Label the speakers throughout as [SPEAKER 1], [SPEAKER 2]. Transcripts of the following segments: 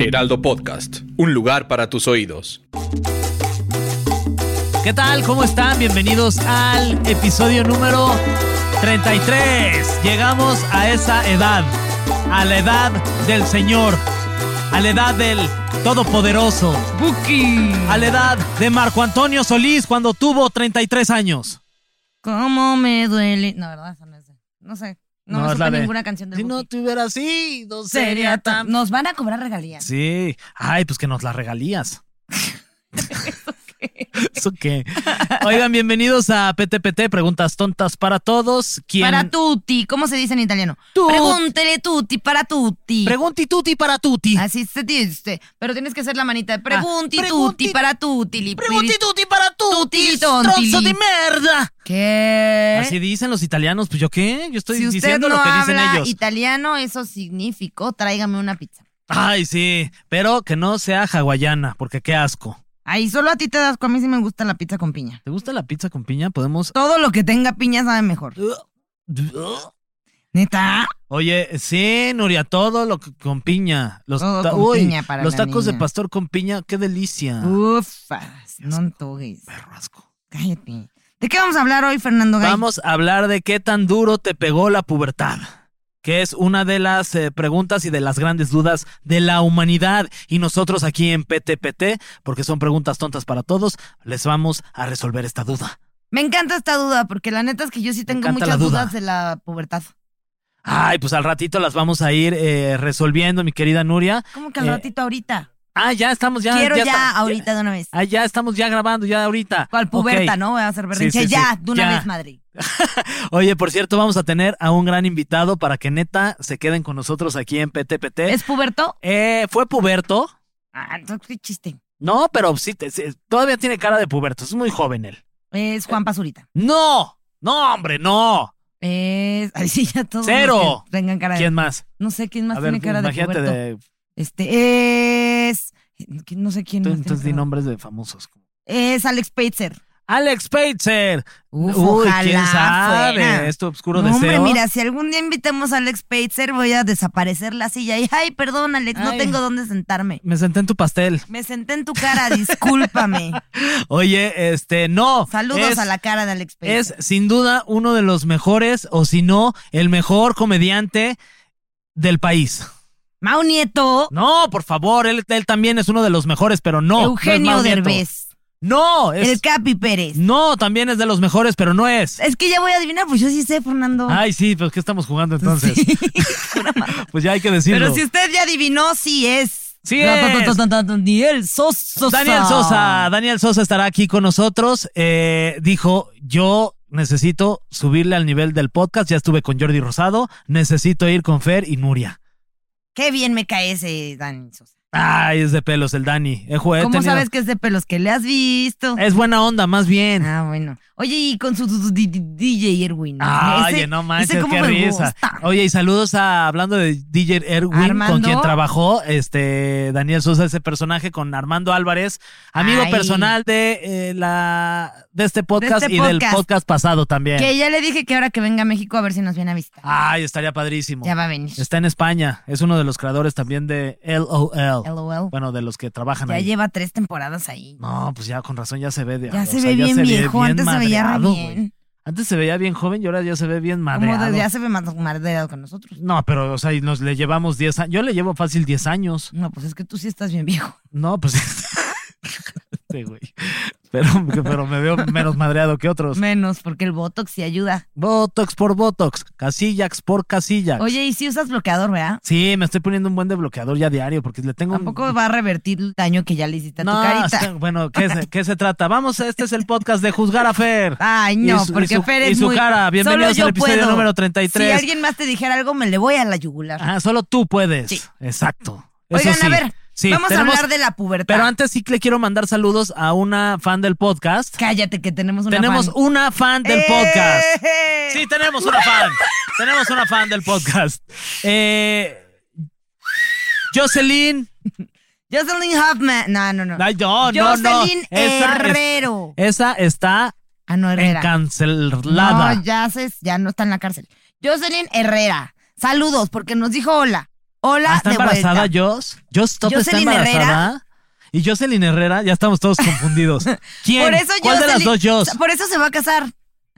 [SPEAKER 1] Heraldo Podcast, un lugar para tus oídos.
[SPEAKER 2] ¿Qué tal? ¿Cómo están? Bienvenidos al episodio número 33. Llegamos a esa edad, a la edad del Señor, a la edad del Todopoderoso,
[SPEAKER 3] Buki.
[SPEAKER 2] a la edad de Marco Antonio Solís cuando tuvo 33 años.
[SPEAKER 3] ¿Cómo me duele? No, ¿verdad? Esa no es de- No sé. No,
[SPEAKER 2] No,
[SPEAKER 3] me
[SPEAKER 2] es la
[SPEAKER 3] supe
[SPEAKER 2] de-
[SPEAKER 3] ninguna canción de
[SPEAKER 2] Si no
[SPEAKER 3] Buki.
[SPEAKER 2] te hubiera sido,
[SPEAKER 3] Sería tan- Nos van a cobrar regalías.
[SPEAKER 2] Sí. Ay, pues que nos la regalías. ¿Eso qué? Oigan, bienvenidos a PTPT, Preguntas Tontas para Todos. ¿Quién-
[SPEAKER 3] Para tutti. ¿Cómo se dice en italiano?
[SPEAKER 2] Tut-
[SPEAKER 3] Pregúntele tutti para tutti.
[SPEAKER 2] Pregunti tutti para tutti.
[SPEAKER 3] Así se dice. Pero tienes que hacer la manita de pregunti
[SPEAKER 2] Ah, pregunti-
[SPEAKER 3] tutti para tutti. li-
[SPEAKER 2] Pregunti
[SPEAKER 3] li-
[SPEAKER 2] tutti para tutti,
[SPEAKER 3] Tutti, tonti.
[SPEAKER 2] tronzo de merda.
[SPEAKER 3] ¿Qué?
[SPEAKER 2] Así dicen los italianos, pues yo qué, yo estoy
[SPEAKER 3] si usted
[SPEAKER 2] diciendo
[SPEAKER 3] no
[SPEAKER 2] lo que dicen
[SPEAKER 3] habla
[SPEAKER 2] ellos.
[SPEAKER 3] italiano, eso significó tráigame una pizza.
[SPEAKER 2] Ay, sí, pero que no sea hawaiana, porque qué asco.
[SPEAKER 3] Ahí solo a ti te das, a mí sí me gusta la pizza con piña.
[SPEAKER 2] ¿Te gusta la pizza con piña? Podemos...
[SPEAKER 3] Todo lo que tenga piña sabe mejor. Neta.
[SPEAKER 2] Oye, sí, Nuria, todo lo que- con piña. Los,
[SPEAKER 3] Todo
[SPEAKER 2] ta-
[SPEAKER 3] con
[SPEAKER 2] uy,
[SPEAKER 3] piña para
[SPEAKER 2] los
[SPEAKER 3] la
[SPEAKER 2] tacos de
[SPEAKER 3] niña. Uh.
[SPEAKER 2] pastor con piña, qué delicia.
[SPEAKER 3] Ufas, no antojes.
[SPEAKER 2] Perro asco.
[SPEAKER 3] Cállate. ¿De qué vamos a hablar hoy, Fernando Gay?
[SPEAKER 2] Vamos a hablar de qué tan duro te pegó la pubertad, que es una de las eh, preguntas y de las grandes dudas de la humanidad. Y nosotros aquí en PTPT, porque son preguntas tontas para todos, les vamos a resolver esta duda.
[SPEAKER 3] Me encanta esta duda, porque la neta es que yo sí tengo
[SPEAKER 2] encanta
[SPEAKER 3] muchas
[SPEAKER 2] la duda.
[SPEAKER 3] dudas de la pubertad.
[SPEAKER 2] Ay, pues al ratito las vamos a ir eh, resolviendo, mi querida Nuria.
[SPEAKER 3] ¿Cómo que al
[SPEAKER 2] Eh,
[SPEAKER 3] ratito ahorita?
[SPEAKER 2] Ah, ya estamos, ya.
[SPEAKER 3] Quiero ya,
[SPEAKER 2] está-
[SPEAKER 3] ahorita de una vez.
[SPEAKER 2] Ah, ya estamos ya grabando, ya ahorita.
[SPEAKER 3] Al puberta,
[SPEAKER 2] Ok.
[SPEAKER 3] ¿no? Voy a hacer berrinche.
[SPEAKER 2] sí, sí.
[SPEAKER 3] ya, de una
[SPEAKER 2] Ya. Eh.
[SPEAKER 3] vez, madre.
[SPEAKER 2] Oye, por cierto, vamos a tener a un gran invitado para que neta se queden con nosotros aquí en PTPT.
[SPEAKER 3] ¿Es puberto?
[SPEAKER 2] Eh, fue puberto.
[SPEAKER 3] Ah, no, qué chiste.
[SPEAKER 2] No, pero sí, te- sí, todavía tiene cara de puberto, es muy joven él.
[SPEAKER 3] Es
[SPEAKER 2] Eh.
[SPEAKER 3] Juan Pazurita.
[SPEAKER 2] ¡No! ¡No, hombre, no!
[SPEAKER 3] Es. Ay, sí, ya todos.
[SPEAKER 2] Cero.
[SPEAKER 3] los que Tengan cara de.
[SPEAKER 2] ¿Quién más?
[SPEAKER 3] No sé quién más
[SPEAKER 2] a ver,
[SPEAKER 3] tiene cara de
[SPEAKER 2] imagínate
[SPEAKER 3] puberto.
[SPEAKER 2] de...
[SPEAKER 3] Este es. No sé quién
[SPEAKER 2] tú-
[SPEAKER 3] más.
[SPEAKER 2] entonces di
[SPEAKER 3] tiene cara-
[SPEAKER 2] nombres de famosos.
[SPEAKER 3] Es Alex Peitzer.
[SPEAKER 2] ¡Alex Peitzer!
[SPEAKER 3] Uf,
[SPEAKER 2] Uy,
[SPEAKER 3] ojalá
[SPEAKER 2] ¿quién sabe?
[SPEAKER 3] fuera.
[SPEAKER 2] ¿Es tu obscuro
[SPEAKER 3] No,
[SPEAKER 2] deseo?
[SPEAKER 3] Hombre, mira, si algún día invitamos a Alex Peitzer, voy a desaparecer la silla. Y, ay, perdón, Alex, no
[SPEAKER 2] Ay.
[SPEAKER 3] tengo dónde sentarme.
[SPEAKER 2] Me senté en tu pastel.
[SPEAKER 3] Me senté en tu cara, discúlpame.
[SPEAKER 2] Oye, este, no.
[SPEAKER 3] Saludos
[SPEAKER 2] es-
[SPEAKER 3] a la cara de Alex Peitzer.
[SPEAKER 2] Es sin duda uno de los mejores, o si no, el mejor comediante del país.
[SPEAKER 3] Mau Nieto,
[SPEAKER 2] No, por favor, él, él también es uno de los mejores, pero no. no es
[SPEAKER 3] Eugenio
[SPEAKER 2] Mau Nieto.
[SPEAKER 3] Derbez,
[SPEAKER 2] No, es...
[SPEAKER 3] el Capi Pérez.
[SPEAKER 2] No, también es de los mejores, pero no es.
[SPEAKER 3] Es que ya voy a adivinar, pues yo sí sé, Fernando.
[SPEAKER 2] Ay, sí, pues ¿qué estamos jugando entonces? pues ya hay que decirlo.
[SPEAKER 3] Pero si usted ya adivinó, sí es.
[SPEAKER 2] Sí es.
[SPEAKER 3] Daniel Sosa.
[SPEAKER 2] Daniel Sosa, Daniel Sosa estará aquí con nosotros. Eh, dijo, yo necesito subirle al nivel del podcast. Ya estuve con Jordi Rosado. Necesito ir con Fer y Nuria.
[SPEAKER 3] Qué bien me cae ese Dani Sosa.
[SPEAKER 2] Ay, es de pelos el Dani. Eh, jue- he
[SPEAKER 3] ¿Cómo
[SPEAKER 2] tenido-
[SPEAKER 3] sabes que es de pelos que le has visto?
[SPEAKER 2] Es buena onda, más bien.
[SPEAKER 3] Ah, bueno. Oye, y con su, su- su di- di- DJ Erwin.
[SPEAKER 2] Ah,
[SPEAKER 3] Ese-
[SPEAKER 2] Oye, no manches,
[SPEAKER 3] ese cómo
[SPEAKER 2] qué
[SPEAKER 3] me
[SPEAKER 2] risa.
[SPEAKER 3] gusta.
[SPEAKER 2] Oye, y saludos a, hablando de DJ Erwin, con
[SPEAKER 3] Armando.
[SPEAKER 2] quien trabajó este Daniel Sosa, ese personaje, con Armando Álvarez, amigo
[SPEAKER 3] Ay.
[SPEAKER 2] personal de eh, la de este podcast
[SPEAKER 3] este
[SPEAKER 2] y del
[SPEAKER 3] podcast.
[SPEAKER 2] podcast pasado también.
[SPEAKER 3] Que ya le dije que ahora que venga a México a ver si nos viene a visitar.
[SPEAKER 2] Ay, estaría padrísimo.
[SPEAKER 3] ya va a venir.
[SPEAKER 2] Está en España, es uno de los creadores también de LOL.
[SPEAKER 3] LOL.
[SPEAKER 2] Bueno, de los que trabajan
[SPEAKER 3] ya
[SPEAKER 2] ahí.
[SPEAKER 3] lleva tres temporadas ahí.
[SPEAKER 2] No, pues ya con razón ya se ve de-
[SPEAKER 3] ya
[SPEAKER 2] o
[SPEAKER 3] se
[SPEAKER 2] sea,
[SPEAKER 3] ve bien
[SPEAKER 2] se ve
[SPEAKER 3] viejo.
[SPEAKER 2] bien
[SPEAKER 3] Antes se veía re
[SPEAKER 2] madreado,
[SPEAKER 3] bien.
[SPEAKER 2] güey. Antes se veía bien joven y ahora ya se ve bien
[SPEAKER 3] Como
[SPEAKER 2] madreado.
[SPEAKER 3] desde ya se ve más madreado con nosotros.
[SPEAKER 2] No, pero, o sea, y nos le llevamos 10 años. Yo le llevo fácil 10 años.
[SPEAKER 3] No, pues es que tú sí estás bien viejo.
[SPEAKER 2] No, pues. este güey. pero, pero me veo menos madreado que otros.
[SPEAKER 3] Menos, porque el Botox sí ayuda.
[SPEAKER 2] Botox por Botox, Casillax por Casillax.
[SPEAKER 3] Oye, y si usas bloqueador, ¿verdad?
[SPEAKER 2] Sí, me estoy poniendo un buen de bloqueador ya diario porque le tengo un...
[SPEAKER 3] Tampoco va a revertir el daño que ya le hiciste a tu carita.
[SPEAKER 2] está- Bueno, ¿qué se, qué se trata? Vamos, este es el podcast de juzgar a Fer.
[SPEAKER 3] Ay,
[SPEAKER 2] Y
[SPEAKER 3] no,
[SPEAKER 2] su- y
[SPEAKER 3] porque
[SPEAKER 2] su-
[SPEAKER 3] Fer es
[SPEAKER 2] y su
[SPEAKER 3] muy-
[SPEAKER 2] cara. Bienvenidos
[SPEAKER 3] Solo yo
[SPEAKER 2] al episodio
[SPEAKER 3] puedo.
[SPEAKER 2] número 33.
[SPEAKER 3] Si alguien más te dijera algo, me le voy a la yugular.
[SPEAKER 2] Ah, solo tú puedes.
[SPEAKER 3] Sí.
[SPEAKER 2] Exacto. Eso
[SPEAKER 3] Oigan,
[SPEAKER 2] sí.
[SPEAKER 3] a ver,
[SPEAKER 2] Sí,
[SPEAKER 3] vamos
[SPEAKER 2] tenemos-
[SPEAKER 3] a hablar de la pubertad.
[SPEAKER 2] Pero antes sí le quiero mandar saludos a una fan del podcast.
[SPEAKER 3] Cállate que tenemos una
[SPEAKER 2] tenemos
[SPEAKER 3] fan.
[SPEAKER 2] una fan del
[SPEAKER 3] ¡Eh!
[SPEAKER 2] podcast. Sí, tenemos una fan. tenemos una fan del podcast. Eh, Jocelyn.
[SPEAKER 3] Jocelyn Hoffman. No, no, no.
[SPEAKER 2] Ay, no, no, no.
[SPEAKER 3] Jocelyn
[SPEAKER 2] Esa es-
[SPEAKER 3] Herrero.
[SPEAKER 2] Esa está
[SPEAKER 3] ah, no, Herrera.
[SPEAKER 2] cancelada.
[SPEAKER 3] No, ya, se, ya no está en la cárcel. Jocelyn Herrera. Saludos, porque nos dijo hola. Hola,
[SPEAKER 2] Ah, ¿Está
[SPEAKER 3] de
[SPEAKER 2] embarazada
[SPEAKER 3] vuelta.
[SPEAKER 2] Jos? ¿Jos Top está
[SPEAKER 3] ¿Jocelyn Herrera?
[SPEAKER 2] embarazada? Y Jocelyn Herrera, ya estamos todos confundidos. ¿Quién?
[SPEAKER 3] Por eso
[SPEAKER 2] ¿Cuál de las
[SPEAKER 3] Jocelyn-
[SPEAKER 2] dos Jos?
[SPEAKER 3] Por eso se va a casar.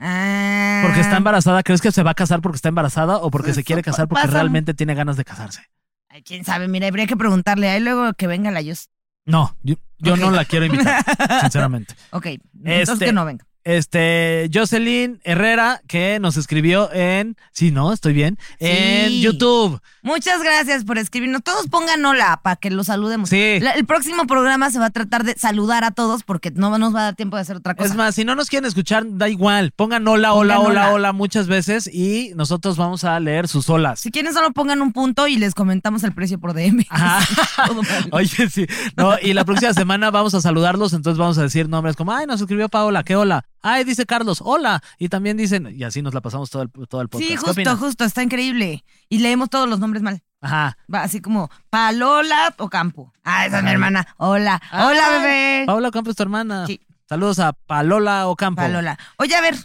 [SPEAKER 3] Ah.
[SPEAKER 2] Porque está embarazada, ¿crees que se va a casar porque está embarazada o porque
[SPEAKER 3] Eso
[SPEAKER 2] se quiere casar porque
[SPEAKER 3] pasa.
[SPEAKER 2] realmente tiene ganas de casarse?
[SPEAKER 3] Ay, quién sabe, mira, habría que preguntarle. Ahí luego que venga la Jocelyn.
[SPEAKER 2] No, yo, yo
[SPEAKER 3] Ok.
[SPEAKER 2] no la quiero invitar, sinceramente.
[SPEAKER 3] Ok, entonces
[SPEAKER 2] Este-
[SPEAKER 3] que no venga.
[SPEAKER 2] Este, Jocelyn Herrera, que nos escribió en. Sí, no, estoy bien. En
[SPEAKER 3] Sí.
[SPEAKER 2] YouTube.
[SPEAKER 3] Muchas gracias por escribirnos. Todos pongan hola para que los saludemos.
[SPEAKER 2] Sí.
[SPEAKER 3] La- el próximo programa se va a tratar de saludar a todos porque no nos va a dar tiempo de hacer otra cosa.
[SPEAKER 2] Es más, si no nos quieren escuchar, da igual. Pongan hola, hola,
[SPEAKER 3] Pongan
[SPEAKER 2] hola, hola,
[SPEAKER 3] hola.
[SPEAKER 2] muchas veces y nosotros vamos a leer sus olas.
[SPEAKER 3] si quieren, solo pongan un punto y les comentamos el precio por DM.
[SPEAKER 2] Ajá.
[SPEAKER 3] Todo mal.
[SPEAKER 2] Oye, sí. No, y la próxima semana vamos a saludarlos, entonces vamos a decir nombres como, ay, nos escribió Paola, qué hola. Ay, dice Carlos, hola. Y también dicen, y así nos la pasamos todo el, todo el podcast.
[SPEAKER 3] sí,
[SPEAKER 2] ¿Qué
[SPEAKER 3] justo,
[SPEAKER 2] opinas?
[SPEAKER 3] justo. Está increíble. Y leemos todos los nombres mal.
[SPEAKER 2] Ajá.
[SPEAKER 3] Va así como Palola o Campo. Ah, esa es mi hermana. Hola. Hola,
[SPEAKER 2] Ay,
[SPEAKER 3] bebé.
[SPEAKER 2] Paola Campo es tu hermana.
[SPEAKER 3] Sí.
[SPEAKER 2] Saludos a Palola Ocampo.
[SPEAKER 3] Palola. Oye, a ver,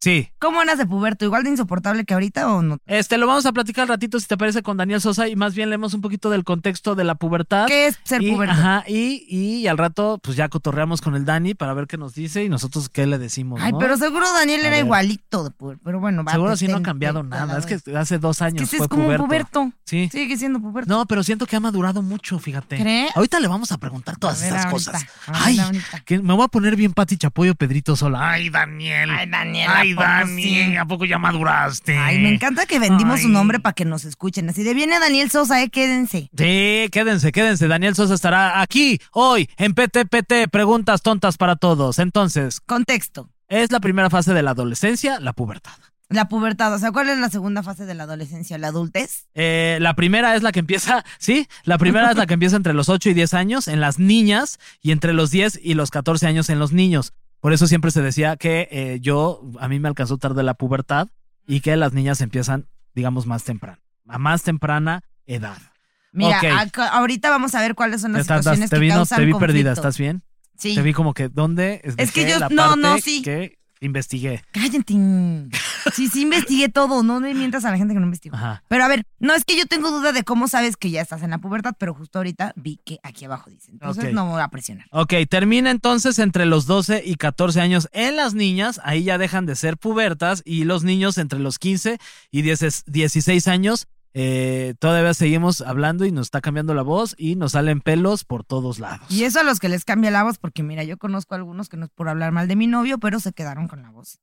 [SPEAKER 2] Sí.
[SPEAKER 3] ¿cómo eras de puberto? ¿Igual de insoportable que ahorita o no?
[SPEAKER 2] Este, lo vamos a platicar al ratito, si te parece, con Daniel Sosa y más bien leemos un poquito del contexto de la pubertad.
[SPEAKER 3] ¿Qué es ser
[SPEAKER 2] y,
[SPEAKER 3] puberto?
[SPEAKER 2] Ajá, y, y al rato, pues ya cotorreamos con el Dani para ver qué nos dice y nosotros qué le decimos.
[SPEAKER 3] Ay,
[SPEAKER 2] ¿no?
[SPEAKER 3] pero seguro Daniel
[SPEAKER 2] A
[SPEAKER 3] era
[SPEAKER 2] ver.
[SPEAKER 3] igualito de puberto. Pero bueno, va.
[SPEAKER 2] Seguro
[SPEAKER 3] pues,
[SPEAKER 2] sí no ha
[SPEAKER 3] ten-
[SPEAKER 2] cambiado
[SPEAKER 3] ten-
[SPEAKER 2] nada.
[SPEAKER 3] cada
[SPEAKER 2] Es
[SPEAKER 3] vez.
[SPEAKER 2] que hace dos años.
[SPEAKER 3] que ese
[SPEAKER 2] fue
[SPEAKER 3] es como
[SPEAKER 2] puberto.
[SPEAKER 3] un puberto.
[SPEAKER 2] Sí.
[SPEAKER 3] Sigue siendo puberto.
[SPEAKER 2] No, pero siento que ha madurado mucho, fíjate.
[SPEAKER 3] ¿Crees?
[SPEAKER 2] Ahorita le vamos a preguntar todas
[SPEAKER 3] A ver,
[SPEAKER 2] esas
[SPEAKER 3] ahorita,
[SPEAKER 2] cosas.
[SPEAKER 3] a ver,
[SPEAKER 2] Ay,
[SPEAKER 3] ahorita.
[SPEAKER 2] que me voy a poner bien Pati Chapoyo Pedrito sola. Ay, Daniel.
[SPEAKER 3] Ay, Daniel.
[SPEAKER 2] Ay,
[SPEAKER 3] ¿a poco
[SPEAKER 2] Dani,
[SPEAKER 3] sí?
[SPEAKER 2] ¿a poco ya maduraste?
[SPEAKER 3] Ay, me encanta que vendimos su
[SPEAKER 2] eh. Ay.
[SPEAKER 3] nombre para que nos escuchen. Así de viene Daniel Sosa, eh, quédense.
[SPEAKER 2] Sí, quédense, quédense. Daniel Sosa estará aquí hoy en PTPT, preguntas tontas para todos. Entonces,
[SPEAKER 3] Contexto.
[SPEAKER 2] es la primera fase de la adolescencia, la pubertad.
[SPEAKER 3] La pubertad, o sea, ¿cuál es la segunda fase de la adolescencia? ¿La adultez?
[SPEAKER 2] Eh, la primera es la que empieza, sí, la primera es la que empieza entre los 8 y 10 años en las niñas y entre los 10 y los 14 años en los niños. Por eso siempre se decía que eh, yo, a mí me alcanzó tarde la pubertad y que las niñas empiezan, digamos, más temprano, a más temprana edad.
[SPEAKER 3] Mira,
[SPEAKER 2] Ok.
[SPEAKER 3] acá- ahorita vamos a ver cuáles son las
[SPEAKER 2] Estás-
[SPEAKER 3] situaciones
[SPEAKER 2] te,
[SPEAKER 3] que
[SPEAKER 2] vi, no,
[SPEAKER 3] causan
[SPEAKER 2] te vi
[SPEAKER 3] conflicto.
[SPEAKER 2] perdida, ¿estás bien?
[SPEAKER 3] Sí.
[SPEAKER 2] Te vi como que, ¿dónde?
[SPEAKER 3] Es que
[SPEAKER 2] Dejé
[SPEAKER 3] yo-
[SPEAKER 2] la
[SPEAKER 3] no, no,
[SPEAKER 2] parte
[SPEAKER 3] sí.
[SPEAKER 2] Que investigué.
[SPEAKER 3] Cállate. Sí, sí investigué todo, no me mientas a la gente que no investigó.
[SPEAKER 2] Ajá.
[SPEAKER 3] Pero a ver, no es que yo tengo duda de cómo sabes que ya estás en la pubertad, pero justo ahorita vi que aquí abajo dice. Entonces
[SPEAKER 2] Ok.
[SPEAKER 3] no me voy a presionar.
[SPEAKER 2] Ok, termina entonces entre los 12 y 14 años en las niñas, ahí ya dejan de ser pubertas y los niños entre los 15 y 10 16 años, eh, todavía seguimos hablando y nos está cambiando la voz y nos salen pelos por todos lados.
[SPEAKER 3] Y eso a los que les cambia la voz, porque mira, yo conozco a algunos que no es por hablar mal de mi novio, pero se quedaron con la voz.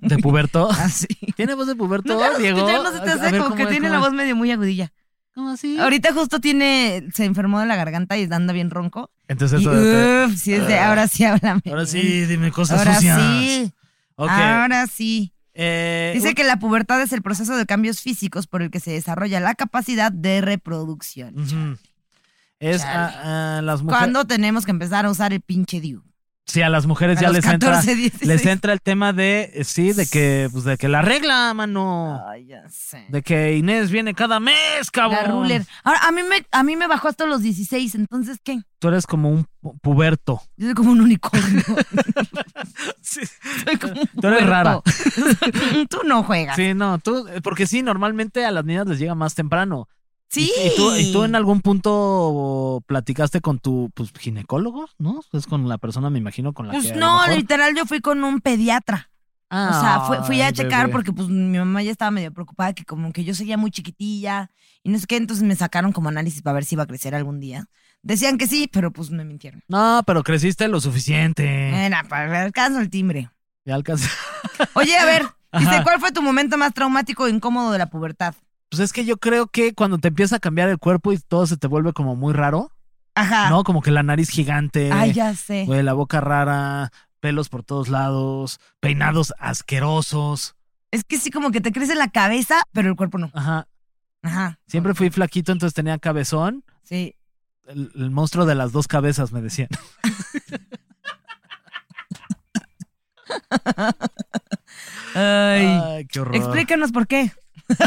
[SPEAKER 2] ¿De puberto?
[SPEAKER 3] Así.
[SPEAKER 2] ¿Tiene voz de puberto,
[SPEAKER 3] Ah. No, ya no, se-
[SPEAKER 2] Ah, Diego?
[SPEAKER 3] ya no se te
[SPEAKER 2] A
[SPEAKER 3] hace
[SPEAKER 2] ver,
[SPEAKER 3] como
[SPEAKER 2] ¿cómo
[SPEAKER 3] que
[SPEAKER 2] es?
[SPEAKER 3] tiene
[SPEAKER 2] ¿Cómo
[SPEAKER 3] la
[SPEAKER 2] es?
[SPEAKER 3] voz medio muy agudilla.
[SPEAKER 2] ¿Cómo así?
[SPEAKER 3] Ahorita justo tiene, se enfermó de la garganta y anda bien ronco.
[SPEAKER 2] Entonces
[SPEAKER 3] y
[SPEAKER 2] eso de-
[SPEAKER 3] uff, sí es de, ahora sí háblame.
[SPEAKER 2] Ahora sí, dime cosas
[SPEAKER 3] Ahora
[SPEAKER 2] sucias.
[SPEAKER 3] sí.
[SPEAKER 2] Ok.
[SPEAKER 3] Ahora sí.
[SPEAKER 2] eh,
[SPEAKER 3] Dice que la pubertad es el proceso de cambios físicos por el que se desarrolla la capacidad de reproducción.
[SPEAKER 2] ujú. Es
[SPEAKER 3] Chale.
[SPEAKER 2] a, a las mujeres.
[SPEAKER 3] Cuando tenemos que empezar a usar el pinche Diu.
[SPEAKER 2] Sí, a las mujeres
[SPEAKER 3] A
[SPEAKER 2] Pues ya
[SPEAKER 3] los
[SPEAKER 2] les entra.
[SPEAKER 3] 14, 16.
[SPEAKER 2] les entra el tema de, eh, sí, de que, pues de que la regla, mano.
[SPEAKER 3] Ay, ya sé.
[SPEAKER 2] De que Inés viene cada mes, cabrón.
[SPEAKER 3] La ruler. Ahora, a mí, me, a mí me bajó hasta los 16, entonces, ¿qué?
[SPEAKER 2] Tú eres como un pu- puberto.
[SPEAKER 3] Yo soy como un unicornio.
[SPEAKER 2] Sí,
[SPEAKER 3] Soy como un
[SPEAKER 2] Tú eres
[SPEAKER 3] puerco.
[SPEAKER 2] rara.
[SPEAKER 3] Tú no juegas. Sí.
[SPEAKER 2] no, tú, eh, porque sí, normalmente a las niñas les llega más temprano. Y, y tú, y tú en algún punto platicaste con tu pues, ginecólogo, ¿no? Es con la persona, me imagino, con la
[SPEAKER 3] Pues
[SPEAKER 2] que. a lo
[SPEAKER 3] no,
[SPEAKER 2] mejor-
[SPEAKER 3] literal, yo fui con un pediatra. o sea, fui, fui a
[SPEAKER 2] Ay,
[SPEAKER 3] checar
[SPEAKER 2] bebé.
[SPEAKER 3] porque pues mi mamá ya estaba medio preocupada que como que yo seguía muy chiquitilla y no sé qué, entonces me sacaron como análisis para ver si iba a crecer algún día. Decían que sí, pero pues me mintieron.
[SPEAKER 2] No, pero creciste lo suficiente.
[SPEAKER 3] Era, para alcanzo el timbre.
[SPEAKER 2] Ya alcanzé.
[SPEAKER 3] Oye, a ver, dice,
[SPEAKER 2] Ajá.
[SPEAKER 3] ¿cuál fue tu momento más traumático e incómodo de la pubertad?
[SPEAKER 2] Pues es que yo creo que cuando te empieza a cambiar el cuerpo y todo se te vuelve como muy raro,
[SPEAKER 3] Ajá.
[SPEAKER 2] ¿no? eh, Como que la nariz gigante,
[SPEAKER 3] Ay, Ah. ya sé.
[SPEAKER 2] güey, la boca rara, pelos por todos lados, peinados asquerosos.
[SPEAKER 3] Es que sí, como que te crece la cabeza, pero el cuerpo no.
[SPEAKER 2] Ajá.
[SPEAKER 3] Ajá.
[SPEAKER 2] Siempre fui flaquito, entonces tenía cabezón.
[SPEAKER 3] Sí.
[SPEAKER 2] El, el monstruo de las dos cabezas, me decían.
[SPEAKER 3] Ay.
[SPEAKER 2] Ay, qué horror.
[SPEAKER 3] Explícanos por qué.
[SPEAKER 2] Este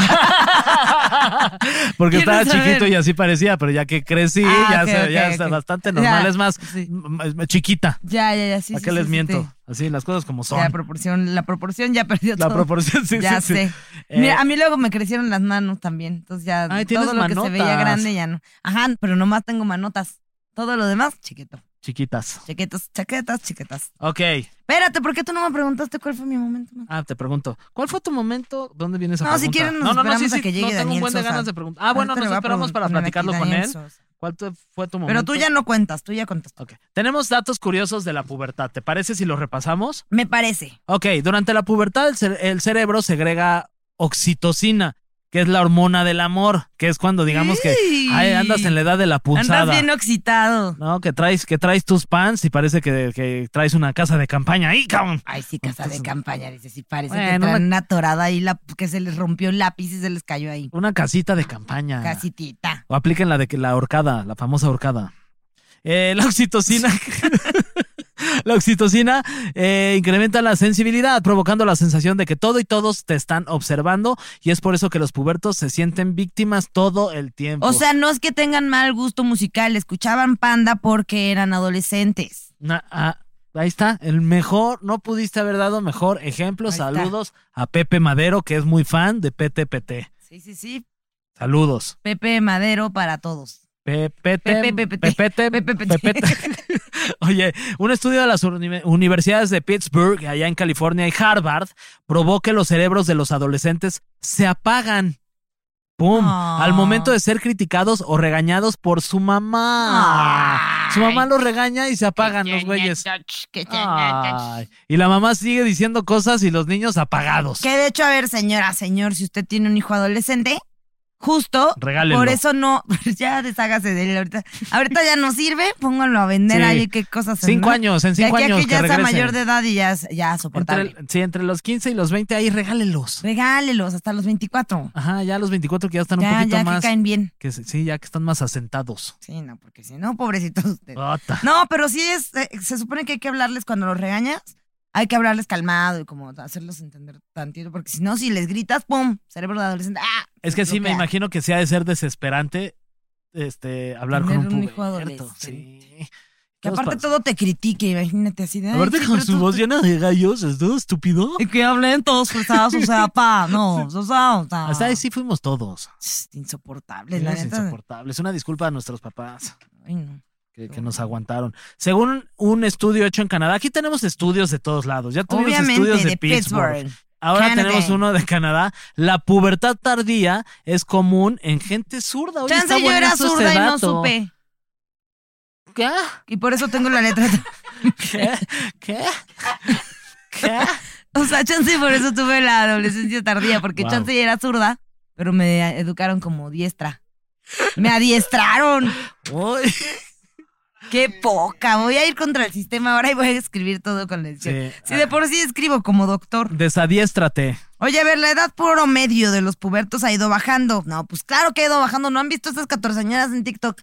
[SPEAKER 2] Porque
[SPEAKER 3] Quiero
[SPEAKER 2] estaba
[SPEAKER 3] saber.
[SPEAKER 2] chiquito y así parecía, pero ya que crecí,
[SPEAKER 3] Ah,
[SPEAKER 2] ya,
[SPEAKER 3] ok,
[SPEAKER 2] se-
[SPEAKER 3] ok,
[SPEAKER 2] ya
[SPEAKER 3] ok.
[SPEAKER 2] está bastante
[SPEAKER 3] Ya,
[SPEAKER 2] normal. es más,
[SPEAKER 3] sí.
[SPEAKER 2] m- m- chiquita.
[SPEAKER 3] Ya, ya, ya, sí.
[SPEAKER 2] ¿Para
[SPEAKER 3] sí,
[SPEAKER 2] qué
[SPEAKER 3] sí,
[SPEAKER 2] les
[SPEAKER 3] sí,
[SPEAKER 2] miento?
[SPEAKER 3] sí.
[SPEAKER 2] Así, las cosas como son.
[SPEAKER 3] La proporción, la proporción ya perdió
[SPEAKER 2] La
[SPEAKER 3] todo.
[SPEAKER 2] proporción, sí,
[SPEAKER 3] ya
[SPEAKER 2] sí, sí.
[SPEAKER 3] sé.
[SPEAKER 2] Eh,
[SPEAKER 3] Mira, a mí luego me crecieron las manos también. Entonces ya
[SPEAKER 2] Ay,
[SPEAKER 3] todo
[SPEAKER 2] tienes
[SPEAKER 3] lo que se veía
[SPEAKER 2] manotas.
[SPEAKER 3] grande ya no. Ajá, pero nomás tengo manotas. Todo lo demás, chiquito.
[SPEAKER 2] Chiquitas.
[SPEAKER 3] Chiquitos, chaquetas, chiquetas.
[SPEAKER 2] Ok.
[SPEAKER 3] Espérate, ¿por qué tú no me preguntaste cuál fue mi momento? más-
[SPEAKER 2] Ah, te pregunto. ¿Cuál fue tu momento? ¿Dónde viene esa
[SPEAKER 3] No, si
[SPEAKER 2] pregunta?
[SPEAKER 3] quieren nos esperamos a que llegue
[SPEAKER 2] No tengo
[SPEAKER 3] Daniel
[SPEAKER 2] un buen de
[SPEAKER 3] Sosa.
[SPEAKER 2] ganas de preguntar. Ah, bueno,
[SPEAKER 3] Ahorita le
[SPEAKER 2] nos
[SPEAKER 3] voy a
[SPEAKER 2] esperamos para
[SPEAKER 3] preguntar aquí,
[SPEAKER 2] platicarlo con
[SPEAKER 3] Daniel
[SPEAKER 2] él.
[SPEAKER 3] Sosa.
[SPEAKER 2] ¿Cuál te- fue tu momento?
[SPEAKER 3] Pero tú ya no cuentas, tú ya contaste.
[SPEAKER 2] Ok. Tenemos datos curiosos de la pubertad. ¿Te parece si los repasamos?
[SPEAKER 3] Me parece.
[SPEAKER 2] Ok, durante la pubertad el, cere- el cerebro segrega oxitocina, que es la hormona del amor, que es cuando digamos que
[SPEAKER 3] Sí.
[SPEAKER 2] ay, andas en la edad de la punzada.
[SPEAKER 3] Andas bien excitado.
[SPEAKER 2] No, que traes, que traes tus pants y parece que, que traes una casa de campaña ahí, cabrón.
[SPEAKER 3] Ay, sí, casa de
[SPEAKER 2] Entonces-
[SPEAKER 3] campaña, dice, sí, parece que
[SPEAKER 2] Bueno,
[SPEAKER 3] traen
[SPEAKER 2] me-
[SPEAKER 3] una torada ahí la, que se les rompió el lápiz y se les cayó ahí.
[SPEAKER 2] Una casita de campaña.
[SPEAKER 3] Casitita.
[SPEAKER 2] O apliquen la de que- la ahorcada, la famosa ahorcada. Eh, la oxitocina. la oxitocina eh, incrementa la sensibilidad, provocando la sensación de que todo y todos te están observando. Y es por eso que los pubertos se sienten víctimas todo el tiempo.
[SPEAKER 3] O sea, no es que tengan mal gusto musical, escuchaban panda porque eran adolescentes.
[SPEAKER 2] Na- ah, ahí está, el mejor, no pudiste haber dado mejor ejemplo.
[SPEAKER 3] Ahí está.
[SPEAKER 2] Saludos a Pepe Madero, que es muy fan de PTPT.
[SPEAKER 3] Sí, sí, sí.
[SPEAKER 2] Saludos.
[SPEAKER 3] Pepe Madero para todos.
[SPEAKER 2] Pepe,
[SPEAKER 3] Pepe, Pepe, Pepe, Pepe.
[SPEAKER 2] Oye, un estudio de las uni- universidades de Pittsburgh, allá en California y Harvard, probó que los cerebros de los adolescentes se apagan. ¡Pum!
[SPEAKER 3] Ah.
[SPEAKER 2] Al momento de ser criticados o regañados por su mamá. Su mamá
[SPEAKER 3] Ay.
[SPEAKER 2] los regaña y se apagan los güeyes.
[SPEAKER 3] Que
[SPEAKER 2] Ay, Y la mamá sigue diciendo cosas y los niños apagados.
[SPEAKER 3] de hecho, a ver, señora, señor, si usted tiene un hijo adolescente, justo
[SPEAKER 2] Regálenlo.
[SPEAKER 3] por eso no, pues ya deshágase de él ahorita. Ahorita ya no sirve, póngalo a vender
[SPEAKER 2] Sí.
[SPEAKER 3] ahí qué cosas. son,
[SPEAKER 2] Cinco
[SPEAKER 3] ¿no?
[SPEAKER 2] años, en
[SPEAKER 3] De
[SPEAKER 2] cinco
[SPEAKER 3] aquí a
[SPEAKER 2] años
[SPEAKER 3] que ya
[SPEAKER 2] que
[SPEAKER 3] sea
[SPEAKER 2] regresen.
[SPEAKER 3] mayor de edad y ya, es- ya
[SPEAKER 2] Entre,
[SPEAKER 3] soportable.
[SPEAKER 2] el- sí, entre los 15 y los 20 ahí, regálenlos.
[SPEAKER 3] Regálelos hasta los 24.
[SPEAKER 2] Ajá, ya los 24 que ya están un
[SPEAKER 3] Ya,
[SPEAKER 2] poquito
[SPEAKER 3] ya
[SPEAKER 2] más.
[SPEAKER 3] que caen bien.
[SPEAKER 2] Que se- sí, ya que están más asentados.
[SPEAKER 3] Sí, no, porque si no, pobrecitos ustedes.
[SPEAKER 2] Ota.
[SPEAKER 3] No, pero sí es, eh, se supone que hay que hablarles cuando los regañas, hay que hablarles calmado y como hacerlos entender tantito, porque si no, si les gritas, ¡pum! Cerebro de adolescente. ¡Ah!
[SPEAKER 2] Es que sí, me
[SPEAKER 3] Bloquea.
[SPEAKER 2] imagino que sí ha de ser desesperante este, hablar
[SPEAKER 3] Tener
[SPEAKER 2] con un,
[SPEAKER 3] un hijo
[SPEAKER 2] puberto,
[SPEAKER 3] adolescente.
[SPEAKER 2] Sí.
[SPEAKER 3] Que
[SPEAKER 2] Todos
[SPEAKER 3] aparte
[SPEAKER 2] pas-
[SPEAKER 3] todo te critique, imagínate así de... ay,
[SPEAKER 2] Aparte
[SPEAKER 3] sí,
[SPEAKER 2] con
[SPEAKER 3] pero
[SPEAKER 2] su
[SPEAKER 3] tú-
[SPEAKER 2] voz llena de gallos, es todo estúpido.
[SPEAKER 3] Y que hablen todos forzados, o sea, pa, no, o sea, o sea,
[SPEAKER 2] Hasta ahí sí fuimos todos.
[SPEAKER 3] Ch, Insoportables, la
[SPEAKER 2] Es
[SPEAKER 3] neta.
[SPEAKER 2] insoportable. Es una disculpa a nuestros papás
[SPEAKER 3] Ay, no.
[SPEAKER 2] que, que nos aguantaron. Según un estudio hecho en Canadá, aquí tenemos estudios de todos lados. Ya tuvimos
[SPEAKER 3] Obviamente,
[SPEAKER 2] estudios de,
[SPEAKER 3] de
[SPEAKER 2] Pittsburgh.
[SPEAKER 3] Pittsburgh.
[SPEAKER 2] Ahora
[SPEAKER 3] Canadá.
[SPEAKER 2] tenemos uno de Canadá. La pubertad tardía es común en gente zurda. Oye, está
[SPEAKER 3] Chance yo era
[SPEAKER 2] buenazo ese
[SPEAKER 3] zurda y no
[SPEAKER 2] dato.
[SPEAKER 3] supe.
[SPEAKER 2] ¿Qué?
[SPEAKER 3] Y por eso tengo la letra.
[SPEAKER 2] ¿Qué? ¿Qué? ¿Qué?
[SPEAKER 3] O sea, chance por eso tuve la adolescencia tardía, porque
[SPEAKER 2] Wow.
[SPEAKER 3] chance era zurda, pero me educaron como diestra. Me adiestraron.
[SPEAKER 2] Uy.
[SPEAKER 3] Qué poca. Voy a ir contra el sistema ahora y voy a escribir todo con la izquierda.
[SPEAKER 2] Sí. ah.
[SPEAKER 3] Si de por sí escribo como doctor.
[SPEAKER 2] Desadiéstrate.
[SPEAKER 3] Oye, a ver, la edad promedio de los pubertos ha ido bajando. No, pues claro que ha ido bajando. ¿No han visto estas catorceañeras en TikTok?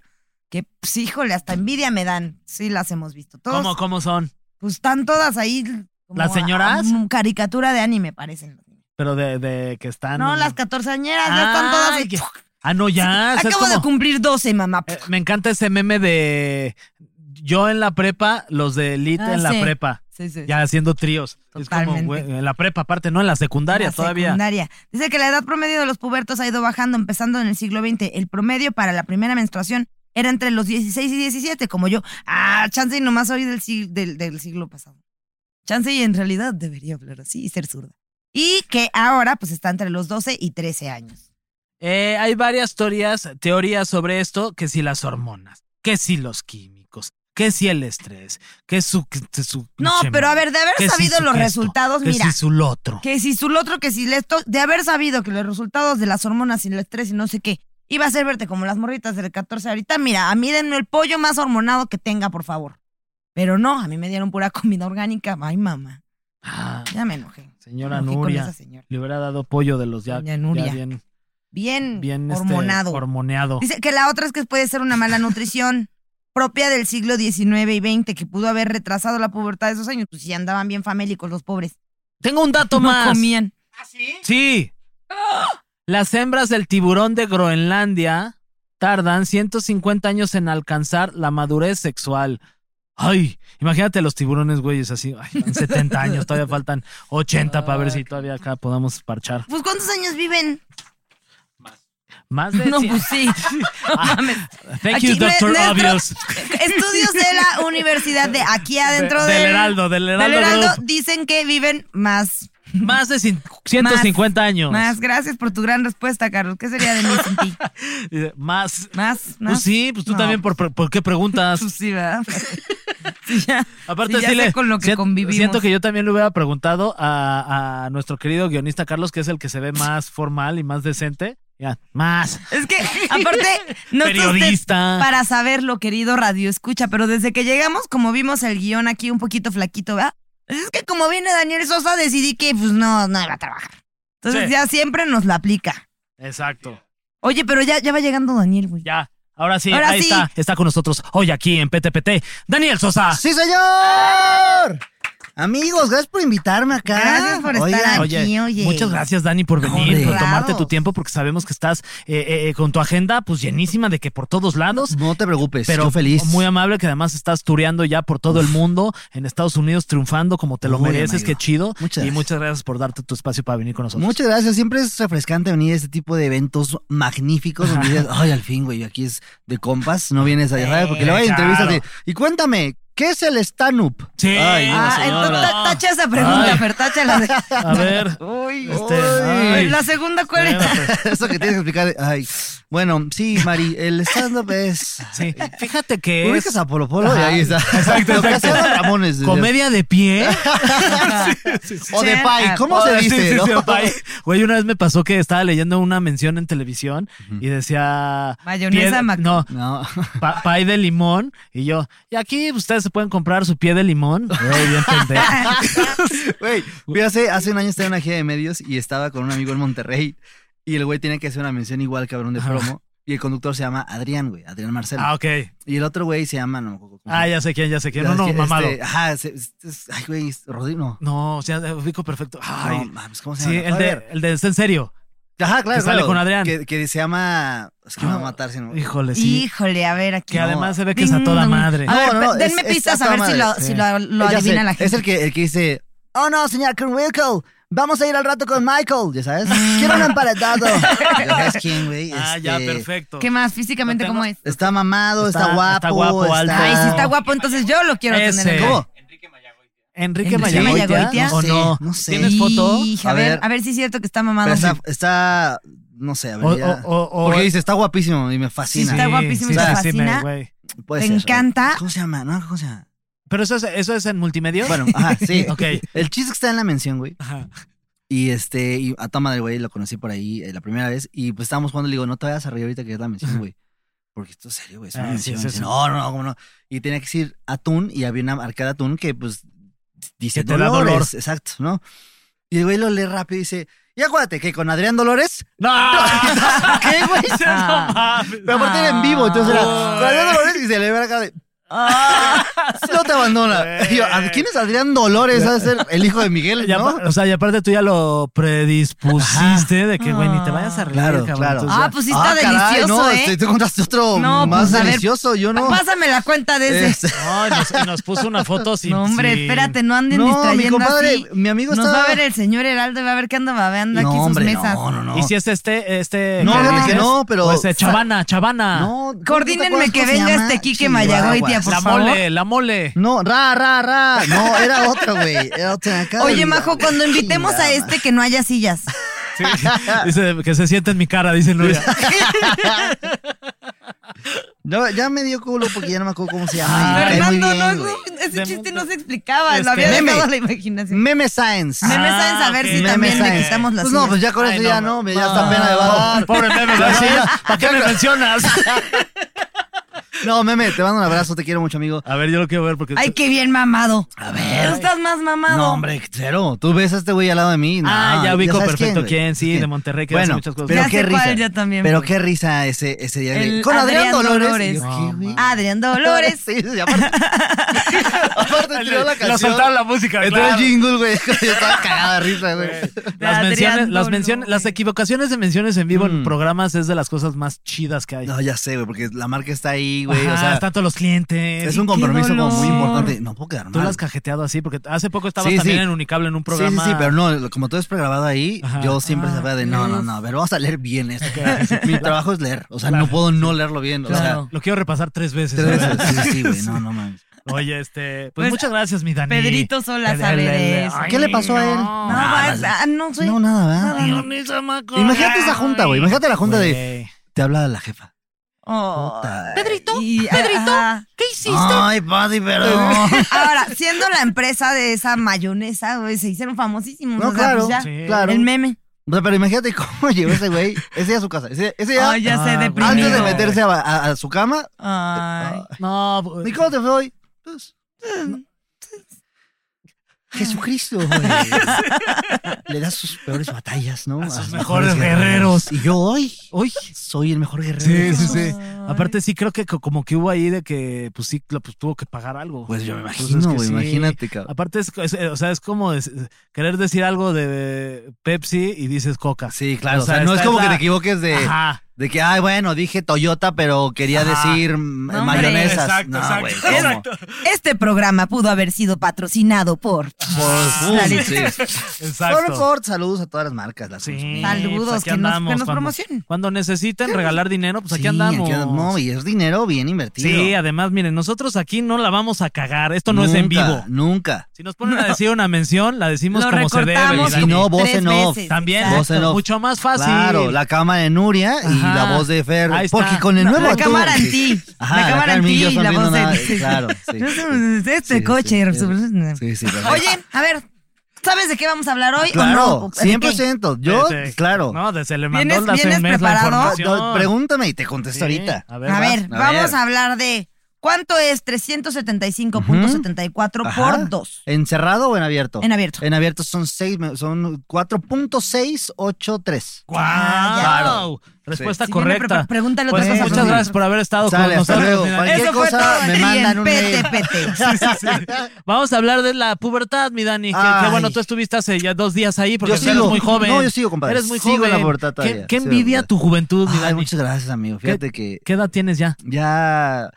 [SPEAKER 3] Que, pues, híjole, hasta envidia me dan. Sí, las hemos visto. Todos,
[SPEAKER 2] ¿Cómo, cómo son?
[SPEAKER 3] pues están todas ahí. como
[SPEAKER 2] ¿Las señoras?
[SPEAKER 3] a- a- caricatura de anime, parecen.
[SPEAKER 2] Pero de, de que están.
[SPEAKER 3] No, las catorceañeras ya están todas.
[SPEAKER 2] Ay,
[SPEAKER 3] de-
[SPEAKER 2] que- Ah, no, ya. o sea, es
[SPEAKER 3] Acabo
[SPEAKER 2] como-
[SPEAKER 3] de cumplir 12, mamá.
[SPEAKER 2] Eh, me encanta ese meme de yo en la prepa, los de Elite
[SPEAKER 3] Ah,
[SPEAKER 2] en la
[SPEAKER 3] sí.
[SPEAKER 2] prepa.
[SPEAKER 3] Sí, sí.
[SPEAKER 2] Ya haciendo tríos. Es como,
[SPEAKER 3] Totalmente.
[SPEAKER 2] güey, en la prepa, aparte, no en la secundaria
[SPEAKER 3] La
[SPEAKER 2] todavía.
[SPEAKER 3] secundaria. Dice que la edad promedio de los pubertos ha ido bajando empezando en el siglo XX. El promedio para la primera menstruación era entre los 16 y 17, como yo. Ah, chance y nomás soy del, sig- del, del siglo pasado. Chance y en realidad debería hablar así y ser zurda. Y que ahora pues está entre los 12 y 13 años.
[SPEAKER 2] Eh, hay varias teorías, teorías sobre esto, que si las hormonas, que si los químicos, que si el estrés, que su... que su
[SPEAKER 3] No,
[SPEAKER 2] pinche
[SPEAKER 3] pero a ver, de haber
[SPEAKER 2] que si
[SPEAKER 3] sabido
[SPEAKER 2] su
[SPEAKER 3] los
[SPEAKER 2] esto,
[SPEAKER 3] resultados,
[SPEAKER 2] que
[SPEAKER 3] mira.
[SPEAKER 2] si su lo otro.
[SPEAKER 3] Que si su lo otro, que si le esto, de haber sabido que los resultados de las hormonas y el estrés y no sé qué, iba a ser verte como las morritas del 14 ahorita, mira, a mí denme el pollo más hormonado que tenga, por favor. Pero no, a mí me dieron pura comida orgánica. Ay, mamá,
[SPEAKER 2] Ah,
[SPEAKER 3] ya me enojé. Me
[SPEAKER 2] señora
[SPEAKER 3] enojé con
[SPEAKER 2] Nuria,
[SPEAKER 3] esa señora.
[SPEAKER 2] le hubiera dado pollo de los ya,
[SPEAKER 3] Doña Nuria.
[SPEAKER 2] ya bien,
[SPEAKER 3] Bien,
[SPEAKER 2] bien este,
[SPEAKER 3] hormonado.
[SPEAKER 2] hormoneado.
[SPEAKER 3] Dice que la otra es que puede ser una mala nutrición propia del siglo XIX y XX que pudo haber retrasado la pubertad de esos años. Pues si andaban bien famélicos los pobres.
[SPEAKER 2] Tengo un dato
[SPEAKER 3] No
[SPEAKER 2] más.
[SPEAKER 3] comían.
[SPEAKER 2] Sí. Las hembras del tiburón de Groenlandia tardan 150 años en alcanzar la madurez sexual. Ay, imagínate los tiburones, güeyes, así. Ay, van 70 años, todavía faltan 80 para ver si todavía acá podamos parchar.
[SPEAKER 3] Pues ¿cuántos años viven?
[SPEAKER 2] Más de
[SPEAKER 3] No,
[SPEAKER 2] 100.
[SPEAKER 3] pues sí.
[SPEAKER 2] Ah,
[SPEAKER 3] mames.
[SPEAKER 2] Thank
[SPEAKER 3] Aquí
[SPEAKER 2] you,
[SPEAKER 3] nue-
[SPEAKER 2] Dr.
[SPEAKER 3] nuestro-
[SPEAKER 2] Obvious.
[SPEAKER 3] Estudios de la Universidad de aquí adentro
[SPEAKER 2] De-
[SPEAKER 3] del,
[SPEAKER 2] del Heraldo, del Heraldo Group.
[SPEAKER 3] dicen que viven más.
[SPEAKER 2] Más de cin- 150 años.
[SPEAKER 3] Más, gracias por tu gran respuesta, Carlos. ¿Qué sería de mí sin ti?
[SPEAKER 2] Dice, Más.
[SPEAKER 3] Más, más.
[SPEAKER 2] Pues sí, pues tú
[SPEAKER 3] No,
[SPEAKER 2] también, por, por- ¿por qué preguntas?
[SPEAKER 3] pues sí, ¿verdad? Sí, ya.
[SPEAKER 2] Aparte,
[SPEAKER 3] Sí, ya
[SPEAKER 2] sí
[SPEAKER 3] sé
[SPEAKER 2] le-
[SPEAKER 3] con lo que
[SPEAKER 2] sien-
[SPEAKER 3] convivimos.
[SPEAKER 2] siento que yo también le hubiera preguntado a, a nuestro querido guionista Carlos, que es el que se ve más formal y más decente. Ya, más.
[SPEAKER 3] Es que, aparte, no
[SPEAKER 2] Periodista.
[SPEAKER 3] para saberlo, querido Radio Escucha, pero desde que llegamos, como vimos el guión aquí un poquito flaquito, ¿verdad? Pues es que como viene Daniel Sosa, decidí que pues no, no iba a trabajar. Entonces
[SPEAKER 2] Sí.
[SPEAKER 3] ya siempre nos la aplica.
[SPEAKER 2] Exacto.
[SPEAKER 3] Oye, pero ya, ya va llegando Daniel, güey.
[SPEAKER 2] Ya. Ahora sí,
[SPEAKER 3] Ahora
[SPEAKER 2] ahí
[SPEAKER 3] sí.
[SPEAKER 2] está. Está con nosotros hoy aquí en PTPT. Daniel Sosa.
[SPEAKER 4] ¡Sí, señor! Amigos, gracias por invitarme acá.
[SPEAKER 3] Gracias por estar
[SPEAKER 4] Oigan,
[SPEAKER 3] aquí. oye.
[SPEAKER 2] muchas gracias, Dani, por venir,
[SPEAKER 4] Hombre.
[SPEAKER 2] por tomarte tu
[SPEAKER 3] Claro.
[SPEAKER 2] tiempo, porque sabemos que estás eh, eh, eh, con tu agenda pues llenísima de que por todos lados.
[SPEAKER 4] No te preocupes,
[SPEAKER 2] Pero
[SPEAKER 4] yo feliz.
[SPEAKER 2] muy amable que además estás tureando ya por todo el mundo, en Estados Unidos triunfando como te lo
[SPEAKER 4] Muy
[SPEAKER 2] mereces,
[SPEAKER 4] amigo.
[SPEAKER 2] qué chido.
[SPEAKER 4] Muchas
[SPEAKER 2] y
[SPEAKER 4] gracias.
[SPEAKER 2] muchas gracias por darte tu espacio para venir con nosotros.
[SPEAKER 4] Muchas gracias, siempre es refrescante venir a este tipo de eventos magníficos donde dices, ay, al fin, güey, aquí es de compas, no vienes allá, ¿sabes? Porque
[SPEAKER 2] Eh,
[SPEAKER 4] le voy a entrevistas
[SPEAKER 2] claro.
[SPEAKER 4] y cuéntame, ¿qué es el stand-up?
[SPEAKER 2] Sí.
[SPEAKER 4] Ay, no,
[SPEAKER 3] Ah,
[SPEAKER 2] señora.
[SPEAKER 3] entonces ta- tacha esa pregunta,
[SPEAKER 2] Ay.
[SPEAKER 3] pero táchala. de-
[SPEAKER 2] A ver.
[SPEAKER 3] Uy,
[SPEAKER 2] Este,
[SPEAKER 3] uy.
[SPEAKER 2] ay.
[SPEAKER 3] La segunda, ¿cuál es?
[SPEAKER 2] espérate.
[SPEAKER 4] Eso que tienes que explicar, ay, bueno, sí, Mari, el stand-up es...
[SPEAKER 2] Sí. Fíjate que
[SPEAKER 4] Ubicas
[SPEAKER 2] es
[SPEAKER 4] a Polo Polo
[SPEAKER 2] Ajá.
[SPEAKER 4] y ahí está.
[SPEAKER 2] Exacto,
[SPEAKER 4] Lo que
[SPEAKER 2] exacto.
[SPEAKER 4] hacían los Ramones.
[SPEAKER 2] comedia de pie.
[SPEAKER 4] O de pie, ¿cómo se
[SPEAKER 2] Sí,
[SPEAKER 4] dice?
[SPEAKER 2] sí,
[SPEAKER 4] no?
[SPEAKER 2] sí, pie. Güey, una vez me pasó que estaba leyendo una mención en televisión y decía.
[SPEAKER 3] Mayonesa
[SPEAKER 2] pie-
[SPEAKER 3] Mac-
[SPEAKER 2] No,
[SPEAKER 4] No.
[SPEAKER 2] pa- pie de limón. Y yo, y aquí ustedes se pueden comprar su pie de limón. Güey, bien pendejo.
[SPEAKER 4] Güey, fui hace, hace un año estaba en una gira de medios y estaba con un amigo en Monterrey y el güey tenía que hacer una mención igual, cabrón, de promo. Y el conductor se llama Adrián, güey, Adrián Marcelo.
[SPEAKER 2] Ah, ok.
[SPEAKER 4] Y el otro güey se llama, no, ¿cómo se llama?
[SPEAKER 2] Ah, ya sé quién, ya sé quién.
[SPEAKER 4] Ya,
[SPEAKER 2] No,
[SPEAKER 4] es
[SPEAKER 2] no,
[SPEAKER 4] que,
[SPEAKER 2] mamado.
[SPEAKER 4] este, ajá, se- es- es- ay, güey, es Rodrigo, no.
[SPEAKER 2] No, o sea, ubico perfecto. Ay.
[SPEAKER 4] No, mames, ¿cómo se
[SPEAKER 2] sí,
[SPEAKER 4] llama?
[SPEAKER 2] el de,
[SPEAKER 4] Joder.
[SPEAKER 2] el de, ¿está en serio?
[SPEAKER 4] Ajá, claro,
[SPEAKER 2] que sale
[SPEAKER 4] claro,
[SPEAKER 2] con Adrián. Ah,
[SPEAKER 4] Que, que se llama, es que me va a matar, si no.
[SPEAKER 2] Híjole, sí.
[SPEAKER 3] Híjole, a ver aquí.
[SPEAKER 2] Que
[SPEAKER 4] No.
[SPEAKER 2] además se ve que es a toda
[SPEAKER 3] Ding dong.
[SPEAKER 2] madre.
[SPEAKER 3] A ver,
[SPEAKER 4] No, no, no,
[SPEAKER 3] denme
[SPEAKER 4] es- es
[SPEAKER 3] pistas a
[SPEAKER 4] a
[SPEAKER 3] ver
[SPEAKER 4] toda
[SPEAKER 3] si lo,
[SPEAKER 4] madre,
[SPEAKER 3] si
[SPEAKER 4] sí.
[SPEAKER 3] lo, lo
[SPEAKER 4] Ya
[SPEAKER 3] adivina
[SPEAKER 4] sé,
[SPEAKER 3] la gente.
[SPEAKER 4] Es el que, el que dice, oh no, señor Kernwinkle, vamos a ir al rato con Michael, ya sabes. Quiero un emparedado. ya sabes quién, güey.
[SPEAKER 2] Ah, ya,
[SPEAKER 4] este,
[SPEAKER 2] perfecto.
[SPEAKER 3] ¿Qué más? Físicamente,
[SPEAKER 2] Lo
[SPEAKER 3] ¿cómo
[SPEAKER 2] tengo.
[SPEAKER 3] es?
[SPEAKER 4] Está mamado, está,
[SPEAKER 2] Está-
[SPEAKER 4] guapo.
[SPEAKER 2] está guapo, alto.
[SPEAKER 3] Ay, si está guapo, entonces yo lo quiero
[SPEAKER 2] Ese.
[SPEAKER 3] tener.
[SPEAKER 4] Ah. ¿Cómo?
[SPEAKER 2] Enrique
[SPEAKER 3] ¿Enrique
[SPEAKER 2] Mayagoitia,
[SPEAKER 3] Mayagoitia?
[SPEAKER 2] ¿O no?
[SPEAKER 4] No sé, no
[SPEAKER 2] ¿Tienes
[SPEAKER 4] sé.
[SPEAKER 2] foto?
[SPEAKER 3] Hija,
[SPEAKER 4] A
[SPEAKER 3] a ver,
[SPEAKER 4] ver.
[SPEAKER 3] a ver si es cierto que está mamado.
[SPEAKER 4] Pero está, está, no sé, a ver.
[SPEAKER 2] O-
[SPEAKER 4] ya.
[SPEAKER 2] o- o- o-
[SPEAKER 4] Porque dice, está guapísimo y me
[SPEAKER 3] Sí,
[SPEAKER 4] fascina.
[SPEAKER 3] está guapísimo,
[SPEAKER 4] sí,
[SPEAKER 3] te
[SPEAKER 4] sí,
[SPEAKER 3] fascina.
[SPEAKER 2] güey.
[SPEAKER 4] Puede
[SPEAKER 3] te
[SPEAKER 4] ser.
[SPEAKER 3] encanta.
[SPEAKER 4] ¿Cómo se llama? No, ¿cómo se llama?
[SPEAKER 2] Pero eso es, eso es en multimedia.
[SPEAKER 4] Bueno, ajá, sí.
[SPEAKER 2] Ok.
[SPEAKER 4] El chiste es que está en la mención, güey.
[SPEAKER 2] Ajá.
[SPEAKER 4] Y este, y a toda madre, güey, lo conocí por ahí eh, la primera vez. Y pues estábamos jugando, le digo, no te vayas a reír ahorita que es la mención, güey. Porque esto es serio, güey. Es una
[SPEAKER 2] Ah, sí,
[SPEAKER 4] mención.
[SPEAKER 2] sí,
[SPEAKER 4] Dice,
[SPEAKER 2] sí.
[SPEAKER 4] No, no, no, cómo no. Y tenía que decir atún y había una marca de atún que pues dice
[SPEAKER 2] Que te da
[SPEAKER 4] Dolores,
[SPEAKER 2] dolor.
[SPEAKER 4] Exacto, ¿no? Y el güey lo lee rápido y dice, y acuérdate que con Adrián Dolores.
[SPEAKER 2] ¡No!
[SPEAKER 4] ¿Qué, güey?
[SPEAKER 2] No mames.
[SPEAKER 4] Pero aparte era en vivo, entonces era
[SPEAKER 2] Ah.
[SPEAKER 4] con Adrián Dolores y se le ve la cara de. "Ah, No te abandona. Y yo, "¿A- ¿Quién es Adrián Dolores? Ha de ser el hijo de Miguel,
[SPEAKER 2] Ya
[SPEAKER 4] ¿no?
[SPEAKER 2] pa- O sea, y aparte tú ya lo predispusiste de que, güey, ni te vayas a reír,
[SPEAKER 4] Claro,
[SPEAKER 2] cabrón.
[SPEAKER 4] claro.
[SPEAKER 2] Entonces,
[SPEAKER 3] Ah, pues sí está
[SPEAKER 4] Ah, caray,
[SPEAKER 3] delicioso,
[SPEAKER 4] no,
[SPEAKER 3] ¿eh?
[SPEAKER 4] este, Tú contaste otro
[SPEAKER 3] No,
[SPEAKER 4] más
[SPEAKER 3] pues, a ver,
[SPEAKER 4] delicioso, yo no.
[SPEAKER 3] Pásame la cuenta de ese.
[SPEAKER 4] Este,
[SPEAKER 2] no, y nos, y nos puso una foto sin...
[SPEAKER 3] Ah, no, hombre,
[SPEAKER 2] sin-
[SPEAKER 3] espérate, no anden
[SPEAKER 4] no, mi
[SPEAKER 3] distrayendo
[SPEAKER 4] compadre,
[SPEAKER 3] así.
[SPEAKER 4] mi amigo
[SPEAKER 3] Nos
[SPEAKER 4] estaba.
[SPEAKER 3] va a ver el señor Heraldo y va a ver que anda babeando
[SPEAKER 4] no,
[SPEAKER 3] aquí sus
[SPEAKER 4] hombre,
[SPEAKER 3] mesas.
[SPEAKER 4] no, no, no.
[SPEAKER 2] ¿Y si es este, este...
[SPEAKER 4] No, fíjate que
[SPEAKER 2] dices?
[SPEAKER 4] no, pero-
[SPEAKER 2] O ese Chavana, Chavana.
[SPEAKER 4] No, ¿cómo
[SPEAKER 3] Coordínenme
[SPEAKER 4] te acuerdas
[SPEAKER 3] que
[SPEAKER 4] cómo se
[SPEAKER 3] venga
[SPEAKER 4] llama?
[SPEAKER 3] este Quique
[SPEAKER 4] Chihuahua.
[SPEAKER 3] Mayagoitia, por
[SPEAKER 2] la
[SPEAKER 3] favor.
[SPEAKER 2] mole, la mole.
[SPEAKER 4] No, ra, ra, ra. No, era otro, güey. Era otro. me acabo de
[SPEAKER 3] Oye,
[SPEAKER 4] olvidar,
[SPEAKER 3] Majo,
[SPEAKER 4] güey.
[SPEAKER 3] cuando invitemos a
[SPEAKER 4] Chingada
[SPEAKER 3] este que no haya sillas.
[SPEAKER 2] Sí. Dice que se siente en mi cara, dice Nuria.
[SPEAKER 4] No, ya me dio culo porque ya no me acuerdo cómo se llama.
[SPEAKER 2] Ah,
[SPEAKER 4] y me cae muy
[SPEAKER 3] Fernando,
[SPEAKER 4] bien,
[SPEAKER 3] no,
[SPEAKER 4] güey.
[SPEAKER 3] no, ese
[SPEAKER 2] De
[SPEAKER 3] chiste
[SPEAKER 2] mundo-
[SPEAKER 3] no se explicaba,
[SPEAKER 2] Este,
[SPEAKER 3] lo había
[SPEAKER 4] meme.
[SPEAKER 3] dejado a la imaginación.
[SPEAKER 4] Meme Science.
[SPEAKER 3] Meme
[SPEAKER 2] Ah,
[SPEAKER 3] Science, a ver
[SPEAKER 2] ok.
[SPEAKER 3] si
[SPEAKER 2] Meme
[SPEAKER 3] también le
[SPEAKER 4] Science.
[SPEAKER 3] quitamos las
[SPEAKER 4] Pues no, pues ya con
[SPEAKER 2] Ay,
[SPEAKER 4] eso
[SPEAKER 2] no,
[SPEAKER 4] ya
[SPEAKER 2] no.
[SPEAKER 4] no, ya hasta pena de dar.
[SPEAKER 2] Ah, Pobre meme,
[SPEAKER 4] Ya,
[SPEAKER 2] ¿verdad?
[SPEAKER 4] ya.
[SPEAKER 2] ¿Para qué me mencionas?
[SPEAKER 4] No, meme, te mando un abrazo, te quiero mucho, amigo.
[SPEAKER 2] A ver, yo lo quiero ver porque.
[SPEAKER 3] Ay, qué bien mamado. A ver. Tú estás más mamado.
[SPEAKER 4] No, hombre, cero. Tú ves a este güey al lado de mí. no,
[SPEAKER 2] Ah, ya ubico
[SPEAKER 4] sabes
[SPEAKER 2] perfecto
[SPEAKER 4] güey.
[SPEAKER 2] quién, sí,
[SPEAKER 4] ¿Quién?
[SPEAKER 2] de Monterrey, que hace
[SPEAKER 4] bueno,
[SPEAKER 2] muchas cosas.
[SPEAKER 4] Pero
[SPEAKER 3] Ya
[SPEAKER 4] qué
[SPEAKER 3] sé
[SPEAKER 4] risa.
[SPEAKER 3] cuál, yo también,
[SPEAKER 4] Pero
[SPEAKER 3] güey.
[SPEAKER 4] qué risa ese, ese día. de-
[SPEAKER 3] El
[SPEAKER 4] Con Adrián,
[SPEAKER 3] Adrián
[SPEAKER 4] Dolores.
[SPEAKER 3] Dolores.
[SPEAKER 4] Y yo,
[SPEAKER 2] No,
[SPEAKER 4] ¿qué, güey?
[SPEAKER 3] Adrián Dolores.
[SPEAKER 4] Sí, y aparte, aparte tiró la
[SPEAKER 2] Lo
[SPEAKER 4] canción.
[SPEAKER 2] soltaron la música,
[SPEAKER 4] Entró
[SPEAKER 2] claro.
[SPEAKER 4] el jingle, güey. Yo estaba cagada de risa, güey.
[SPEAKER 2] Las
[SPEAKER 3] Adrián
[SPEAKER 2] menciones, las
[SPEAKER 3] Dolores.
[SPEAKER 2] menciones, las equivocaciones de menciones en vivo en
[SPEAKER 4] Mm.
[SPEAKER 2] programas es de las cosas más chidas que hay.
[SPEAKER 4] No, ya sé, güey, porque la marca está ahí, güey.
[SPEAKER 2] Ajá,
[SPEAKER 4] O sea,
[SPEAKER 2] están todos los clientes.
[SPEAKER 4] es un
[SPEAKER 3] qué
[SPEAKER 4] compromiso como muy
[SPEAKER 3] dolor.
[SPEAKER 4] importante. No puedo quedar
[SPEAKER 2] Tú
[SPEAKER 4] mal.
[SPEAKER 2] las has cajeteado así, porque hace poco estabas
[SPEAKER 4] Sí,
[SPEAKER 2] también
[SPEAKER 4] sí.
[SPEAKER 2] en Unicable en un
[SPEAKER 4] Sí, sí,
[SPEAKER 2] programa.
[SPEAKER 4] sí, pero no, como todo es pregrabado ahí,
[SPEAKER 2] Ajá.
[SPEAKER 4] yo siempre
[SPEAKER 2] Ah,
[SPEAKER 4] sabía de no, no, no, a ver, vamos a leer bien esto. Mi trabajo es leer, o sea, no puedo no leerlo bien, o sea,
[SPEAKER 2] Claro. Lo quiero repasar tres veces.
[SPEAKER 4] tres
[SPEAKER 2] a ver.
[SPEAKER 4] veces. Sí, sí, güey, no, no mames.
[SPEAKER 2] Oye, este. Pues,
[SPEAKER 3] Pues,
[SPEAKER 2] muchas gracias, mi Dani.
[SPEAKER 3] Pedrito Sola
[SPEAKER 2] El-
[SPEAKER 3] sabe
[SPEAKER 2] el- el-
[SPEAKER 3] de eso.
[SPEAKER 2] ay,
[SPEAKER 4] ¿Qué le pasó a él?
[SPEAKER 3] No,
[SPEAKER 2] No,
[SPEAKER 4] Nada,
[SPEAKER 3] vas-
[SPEAKER 4] nada.
[SPEAKER 3] ah, no soy.
[SPEAKER 4] No, nada, ¿verdad?
[SPEAKER 3] nada.
[SPEAKER 2] Yo ni chamaco.
[SPEAKER 4] Imagínate esa junta, güey, imagínate la junta de
[SPEAKER 2] Güey.
[SPEAKER 4] te habla la jefa.
[SPEAKER 3] Oh.
[SPEAKER 4] Puta.
[SPEAKER 3] Pedrito, Pedrito, ¿qué
[SPEAKER 4] Ay, Pati, perdón.
[SPEAKER 3] Ahora, siendo la empresa de esa mayonesa, güey, se hicieron famosísimos.
[SPEAKER 4] No,
[SPEAKER 3] o sea,
[SPEAKER 4] claro,
[SPEAKER 3] pues ya,
[SPEAKER 2] Sí.
[SPEAKER 4] claro.
[SPEAKER 3] El meme.
[SPEAKER 4] O sea, pero imagínate cómo llegó ese güey, ese día a su casa, ese, ese día
[SPEAKER 3] Ay, ya sé,
[SPEAKER 2] Ah,
[SPEAKER 3] deprimido.
[SPEAKER 4] antes de
[SPEAKER 2] güey.
[SPEAKER 4] meterse a, a- a su cama.
[SPEAKER 2] Ah,
[SPEAKER 3] Ay.
[SPEAKER 2] No,
[SPEAKER 4] ¿Y
[SPEAKER 2] güey.
[SPEAKER 4] cómo te fue hoy? Pues, no. Jesucristo, güey. Le da sus peores batallas, ¿no?
[SPEAKER 2] A sus
[SPEAKER 4] los
[SPEAKER 2] mejores guerreros.
[SPEAKER 4] Y yo hoy
[SPEAKER 2] Uy.
[SPEAKER 4] soy el mejor guerrero.
[SPEAKER 2] Sí, sí, sí.
[SPEAKER 3] Ay.
[SPEAKER 2] Aparte, sí, creo que co- como que hubo ahí de que, pues sí, lo- pues, tuvo que pagar algo.
[SPEAKER 4] Pues yo me
[SPEAKER 2] Entonces,
[SPEAKER 4] imagino,
[SPEAKER 2] que
[SPEAKER 4] güey,
[SPEAKER 2] sí.
[SPEAKER 4] imagínate, cabrón.
[SPEAKER 2] Aparte, es, es- eh, o sea, es como es- eh, querer decir algo de Pepsi y dices coca.
[SPEAKER 4] Sí, claro.
[SPEAKER 2] O
[SPEAKER 4] O
[SPEAKER 2] sea,
[SPEAKER 4] sea, no es
[SPEAKER 2] esta
[SPEAKER 4] como
[SPEAKER 2] es
[SPEAKER 4] que
[SPEAKER 2] la-
[SPEAKER 4] te eh. equivoques de,
[SPEAKER 2] Ajá.
[SPEAKER 4] de que, ay, bueno, dije Toyota, pero quería
[SPEAKER 2] Ajá.
[SPEAKER 4] decir mm,
[SPEAKER 3] hombre.
[SPEAKER 4] mayonesas.
[SPEAKER 2] Exacto,
[SPEAKER 4] no,
[SPEAKER 2] exacto,
[SPEAKER 4] güey, ¿cómo?
[SPEAKER 2] exacto.
[SPEAKER 3] Este programa pudo haber sido patrocinado por.
[SPEAKER 4] Por-
[SPEAKER 3] La
[SPEAKER 4] sí,
[SPEAKER 3] leche.
[SPEAKER 4] Pues, sí.
[SPEAKER 2] Exacto.
[SPEAKER 4] Por favor, saludos a todas las marcas. Las
[SPEAKER 2] Sí,
[SPEAKER 4] consumimos.
[SPEAKER 2] pues
[SPEAKER 3] Saludos,
[SPEAKER 2] aquí
[SPEAKER 3] que nos- que
[SPEAKER 2] andamos
[SPEAKER 3] nos
[SPEAKER 2] cuando-
[SPEAKER 3] promocionen.
[SPEAKER 2] Cuando necesiten regalar dinero, pues aquí
[SPEAKER 4] Sí,
[SPEAKER 2] andamos.
[SPEAKER 4] no, y es dinero bien invertido.
[SPEAKER 2] sí, además, miren, nosotros aquí no la vamos a cagar. Esto no es en
[SPEAKER 4] Nunca,
[SPEAKER 2] vivo.
[SPEAKER 4] Nunca.
[SPEAKER 2] Si nos ponen a decir una mención, la decimos
[SPEAKER 3] Lo
[SPEAKER 2] como se debe. mi
[SPEAKER 3] recortamos.
[SPEAKER 4] Y si
[SPEAKER 2] Dani.
[SPEAKER 4] no, voz
[SPEAKER 3] tres
[SPEAKER 4] en off.
[SPEAKER 3] veces.
[SPEAKER 2] También,
[SPEAKER 3] Exacto.
[SPEAKER 4] Voz en off.
[SPEAKER 2] mucho más fácil.
[SPEAKER 4] Claro, la cama de Nuria y
[SPEAKER 2] Ajá.
[SPEAKER 4] la voz de Fer.
[SPEAKER 2] Ahí está.
[SPEAKER 4] Porque con el
[SPEAKER 3] No,
[SPEAKER 4] nuevo
[SPEAKER 3] la
[SPEAKER 4] tú-
[SPEAKER 3] cámara en ti.
[SPEAKER 4] Ajá,
[SPEAKER 3] La cámara en
[SPEAKER 4] mí,
[SPEAKER 3] ti
[SPEAKER 4] yo
[SPEAKER 3] y la
[SPEAKER 4] sonriendo
[SPEAKER 3] voz en
[SPEAKER 4] nada,
[SPEAKER 3] ti.
[SPEAKER 4] Claro, sí.
[SPEAKER 3] Este
[SPEAKER 4] Sí,
[SPEAKER 3] coche.
[SPEAKER 4] sí, sí. Sí, sí, perfecto.
[SPEAKER 3] Oye, a ver, ¿sabes de qué vamos a hablar hoy? o
[SPEAKER 4] Claro,
[SPEAKER 3] no? ¿De qué?
[SPEAKER 4] 100%. Yo,
[SPEAKER 2] Este,
[SPEAKER 4] claro.
[SPEAKER 2] No, desde le mandó
[SPEAKER 3] ¿Vienes-
[SPEAKER 2] hace un
[SPEAKER 3] vienes
[SPEAKER 2] mes la
[SPEAKER 3] preparado?
[SPEAKER 2] información.
[SPEAKER 4] No, Pregúntame y te contesto
[SPEAKER 2] Sí,
[SPEAKER 4] ahorita.
[SPEAKER 2] A
[SPEAKER 3] A ver,
[SPEAKER 4] A
[SPEAKER 3] vamos
[SPEAKER 4] ver.
[SPEAKER 3] a hablar de cuánto es 375.74
[SPEAKER 4] Ajá.
[SPEAKER 3] por 2
[SPEAKER 4] ¿Encerrado o en abierto?
[SPEAKER 3] en abierto.
[SPEAKER 4] En abierto son seis, son 4.683.
[SPEAKER 2] ¡Wow!
[SPEAKER 3] Ah,
[SPEAKER 2] Respuesta
[SPEAKER 3] Si viene,
[SPEAKER 2] correcta.
[SPEAKER 3] pre- pregúntale
[SPEAKER 2] Pues,
[SPEAKER 3] otra cosa.
[SPEAKER 2] muchas gracias por haber estado
[SPEAKER 4] Sale,
[SPEAKER 2] con
[SPEAKER 4] hasta
[SPEAKER 2] nosotros.
[SPEAKER 4] luego.
[SPEAKER 2] Mira,
[SPEAKER 4] Cualquier
[SPEAKER 3] Eso fue todo
[SPEAKER 4] cosa, me
[SPEAKER 3] aquí
[SPEAKER 4] mandan
[SPEAKER 3] en
[SPEAKER 4] un mail.
[SPEAKER 3] PTPT.
[SPEAKER 2] Vamos a hablar de la pubertad, mi Dani. Que, que
[SPEAKER 4] Ay.
[SPEAKER 2] bueno, tú estuviste hace ya dos días ahí porque
[SPEAKER 4] Yo
[SPEAKER 2] tú eres
[SPEAKER 4] sigo.
[SPEAKER 2] muy joven.
[SPEAKER 4] No, yo sigo, compadre.
[SPEAKER 2] Eres muy
[SPEAKER 4] Sigo en
[SPEAKER 2] joven.
[SPEAKER 4] la pubertad
[SPEAKER 2] Qué-
[SPEAKER 4] todavía.
[SPEAKER 2] Qué,
[SPEAKER 4] Sigo en la
[SPEAKER 2] envidia
[SPEAKER 4] pubertad.
[SPEAKER 2] tu juventud, mi
[SPEAKER 4] Ay,
[SPEAKER 2] Dani.
[SPEAKER 4] muchas gracias, amigo. Fíjate que
[SPEAKER 2] ¿Qué edad tienes ya?
[SPEAKER 4] ya.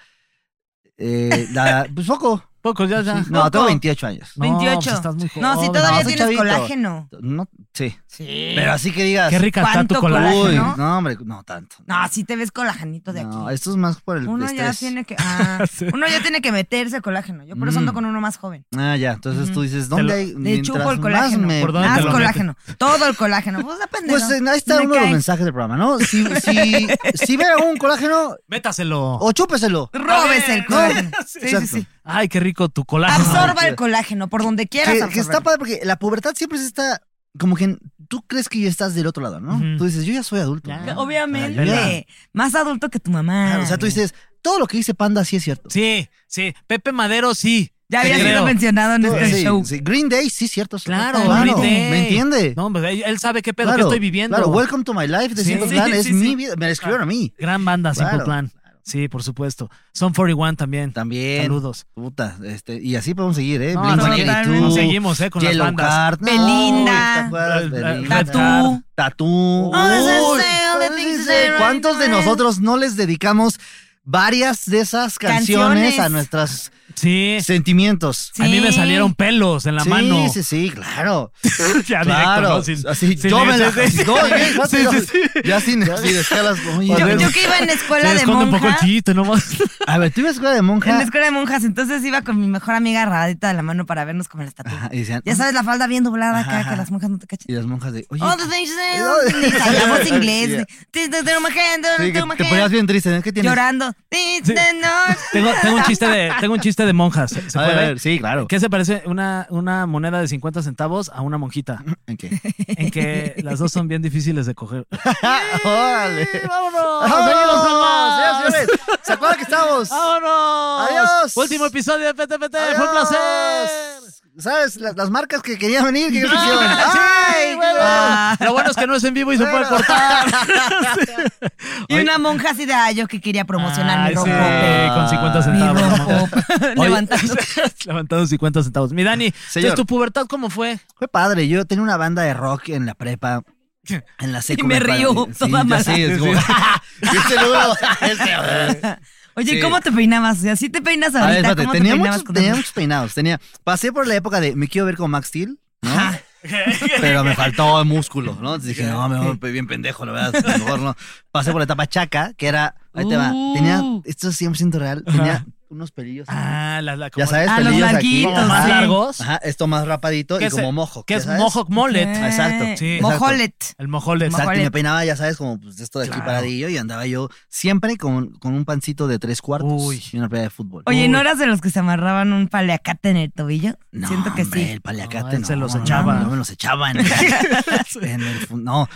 [SPEAKER 4] eh, la- pues poco.
[SPEAKER 2] Pocos, ya, ya.
[SPEAKER 4] Sí. No, tengo 28 años.
[SPEAKER 2] No,
[SPEAKER 3] 28.
[SPEAKER 2] pues estás muy
[SPEAKER 3] No, si
[SPEAKER 2] joven. pues
[SPEAKER 3] todavía
[SPEAKER 4] No, soy
[SPEAKER 3] tienes
[SPEAKER 4] chavito.
[SPEAKER 3] colágeno.
[SPEAKER 4] No, sí.
[SPEAKER 3] Sí.
[SPEAKER 4] Pero así que digas.
[SPEAKER 2] Qué rica está tu
[SPEAKER 3] ¿Cuánto
[SPEAKER 2] colágeno.
[SPEAKER 3] colágeno? ¿no?
[SPEAKER 4] Uy, ¿no? hombre, no tanto.
[SPEAKER 3] No, sí te ves colagenito de
[SPEAKER 4] No,
[SPEAKER 3] aquí.
[SPEAKER 4] esto es más por el
[SPEAKER 3] Uno ya
[SPEAKER 4] estrés.
[SPEAKER 3] tiene que ah, uno ya tiene que meterse colágeno. Yo por eso ando
[SPEAKER 4] Mm.
[SPEAKER 3] con uno más joven.
[SPEAKER 4] Ah, ya. Entonces tú dices, ¿dónde
[SPEAKER 2] lo-
[SPEAKER 4] hay?
[SPEAKER 3] Le
[SPEAKER 4] mientras
[SPEAKER 3] chupo el
[SPEAKER 4] más
[SPEAKER 3] colágeno.
[SPEAKER 4] me- Ah,
[SPEAKER 2] ¿Por dónde
[SPEAKER 3] Más
[SPEAKER 2] te lo
[SPEAKER 3] colágeno. Todo el colágeno. Pues depende.
[SPEAKER 4] Pues eh, ahí está
[SPEAKER 3] Me
[SPEAKER 4] uno de
[SPEAKER 3] cae.
[SPEAKER 4] los mensajes del programa, ¿no? Si, si, si ve a un colágeno,
[SPEAKER 2] Métaselo.
[SPEAKER 4] o chúpeselo.
[SPEAKER 3] Robes el colágeno. Sí, sí,
[SPEAKER 4] Exacto.
[SPEAKER 3] sí.
[SPEAKER 2] Ay, qué rico tu colágeno.
[SPEAKER 3] Absorba el colágeno por donde quieras.
[SPEAKER 4] Que, que está
[SPEAKER 3] absorberlo.
[SPEAKER 4] padre porque la pubertad siempre se está. Como que tú crees que ya estás del otro lado, ¿no?
[SPEAKER 2] Ujú.
[SPEAKER 4] Tú dices, yo ya soy adulto.
[SPEAKER 2] Ya.
[SPEAKER 4] ¿no? O sea,
[SPEAKER 3] Obviamente.
[SPEAKER 4] yo ya-
[SPEAKER 3] Más adulto que tu mamá.
[SPEAKER 4] Claro, Ah, o sea, tú dices, todo lo que dice Panda sí es cierto.
[SPEAKER 2] Sí, sí. Pepe Madero, sí.
[SPEAKER 3] Ya había
[SPEAKER 2] Sí,
[SPEAKER 3] sido
[SPEAKER 2] creo.
[SPEAKER 3] mencionado en
[SPEAKER 4] Todo-
[SPEAKER 3] este
[SPEAKER 4] sí,
[SPEAKER 3] show.
[SPEAKER 4] sí. Green Day sí es cierto.
[SPEAKER 2] Claro,
[SPEAKER 3] Green
[SPEAKER 2] Day.
[SPEAKER 4] ¿Me entiende?
[SPEAKER 2] No, hombre, él- él sabe qué pedo
[SPEAKER 4] Claro,
[SPEAKER 2] que estoy viviendo.
[SPEAKER 4] Claro, Welcome to My Life de
[SPEAKER 2] Sí.
[SPEAKER 4] Simple
[SPEAKER 2] Sí,
[SPEAKER 4] Plan
[SPEAKER 2] sí,
[SPEAKER 4] es
[SPEAKER 2] sí.
[SPEAKER 4] mi vida. Me la escribieron a mí.
[SPEAKER 2] Gran banda, Simple
[SPEAKER 4] Claro,
[SPEAKER 2] Plan.
[SPEAKER 4] claro.
[SPEAKER 2] Sí, por supuesto. Son 41 también.
[SPEAKER 4] También.
[SPEAKER 2] Saludos.
[SPEAKER 4] Puta, este, y así podemos seguir, ¿eh?
[SPEAKER 2] No,
[SPEAKER 4] Blink
[SPEAKER 2] no,
[SPEAKER 3] totalmente.
[SPEAKER 4] 182,
[SPEAKER 2] Seguimos, eh, con las
[SPEAKER 4] Yellow
[SPEAKER 2] bandas.
[SPEAKER 4] Card, no,
[SPEAKER 3] Belinda.
[SPEAKER 4] ¿te acuerdas?
[SPEAKER 2] Eh,
[SPEAKER 4] Belinda.
[SPEAKER 2] Red Card.
[SPEAKER 3] Tatú.
[SPEAKER 4] Tatú.
[SPEAKER 3] Oh, this is
[SPEAKER 4] Uy,
[SPEAKER 3] the only thing that I really
[SPEAKER 4] ¿Cuántos de
[SPEAKER 3] know?
[SPEAKER 4] nosotros no les dedicamos varias de esas canciones,
[SPEAKER 3] Canciones.
[SPEAKER 4] a nuestras
[SPEAKER 2] Sí.
[SPEAKER 4] Sentimientos.
[SPEAKER 2] A mí me
[SPEAKER 3] Sí.
[SPEAKER 2] salieron pelos en la
[SPEAKER 4] sí,
[SPEAKER 2] mano.
[SPEAKER 4] sí, sí, claro.
[SPEAKER 2] Ya directo,
[SPEAKER 4] claro.
[SPEAKER 2] ¿no? Sin-
[SPEAKER 4] así,
[SPEAKER 2] sin-
[SPEAKER 4] yo me la-
[SPEAKER 2] sí, sí.
[SPEAKER 4] no, ya,
[SPEAKER 2] Sí, sí, sí.
[SPEAKER 4] Ya sin, sin escalas. oye,
[SPEAKER 3] Yo,
[SPEAKER 4] pero-
[SPEAKER 3] yo que iba en la escuela
[SPEAKER 2] Se
[SPEAKER 3] de
[SPEAKER 2] esconde un poco el
[SPEAKER 3] monjas.
[SPEAKER 2] chiste, nomás.
[SPEAKER 4] A ver, tú ibas a escuela de
[SPEAKER 3] En
[SPEAKER 4] monja.
[SPEAKER 3] la escuela de monjas, entonces iba con mi mejor amiga agarradita de la mano para vernos como la
[SPEAKER 4] Ajá,
[SPEAKER 3] estatua.
[SPEAKER 4] y decían,
[SPEAKER 3] Ya sabes, la falda bien doblada acá,
[SPEAKER 4] Ajá.
[SPEAKER 3] que las monjas no te cachen.
[SPEAKER 4] Y las monjas de, oye.
[SPEAKER 3] Oh, the things that- Ni sabíamos inglés. eh. Te- te- te- mujer, te-
[SPEAKER 4] sí, que
[SPEAKER 3] te-
[SPEAKER 4] te
[SPEAKER 3] mujer.
[SPEAKER 4] ponías bien triste, ¿no? ¿qué tienes?
[SPEAKER 3] Llorando. Te- te- no.
[SPEAKER 2] Tengo, tengo un chiste de, tengo un chiste de monjas. ¿Se
[SPEAKER 4] A ver,
[SPEAKER 2] puede?
[SPEAKER 4] a ver, sí, claro.
[SPEAKER 2] ¿Qué se parece una, una moneda de 50 centavos a una monjita?
[SPEAKER 4] ¿En qué?
[SPEAKER 2] En que las dos son bien difíciles de coger.
[SPEAKER 4] ¡Órale!
[SPEAKER 2] ¡Vámonos!
[SPEAKER 4] ¡Vámonos!
[SPEAKER 2] ¡Seguimos nomás!
[SPEAKER 4] Señoras y señores, ¿Se acuerdan que estamos?
[SPEAKER 2] ¡Vámonos!
[SPEAKER 4] Adiós.
[SPEAKER 2] Último episodio de PTPT. Ah, ¡Fue un
[SPEAKER 4] Adiós.
[SPEAKER 2] placer!
[SPEAKER 4] ¿Sabes? La- las marcas que querían venir, que hicieron.
[SPEAKER 2] ¡Ay, bueno!
[SPEAKER 3] Ah.
[SPEAKER 2] Lo bueno es que no es en vivo y se puede
[SPEAKER 4] Bueno.
[SPEAKER 2] cortar.
[SPEAKER 3] Y una monja así de, ay, yo que quería promocionar mi
[SPEAKER 2] Ay,
[SPEAKER 3] rojo.
[SPEAKER 2] sí, Con 50
[SPEAKER 3] Mi
[SPEAKER 2] centavos. la monja.
[SPEAKER 3] rojo.
[SPEAKER 2] Oye,
[SPEAKER 3] Levantando.
[SPEAKER 2] levantando 50 centavos. Mi Dani, entonces
[SPEAKER 4] Señor.
[SPEAKER 2] tu pubertad, ¿cómo fue?
[SPEAKER 4] Fue padre, yo tenía una banda de rock en la prepa. En la secu.
[SPEAKER 3] Y me
[SPEAKER 4] padre.
[SPEAKER 3] río,
[SPEAKER 4] Sí,
[SPEAKER 3] toda
[SPEAKER 4] ya
[SPEAKER 3] mala.
[SPEAKER 4] sé, es como, Este luego- este-
[SPEAKER 3] Oye,
[SPEAKER 4] Sí.
[SPEAKER 3] ¿cómo te peinabas? O sea, ¿sí te peinas
[SPEAKER 4] A ver,
[SPEAKER 3] ahorita?
[SPEAKER 4] espérate,
[SPEAKER 3] ¿Cómo
[SPEAKER 4] tenía
[SPEAKER 3] te peinabas
[SPEAKER 4] muchos,
[SPEAKER 3] con
[SPEAKER 4] tenía muchos peinados. Tenía, pasé por la época de me quiero ver como Max Steel, ¿no?
[SPEAKER 3] Ah.
[SPEAKER 4] Pero me faltó el músculo, ¿no? Entonces dije, no, me voy a ver bien pendejo, la verdad, a lo mejor no. Pasé por la etapa chaca, que era, ahí te va,
[SPEAKER 3] Uh.
[SPEAKER 4] tenía, esto es 100% real, tenía unos pelillos. aquí.
[SPEAKER 2] Ah, la, la, como-
[SPEAKER 4] ya sabes,
[SPEAKER 3] Ah, los
[SPEAKER 4] pelillos aquí.
[SPEAKER 3] larguitos,
[SPEAKER 4] Ajá,
[SPEAKER 2] más
[SPEAKER 3] sí.
[SPEAKER 2] largos.
[SPEAKER 4] Ajá, esto más rapadito
[SPEAKER 2] ¿Qué
[SPEAKER 4] y
[SPEAKER 2] es
[SPEAKER 4] como
[SPEAKER 2] el-
[SPEAKER 4] mojo.
[SPEAKER 2] ¿Qué
[SPEAKER 4] ya
[SPEAKER 2] es
[SPEAKER 4] sabes?
[SPEAKER 2] mohawk mullet?
[SPEAKER 3] Eh,
[SPEAKER 4] Exacto.
[SPEAKER 2] Sí.
[SPEAKER 4] exacto.
[SPEAKER 3] Mojolet.
[SPEAKER 2] El mojolet.
[SPEAKER 4] Exacto, y
[SPEAKER 3] Mojolet.
[SPEAKER 4] me peinaba, ya sabes, como pues, esto de aquí
[SPEAKER 2] Claro.
[SPEAKER 4] paradillo y andaba yo siempre con, con un pancito de tres cuartos
[SPEAKER 2] Uy.
[SPEAKER 4] y una pelea de fútbol.
[SPEAKER 3] Oye, ¿no eras de los que se amarraban un paleacate en el tobillo?
[SPEAKER 4] No,
[SPEAKER 3] Siento que
[SPEAKER 4] hombre,
[SPEAKER 3] sí.
[SPEAKER 4] El paliacate
[SPEAKER 2] No,
[SPEAKER 4] no,
[SPEAKER 2] él se los echaba.
[SPEAKER 4] No, no me los echaba en el, en el fu- No,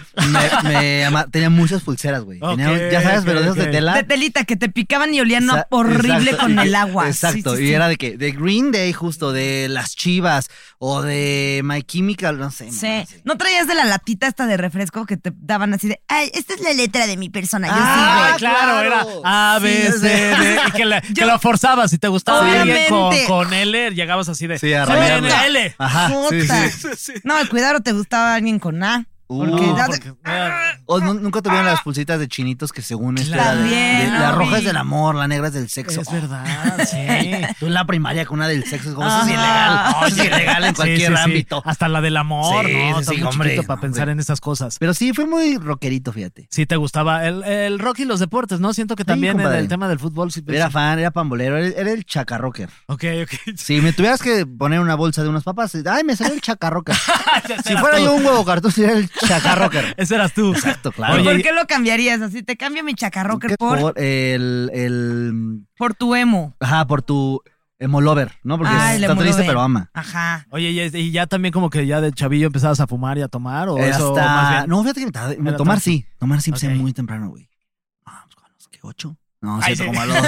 [SPEAKER 4] me, me ama- tenía muchas pulseras, güey. Tenía-
[SPEAKER 2] Ok,
[SPEAKER 4] ya sabes, pero
[SPEAKER 2] ok,
[SPEAKER 4] de esos
[SPEAKER 2] ok.
[SPEAKER 4] de tela.
[SPEAKER 3] De telita, que te picaban y olían
[SPEAKER 4] Ah. Exa-
[SPEAKER 3] horrible
[SPEAKER 4] exacto,
[SPEAKER 3] con
[SPEAKER 4] y-
[SPEAKER 3] el agua.
[SPEAKER 4] Exacto.
[SPEAKER 3] Sí, sí,
[SPEAKER 4] y
[SPEAKER 3] sí.
[SPEAKER 4] era de que, de Green Day, justo, de las chivas, o de My Chemical, no sé. mamá,
[SPEAKER 3] Sí.
[SPEAKER 4] sí.
[SPEAKER 3] ¿No traías de la latita esta de refresco que te daban así de, ay, esta es la letra de mi persona? Yo sí,
[SPEAKER 2] Ah,
[SPEAKER 3] güey.
[SPEAKER 2] claro,
[SPEAKER 4] claro.
[SPEAKER 2] era A, B,
[SPEAKER 4] Sí,
[SPEAKER 2] C, D. Y que la, que la forzabas. Si te gustaba alguien con,
[SPEAKER 3] Obviamente.
[SPEAKER 2] con L, llegabas así de.
[SPEAKER 4] Sí, a Ah,
[SPEAKER 2] "Soy
[SPEAKER 4] rayarla.
[SPEAKER 2] L.
[SPEAKER 4] Ajá. sí,
[SPEAKER 3] Puta.
[SPEAKER 4] sí.
[SPEAKER 3] No, el cuidado te gustaba alguien con A.
[SPEAKER 4] Uh,
[SPEAKER 3] Porque
[SPEAKER 2] No,
[SPEAKER 3] ya-
[SPEAKER 2] porque- ah,
[SPEAKER 4] o nu- nunca tuvieron las pulsitas de chinitos que según esto
[SPEAKER 2] Claro.
[SPEAKER 4] era de, de-
[SPEAKER 3] También,
[SPEAKER 4] La
[SPEAKER 3] no,
[SPEAKER 4] roja
[SPEAKER 3] vi.
[SPEAKER 4] es del amor, la negra es del sexo.
[SPEAKER 2] Es
[SPEAKER 4] Oh,
[SPEAKER 2] verdad, sí.
[SPEAKER 4] Tú en la primaria con una del sexo es como eso es
[SPEAKER 3] Ajá.
[SPEAKER 4] ilegal. Eso es ilegal Oh, en
[SPEAKER 2] Sí,
[SPEAKER 4] cualquier
[SPEAKER 2] sí, sí.
[SPEAKER 4] ámbito.
[SPEAKER 2] Hasta la del amor,
[SPEAKER 4] Sí,
[SPEAKER 2] ¿no?
[SPEAKER 4] sí,
[SPEAKER 2] Está
[SPEAKER 4] sí,
[SPEAKER 2] muy
[SPEAKER 4] hombre,
[SPEAKER 2] chiquito para
[SPEAKER 4] hombre.
[SPEAKER 2] pensar en esas cosas.
[SPEAKER 4] Pero sí, fue muy rockerito, fíjate.
[SPEAKER 2] Sí, te gustaba el, el rock y los deportes, ¿no? Siento que también en
[SPEAKER 4] compadre.
[SPEAKER 2] el tema del fútbol. Pues Sí,
[SPEAKER 4] Era fan, era pambolero, era, era el chacarrocker.
[SPEAKER 2] Ok, ok.
[SPEAKER 4] Si me tuvieras que poner una bolsa de unas papas, ay, me salió el chacarrocker. si fuera yo un huevo cartón, sería el chacarrocker.
[SPEAKER 2] Ese eras tú.
[SPEAKER 4] Exacto, claro.
[SPEAKER 2] Oye,
[SPEAKER 3] ¿Por
[SPEAKER 2] y-
[SPEAKER 3] qué lo cambiarías? Así te cambio mi chacarroque
[SPEAKER 4] ¿Qué
[SPEAKER 3] por, por,
[SPEAKER 4] por el, el.
[SPEAKER 3] tu emo.
[SPEAKER 4] Ajá, por tu emolover, ¿no? Porque
[SPEAKER 3] Ah, el
[SPEAKER 4] está triste,
[SPEAKER 3] emolover.
[SPEAKER 4] pero ama.
[SPEAKER 3] Ajá.
[SPEAKER 2] Oye, y, y ya también como que ya de chavillo empezabas a fumar y a tomar, o
[SPEAKER 4] Eh,
[SPEAKER 2] eso
[SPEAKER 4] hasta-
[SPEAKER 2] más bien.
[SPEAKER 4] No, fíjate que me tardé-
[SPEAKER 2] Era
[SPEAKER 4] tomar
[SPEAKER 2] tarde.
[SPEAKER 4] sí. Tomar sí empecé
[SPEAKER 2] Ok.
[SPEAKER 4] muy temprano, güey. Ah, pues, ¿cuándo? ¿Qué? ¿Ocho? No,
[SPEAKER 2] Ay,
[SPEAKER 4] cierto,
[SPEAKER 2] sí.
[SPEAKER 4] como a los.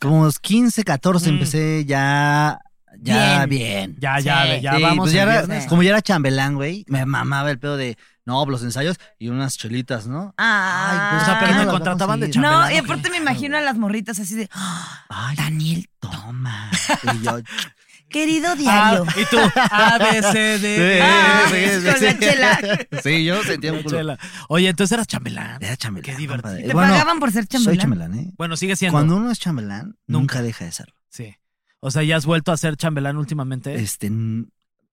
[SPEAKER 4] como a los 15, 14
[SPEAKER 2] Mm.
[SPEAKER 4] empecé ya. Ya
[SPEAKER 3] Bien.
[SPEAKER 4] bien.
[SPEAKER 2] Ya, ya,
[SPEAKER 3] Sí.
[SPEAKER 2] de- ya
[SPEAKER 4] Sí,
[SPEAKER 2] vamos.
[SPEAKER 4] pues ya
[SPEAKER 2] el
[SPEAKER 4] era-
[SPEAKER 2] viernes.
[SPEAKER 4] como ya era chambelán, güey, me mamaba el pedo de, no, pues, los ensayos y unas chelitas, ¿no?
[SPEAKER 3] Ah,
[SPEAKER 4] Ay,
[SPEAKER 2] O sea, pero
[SPEAKER 4] Ah,
[SPEAKER 2] me
[SPEAKER 4] lo
[SPEAKER 2] contrataban de
[SPEAKER 4] vamos a ir.
[SPEAKER 2] chambelán.
[SPEAKER 3] no, y
[SPEAKER 2] ¿o
[SPEAKER 3] aparte
[SPEAKER 2] qué?
[SPEAKER 3] me imagino a las morritas así de, "Ah,
[SPEAKER 4] Ay,
[SPEAKER 3] Daniel,
[SPEAKER 4] toma. Y yo,
[SPEAKER 3] querido
[SPEAKER 2] Ah,
[SPEAKER 3] diario.
[SPEAKER 2] y tú, A, B, C, D. E,
[SPEAKER 3] Ah,
[SPEAKER 4] sí, sí, sí,
[SPEAKER 3] con la
[SPEAKER 4] sí.
[SPEAKER 3] chela.
[SPEAKER 4] Sí, yo sentía un culo.
[SPEAKER 2] Chela. Oye, entonces eras chambelán.
[SPEAKER 4] Era chambelán.
[SPEAKER 2] Qué divertido.
[SPEAKER 4] compadre.
[SPEAKER 3] ¿Te
[SPEAKER 4] Bueno,
[SPEAKER 3] pagaban por ser
[SPEAKER 4] Soy
[SPEAKER 3] chambelán?
[SPEAKER 4] chambelán, ¿eh?
[SPEAKER 2] Bueno, sigue siendo.
[SPEAKER 4] Cuando uno es chambelán,
[SPEAKER 2] Nunca.
[SPEAKER 4] nunca deja de serlo.
[SPEAKER 2] Sí. O sea, ya has vuelto a ser chambelán
[SPEAKER 3] ¿Eh?
[SPEAKER 2] últimamente.
[SPEAKER 4] Este, n-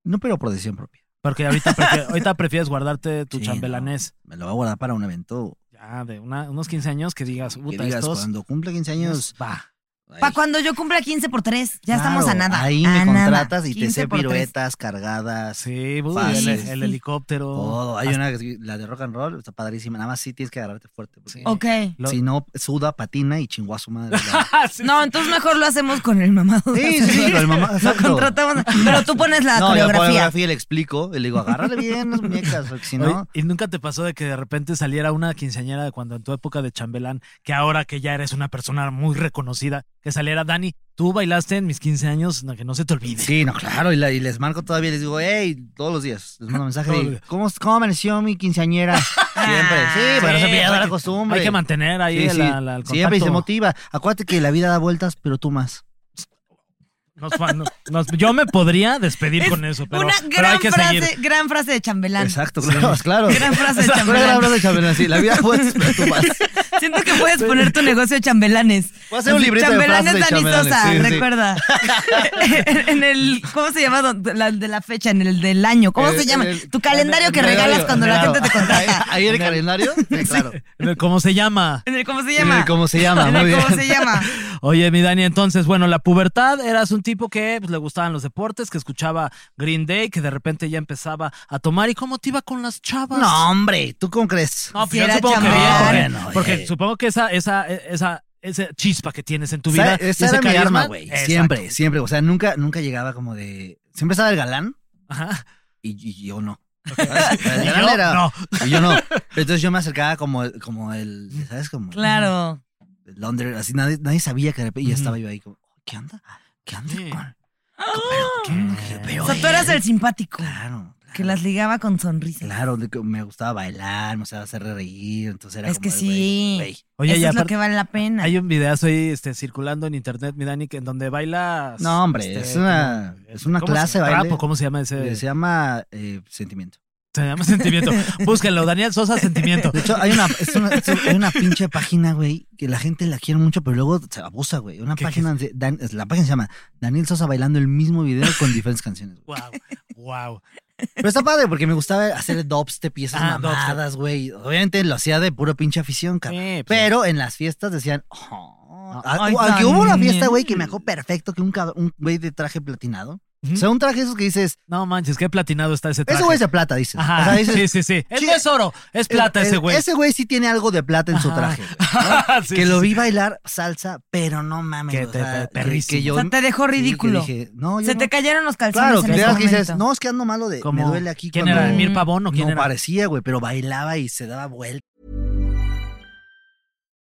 [SPEAKER 4] no, pero por decisión propia.
[SPEAKER 2] Porque ahorita, prefi- ahorita prefieres guardarte tu
[SPEAKER 4] Sí,
[SPEAKER 2] chambelanés.
[SPEAKER 4] Me lo voy a guardar para un evento.
[SPEAKER 2] Ya, de una- unos 15 años que digas,
[SPEAKER 4] Que
[SPEAKER 2] puta,
[SPEAKER 4] digas,
[SPEAKER 2] estos. pues,
[SPEAKER 4] cuando cumple 15 años.
[SPEAKER 2] Va.
[SPEAKER 4] ahí,
[SPEAKER 3] Pa' cuando yo cumpla 15 por 3, ya estamos a
[SPEAKER 4] claro,
[SPEAKER 3] nada.
[SPEAKER 4] Ahí
[SPEAKER 3] a
[SPEAKER 4] me
[SPEAKER 3] nada.
[SPEAKER 4] contratas y te
[SPEAKER 3] 15
[SPEAKER 4] sé
[SPEAKER 3] por tres.
[SPEAKER 4] piruetas, cargadas,
[SPEAKER 2] Sí, uy,
[SPEAKER 4] Fácil.
[SPEAKER 2] el, el helicóptero.
[SPEAKER 4] todo. Hay una, que- la de rock and roll, está padrísima. Nada más sí tienes que agarrarte fuerte. porque
[SPEAKER 2] Sí.
[SPEAKER 3] Ok.
[SPEAKER 2] Lo-
[SPEAKER 4] Si no, suda, patina y chingua a su madre.
[SPEAKER 2] Ah, sí,
[SPEAKER 3] No, entonces mejor lo hacemos con el mamado.
[SPEAKER 4] sí, sí, sí, con el mamá.
[SPEAKER 3] Lo
[SPEAKER 4] exacto.
[SPEAKER 3] contratamos. Pero tú pones la
[SPEAKER 4] No, yo la
[SPEAKER 3] coreografía.
[SPEAKER 4] coreografía le explico. y Le digo, agárrale bien las muñecas, porque si
[SPEAKER 2] Oye,
[SPEAKER 4] no.
[SPEAKER 2] ¿Y nunca te pasó de que de repente saliera una quinceañera de cuando en tu época de chambelán, que ahora que ya eres una persona muy reconocida, que saliera Dani, tú bailaste en mis 15 años, no, que no se te olvide?
[SPEAKER 4] Sí, no, claro, y, la- y les marco todavía, les digo, hey, todos los días, les mando mensaje,
[SPEAKER 2] Todos los
[SPEAKER 4] de,
[SPEAKER 2] días.
[SPEAKER 4] ¿cómo, ¿cómo amaneció mi quinceañera? Siempre,
[SPEAKER 3] Ah,
[SPEAKER 4] sí, pero no se
[SPEAKER 2] Sí,
[SPEAKER 4] pierda
[SPEAKER 2] hay
[SPEAKER 4] la
[SPEAKER 2] que-
[SPEAKER 4] costumbre.
[SPEAKER 2] Hay que mantener ahí
[SPEAKER 4] Sí,
[SPEAKER 2] el-
[SPEAKER 4] sí.
[SPEAKER 2] la- la- el
[SPEAKER 4] Siempre y se
[SPEAKER 2] contacto.
[SPEAKER 4] motiva. Acuérdate que la vida da vueltas, pero tú más.
[SPEAKER 2] Nos fa- no- nos- yo me podría despedir
[SPEAKER 3] Es
[SPEAKER 2] con eso, pero,
[SPEAKER 3] Una
[SPEAKER 2] pero hay
[SPEAKER 3] gran
[SPEAKER 2] que
[SPEAKER 3] frase,
[SPEAKER 2] seguir.
[SPEAKER 3] gran frase de chambelán.
[SPEAKER 4] Exacto, claro, claro.
[SPEAKER 3] Gran frase de
[SPEAKER 4] Una gran
[SPEAKER 3] chambelán.
[SPEAKER 4] frase de Chambelán, sí, la vida da vueltas, pero tú más.
[SPEAKER 3] Siento que puedes poner tu negocio de chambelanes.
[SPEAKER 4] Voy a hacer un
[SPEAKER 3] Así,
[SPEAKER 4] librito de
[SPEAKER 3] Chambelanes
[SPEAKER 4] frases de
[SPEAKER 3] Dani
[SPEAKER 4] chambelanes,
[SPEAKER 3] Sosa,
[SPEAKER 4] sí, sí.
[SPEAKER 3] recuerda. en, en el, ¿cómo se llama? don- la- de la fecha, en el del año. ¿Cómo
[SPEAKER 4] El-
[SPEAKER 3] se llama?
[SPEAKER 4] Eh, el-
[SPEAKER 3] tu calendario que regalas cuando la
[SPEAKER 4] Claro.
[SPEAKER 3] gente te contrata.
[SPEAKER 4] Ahí en el calendario, Sí, claro.
[SPEAKER 3] pues.
[SPEAKER 2] ¿Cómo se llama?
[SPEAKER 3] En el, ¿cómo se
[SPEAKER 4] En
[SPEAKER 3] llama?
[SPEAKER 4] el cómo se llama,
[SPEAKER 3] En el
[SPEAKER 4] muy bien.
[SPEAKER 3] ¿Cómo se llama?
[SPEAKER 2] Oye, mi Dani, entonces, bueno, la pubertad eras un tipo que pues, le gustaban los deportes, que escuchaba Green Day, que de repente ya empezaba a tomar. ¿Y cómo te iba con las chavas?
[SPEAKER 4] No, hombre, ¿tú cómo crees?
[SPEAKER 2] No, pues
[SPEAKER 3] Si
[SPEAKER 2] yo
[SPEAKER 3] era
[SPEAKER 2] supongo que bien,
[SPEAKER 3] chambear.
[SPEAKER 2] porque,
[SPEAKER 4] Bueno,
[SPEAKER 2] porque
[SPEAKER 4] eh.
[SPEAKER 2] supongo que esa, esa, esa, esa chispa que tienes en tu vida.
[SPEAKER 4] Esa,
[SPEAKER 2] y
[SPEAKER 4] esa
[SPEAKER 2] ese
[SPEAKER 4] era mi
[SPEAKER 2] carisma-
[SPEAKER 4] arma, eh, güey.
[SPEAKER 2] Exacto.
[SPEAKER 4] Siempre, siempre. O sea, nunca, nunca llegaba como de. Siempre estaba el galán
[SPEAKER 2] Ajá.
[SPEAKER 4] y, y yo no. El galán
[SPEAKER 2] yo
[SPEAKER 4] era.
[SPEAKER 2] no.
[SPEAKER 4] Y yo no. Pero entonces yo me acercaba como, como el. ¿Sabes? Como.
[SPEAKER 3] Claro.
[SPEAKER 4] el under- así nadie, nadie sabía que de repente. Y ya
[SPEAKER 2] Ujú.
[SPEAKER 4] estaba yo ahí como, ¿qué onda? ¿Qué onda
[SPEAKER 2] Sí.
[SPEAKER 4] con.? ¿Qué- qué- qué-
[SPEAKER 3] O sea, tú eras el simpático.
[SPEAKER 4] Claro.
[SPEAKER 3] Que las ligaba con sonrisas.
[SPEAKER 4] Claro, de que me gustaba bailar, me gustaba hacer reír, entonces era
[SPEAKER 3] Es
[SPEAKER 4] como
[SPEAKER 3] que
[SPEAKER 4] de,
[SPEAKER 3] sí.
[SPEAKER 4] güey, güey.
[SPEAKER 2] Oye,
[SPEAKER 3] Eso
[SPEAKER 2] y
[SPEAKER 3] es lo
[SPEAKER 2] aparte,
[SPEAKER 3] que vale la pena.
[SPEAKER 2] hay un videazo ahí este, circulando en internet, mi Dani, que- en donde bailas.
[SPEAKER 4] No, hombre,
[SPEAKER 2] este,
[SPEAKER 4] es una,
[SPEAKER 2] como-
[SPEAKER 4] es una
[SPEAKER 2] ¿cómo se-
[SPEAKER 4] clase de baile.
[SPEAKER 2] trapo, ¿Cómo se llama ese?
[SPEAKER 4] Eh, Se llama eh, sentimiento.
[SPEAKER 2] Se llama sentimiento. Búsquenlo, Daniel Sosa, sentimiento.
[SPEAKER 4] De hecho, hay una, es una- es una- hay una pinche página, güey, que la gente la quiere mucho, pero luego se abusa, güey. Una
[SPEAKER 2] ¿Qué-
[SPEAKER 4] página, de Dan- la página se llama Daniel Sosa bailando el mismo video con diferentes canciones. güey.
[SPEAKER 2] Wow, wow.
[SPEAKER 4] Pero está padre porque me gustaba hacer dubstep y esas
[SPEAKER 2] Ah, dubstep.
[SPEAKER 4] mamadas, güey. Obviamente lo hacía de puro pinche afición, cabrón.
[SPEAKER 2] Eh, pues,
[SPEAKER 4] Pero en las fiestas decían, oh, Ah,
[SPEAKER 3] Ay,
[SPEAKER 4] aunque hubo una
[SPEAKER 3] Daniel.
[SPEAKER 4] fiesta, güey, que me dejó perfecto que un cab- un güey de traje platinado.
[SPEAKER 2] Ujú.
[SPEAKER 4] O sea, un traje esos que dices,
[SPEAKER 2] No manches, qué platinado está ese traje.
[SPEAKER 4] ese güey es de plata, dices.
[SPEAKER 2] Ajá,
[SPEAKER 4] O sea, dices,
[SPEAKER 2] sí, sí, sí. Es,
[SPEAKER 4] "Chi-
[SPEAKER 2] no es oro, es plata
[SPEAKER 4] el-
[SPEAKER 2] ese güey.
[SPEAKER 4] Ese güey sí tiene algo de plata en su
[SPEAKER 2] Ajá.
[SPEAKER 4] traje. güey, ¿no?
[SPEAKER 2] Sí,
[SPEAKER 4] que
[SPEAKER 2] sí,
[SPEAKER 4] lo
[SPEAKER 2] sí.
[SPEAKER 4] vi bailar salsa, pero no mames.
[SPEAKER 2] Que
[SPEAKER 4] o
[SPEAKER 2] te-
[SPEAKER 4] sea,
[SPEAKER 2] te- perrísimo.
[SPEAKER 3] O sea, te dejó
[SPEAKER 4] sí, que
[SPEAKER 3] ridículo.
[SPEAKER 4] dije, no, yo
[SPEAKER 3] Se
[SPEAKER 4] no-
[SPEAKER 3] te cayeron los calzones.
[SPEAKER 4] Claro,
[SPEAKER 3] en
[SPEAKER 4] que
[SPEAKER 3] ese
[SPEAKER 4] llegas y dices,
[SPEAKER 3] momento.
[SPEAKER 4] no, es que ando malo de. Me
[SPEAKER 2] Como-
[SPEAKER 4] duele aquí.
[SPEAKER 2] ¿Quién
[SPEAKER 4] cuando-
[SPEAKER 2] era? ¿Emir Pavón o quién
[SPEAKER 4] No
[SPEAKER 2] era?
[SPEAKER 4] parecía, güey, pero bailaba y se daba vuelta.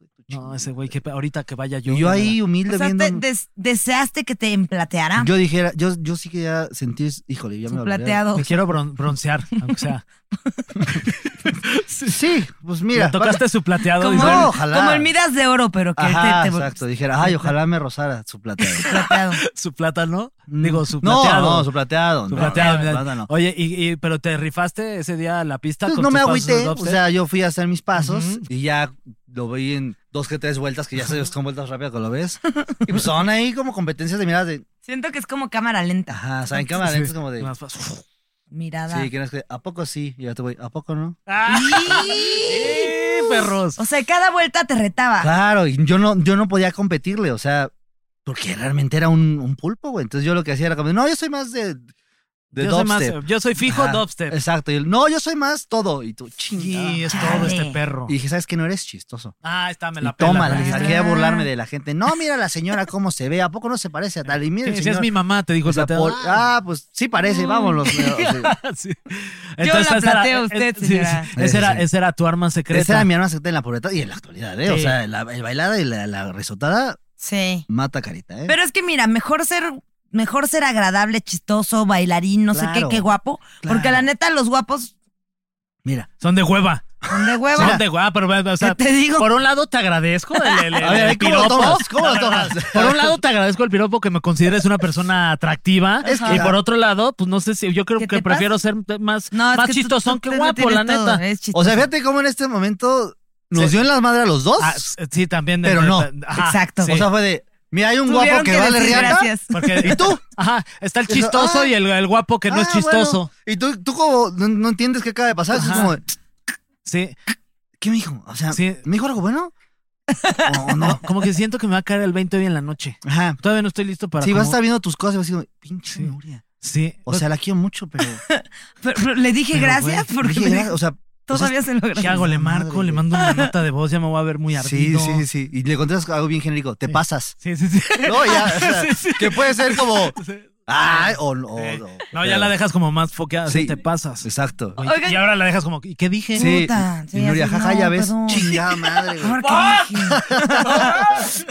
[SPEAKER 4] de tu
[SPEAKER 2] No,
[SPEAKER 4] chingada".
[SPEAKER 2] ese güey, que pe- ahorita que vaya yo.
[SPEAKER 4] Y yo ahí humilde
[SPEAKER 3] O sea,
[SPEAKER 4] viendo.
[SPEAKER 3] te des- deseaste que te emplateara.
[SPEAKER 4] Yo dijera, yo, yo sí que ya sentí, híjole, ya
[SPEAKER 3] su
[SPEAKER 4] me plateado.
[SPEAKER 3] plateado.
[SPEAKER 2] Me quiero bron- broncear, aunque sea.
[SPEAKER 4] Sí, pues
[SPEAKER 2] Mira,
[SPEAKER 4] mira.
[SPEAKER 2] tocaste su plateado.
[SPEAKER 3] Como,
[SPEAKER 2] dice,
[SPEAKER 4] No, ojalá.
[SPEAKER 3] como el miras de oro, pero que
[SPEAKER 4] Ajá,
[SPEAKER 3] te, te
[SPEAKER 4] exacto. Dijera, ay, ojalá me rozara su plateado.
[SPEAKER 3] plateado.
[SPEAKER 2] su plátano. Digo, su
[SPEAKER 4] Mm, No,
[SPEAKER 2] plateado.
[SPEAKER 4] No, su plateado.
[SPEAKER 2] Su
[SPEAKER 4] no,
[SPEAKER 2] plateado,
[SPEAKER 4] no,
[SPEAKER 2] mi Dani.
[SPEAKER 4] plátano.
[SPEAKER 2] Oye, y, y- pero te rifaste ese día a la pista
[SPEAKER 4] Entonces
[SPEAKER 2] con
[SPEAKER 4] no
[SPEAKER 2] tus
[SPEAKER 4] me
[SPEAKER 2] pasos de
[SPEAKER 4] agüité, o
[SPEAKER 2] dubstep?
[SPEAKER 4] sea, yo fui a hacer mis pasos
[SPEAKER 2] Ujú.
[SPEAKER 4] y ya lo vi en dos que tres vueltas, que ya sabes con vueltas rápidas que lo ves. Y pues son ahí como competencias de miradas de,
[SPEAKER 3] Siento que es como cámara lenta.
[SPEAKER 4] ajá, o sea, en cámara
[SPEAKER 2] Sí.
[SPEAKER 4] lenta es como de,
[SPEAKER 2] Más fácil.
[SPEAKER 3] Mirada.
[SPEAKER 4] sí, que no es que, ¿a poco sí? Y yo te voy, ¿a poco no?
[SPEAKER 2] ¡Ah! ¡Sí, perros!
[SPEAKER 3] O sea, cada vuelta te retaba.
[SPEAKER 4] Claro, y yo no, yo no podía competirle, o sea, porque realmente era un, un pulpo, güey. Entonces yo lo que hacía era como, no, yo soy más de, de
[SPEAKER 2] yo, soy más-
[SPEAKER 4] dubstep.
[SPEAKER 2] yo soy fijo
[SPEAKER 4] Ajá,
[SPEAKER 2] dubstep.
[SPEAKER 4] Exacto. Y él, no, yo soy más todo. Y tú, chingada.
[SPEAKER 2] Sí, es
[SPEAKER 3] Chale.
[SPEAKER 2] todo este perro.
[SPEAKER 4] Y dije, ¿sabes que No eres chistoso.
[SPEAKER 2] Ah, está, me
[SPEAKER 4] Y
[SPEAKER 2] la pela.
[SPEAKER 4] toma,
[SPEAKER 2] ¿verdad?
[SPEAKER 4] le
[SPEAKER 3] pela.
[SPEAKER 4] saqué a
[SPEAKER 3] Ah.
[SPEAKER 4] burlarme de la gente. No, mira la señora cómo se ve. ¿A poco no se parece a tal? Y mira el
[SPEAKER 2] Sí,
[SPEAKER 4] señor.
[SPEAKER 2] es mi Mm. mamá, te dijo
[SPEAKER 4] o
[SPEAKER 2] el
[SPEAKER 4] sea,
[SPEAKER 2] plateado.
[SPEAKER 4] por- ah, pues sí parece, vámonos. ¿no? O sea,
[SPEAKER 2] Sí.
[SPEAKER 3] la
[SPEAKER 2] esa era-
[SPEAKER 3] plateo a
[SPEAKER 2] eh,
[SPEAKER 3] usted,
[SPEAKER 2] sí,
[SPEAKER 3] señora.
[SPEAKER 2] sí. Esa era,
[SPEAKER 4] Sí, sí.
[SPEAKER 2] esa era tu arma secreta.
[SPEAKER 4] Esa era mi arma secreta en la pubertad y en la actualidad, ¿eh? O
[SPEAKER 2] Sí.
[SPEAKER 4] sea, la, el bailada y la, la risotada
[SPEAKER 3] Sí.
[SPEAKER 4] mata carita, ¿eh?
[SPEAKER 3] Pero es que mira, mejor ser, mejor ser agradable, chistoso, bailarín, no sé
[SPEAKER 4] Claro.
[SPEAKER 3] qué, qué guapo. Porque
[SPEAKER 4] Claro.
[SPEAKER 3] la neta, los guapos
[SPEAKER 4] Mira,
[SPEAKER 2] Son de hueva.
[SPEAKER 3] son de huevo.
[SPEAKER 2] Son de hueva, pero bueno, o sea,
[SPEAKER 3] ¿Qué te digo?
[SPEAKER 2] por un lado te agradezco el, el- el-
[SPEAKER 4] A ver,
[SPEAKER 2] el
[SPEAKER 4] ¿cómo lo
[SPEAKER 2] piropo.
[SPEAKER 4] tomas? ¿Cómo lo tomas?
[SPEAKER 2] Por un lado te agradezco el piropo que me consideres una persona atractiva.
[SPEAKER 4] Es que-
[SPEAKER 2] y por otro lado, pues no sé si yo creo
[SPEAKER 3] ¿Qué
[SPEAKER 2] que
[SPEAKER 3] te
[SPEAKER 2] prefiero ser más, más
[SPEAKER 3] tú-
[SPEAKER 2] chistosón que
[SPEAKER 3] tú- tú
[SPEAKER 2] guapo,
[SPEAKER 3] tienes
[SPEAKER 2] la
[SPEAKER 3] todo, ¿eh?
[SPEAKER 2] neta.
[SPEAKER 3] es chistoso.
[SPEAKER 4] o sea, fíjate cómo en este momento nos
[SPEAKER 2] Sí.
[SPEAKER 4] dio en las madres a los dos.
[SPEAKER 2] Ah, sí, también. de-
[SPEAKER 4] Pero no.
[SPEAKER 2] Ajá,
[SPEAKER 3] Exacto.
[SPEAKER 2] sí.
[SPEAKER 4] O sea, fue de, mira, hay un
[SPEAKER 3] Tuvieron
[SPEAKER 4] guapo que,
[SPEAKER 3] que
[SPEAKER 4] vale
[SPEAKER 3] decir
[SPEAKER 4] riata.
[SPEAKER 3] gracias.
[SPEAKER 2] Porque-
[SPEAKER 4] ¿Y tú?
[SPEAKER 2] Ajá, está el chistoso
[SPEAKER 4] Ah.
[SPEAKER 2] y el, el guapo que no es
[SPEAKER 4] Ah,
[SPEAKER 2] chistoso.
[SPEAKER 4] bueno. Y tú, tú como no, no entiendes qué acaba de pasar,
[SPEAKER 2] Ajá.
[SPEAKER 4] es como,
[SPEAKER 2] Sí,
[SPEAKER 4] ¿qué me dijo? O sea,
[SPEAKER 2] Sí.
[SPEAKER 4] ¿me dijo algo bueno? ¿O no?
[SPEAKER 2] como que siento que me va a caer el 20 hoy en la noche.
[SPEAKER 4] Ajá.
[SPEAKER 2] Todavía no estoy listo para.
[SPEAKER 4] Si vas a
[SPEAKER 2] como-
[SPEAKER 4] estar viendo tus cosas y vas a decir, pinche
[SPEAKER 2] Sí. Pues
[SPEAKER 4] Nuria.
[SPEAKER 2] Sí.
[SPEAKER 4] O sea, la quiero mucho, pero.
[SPEAKER 3] Pero- pero le dije
[SPEAKER 2] Pero,
[SPEAKER 3] gracias
[SPEAKER 2] güey,
[SPEAKER 3] porque
[SPEAKER 4] Dije,
[SPEAKER 3] me
[SPEAKER 4] "Gra-
[SPEAKER 3] dijo,
[SPEAKER 4] O sea,
[SPEAKER 3] Todavía se logra.
[SPEAKER 2] ¿Qué hago? ¿Le marco? ¿Le mando una nota de voz? Ya me voy a ver muy
[SPEAKER 4] Sí,
[SPEAKER 2] ardido.
[SPEAKER 4] sí, sí. Y le contestas algo bien genérico. Te pasas.
[SPEAKER 2] Sí, sí, sí.
[SPEAKER 4] No, ya. o sea,
[SPEAKER 2] Sí, sí.
[SPEAKER 4] Que puede ser como.
[SPEAKER 2] Sí.
[SPEAKER 4] Ah, o no.
[SPEAKER 2] Sí.
[SPEAKER 4] o-
[SPEAKER 2] No, ya la dejas como más foqueada.
[SPEAKER 4] Sí.
[SPEAKER 2] Sí. Te pasas.
[SPEAKER 4] Exacto.
[SPEAKER 2] Oye,
[SPEAKER 3] Oigan.
[SPEAKER 2] Y ahora la dejas como, ¿y qué dije?
[SPEAKER 4] Sí.
[SPEAKER 3] Puta, sí,
[SPEAKER 4] y Nuria,
[SPEAKER 3] así,
[SPEAKER 4] jaja,
[SPEAKER 3] no,
[SPEAKER 4] ya ves.
[SPEAKER 3] perdón.
[SPEAKER 4] Chingada madre, güey.
[SPEAKER 3] Ahora, ¿qué dije?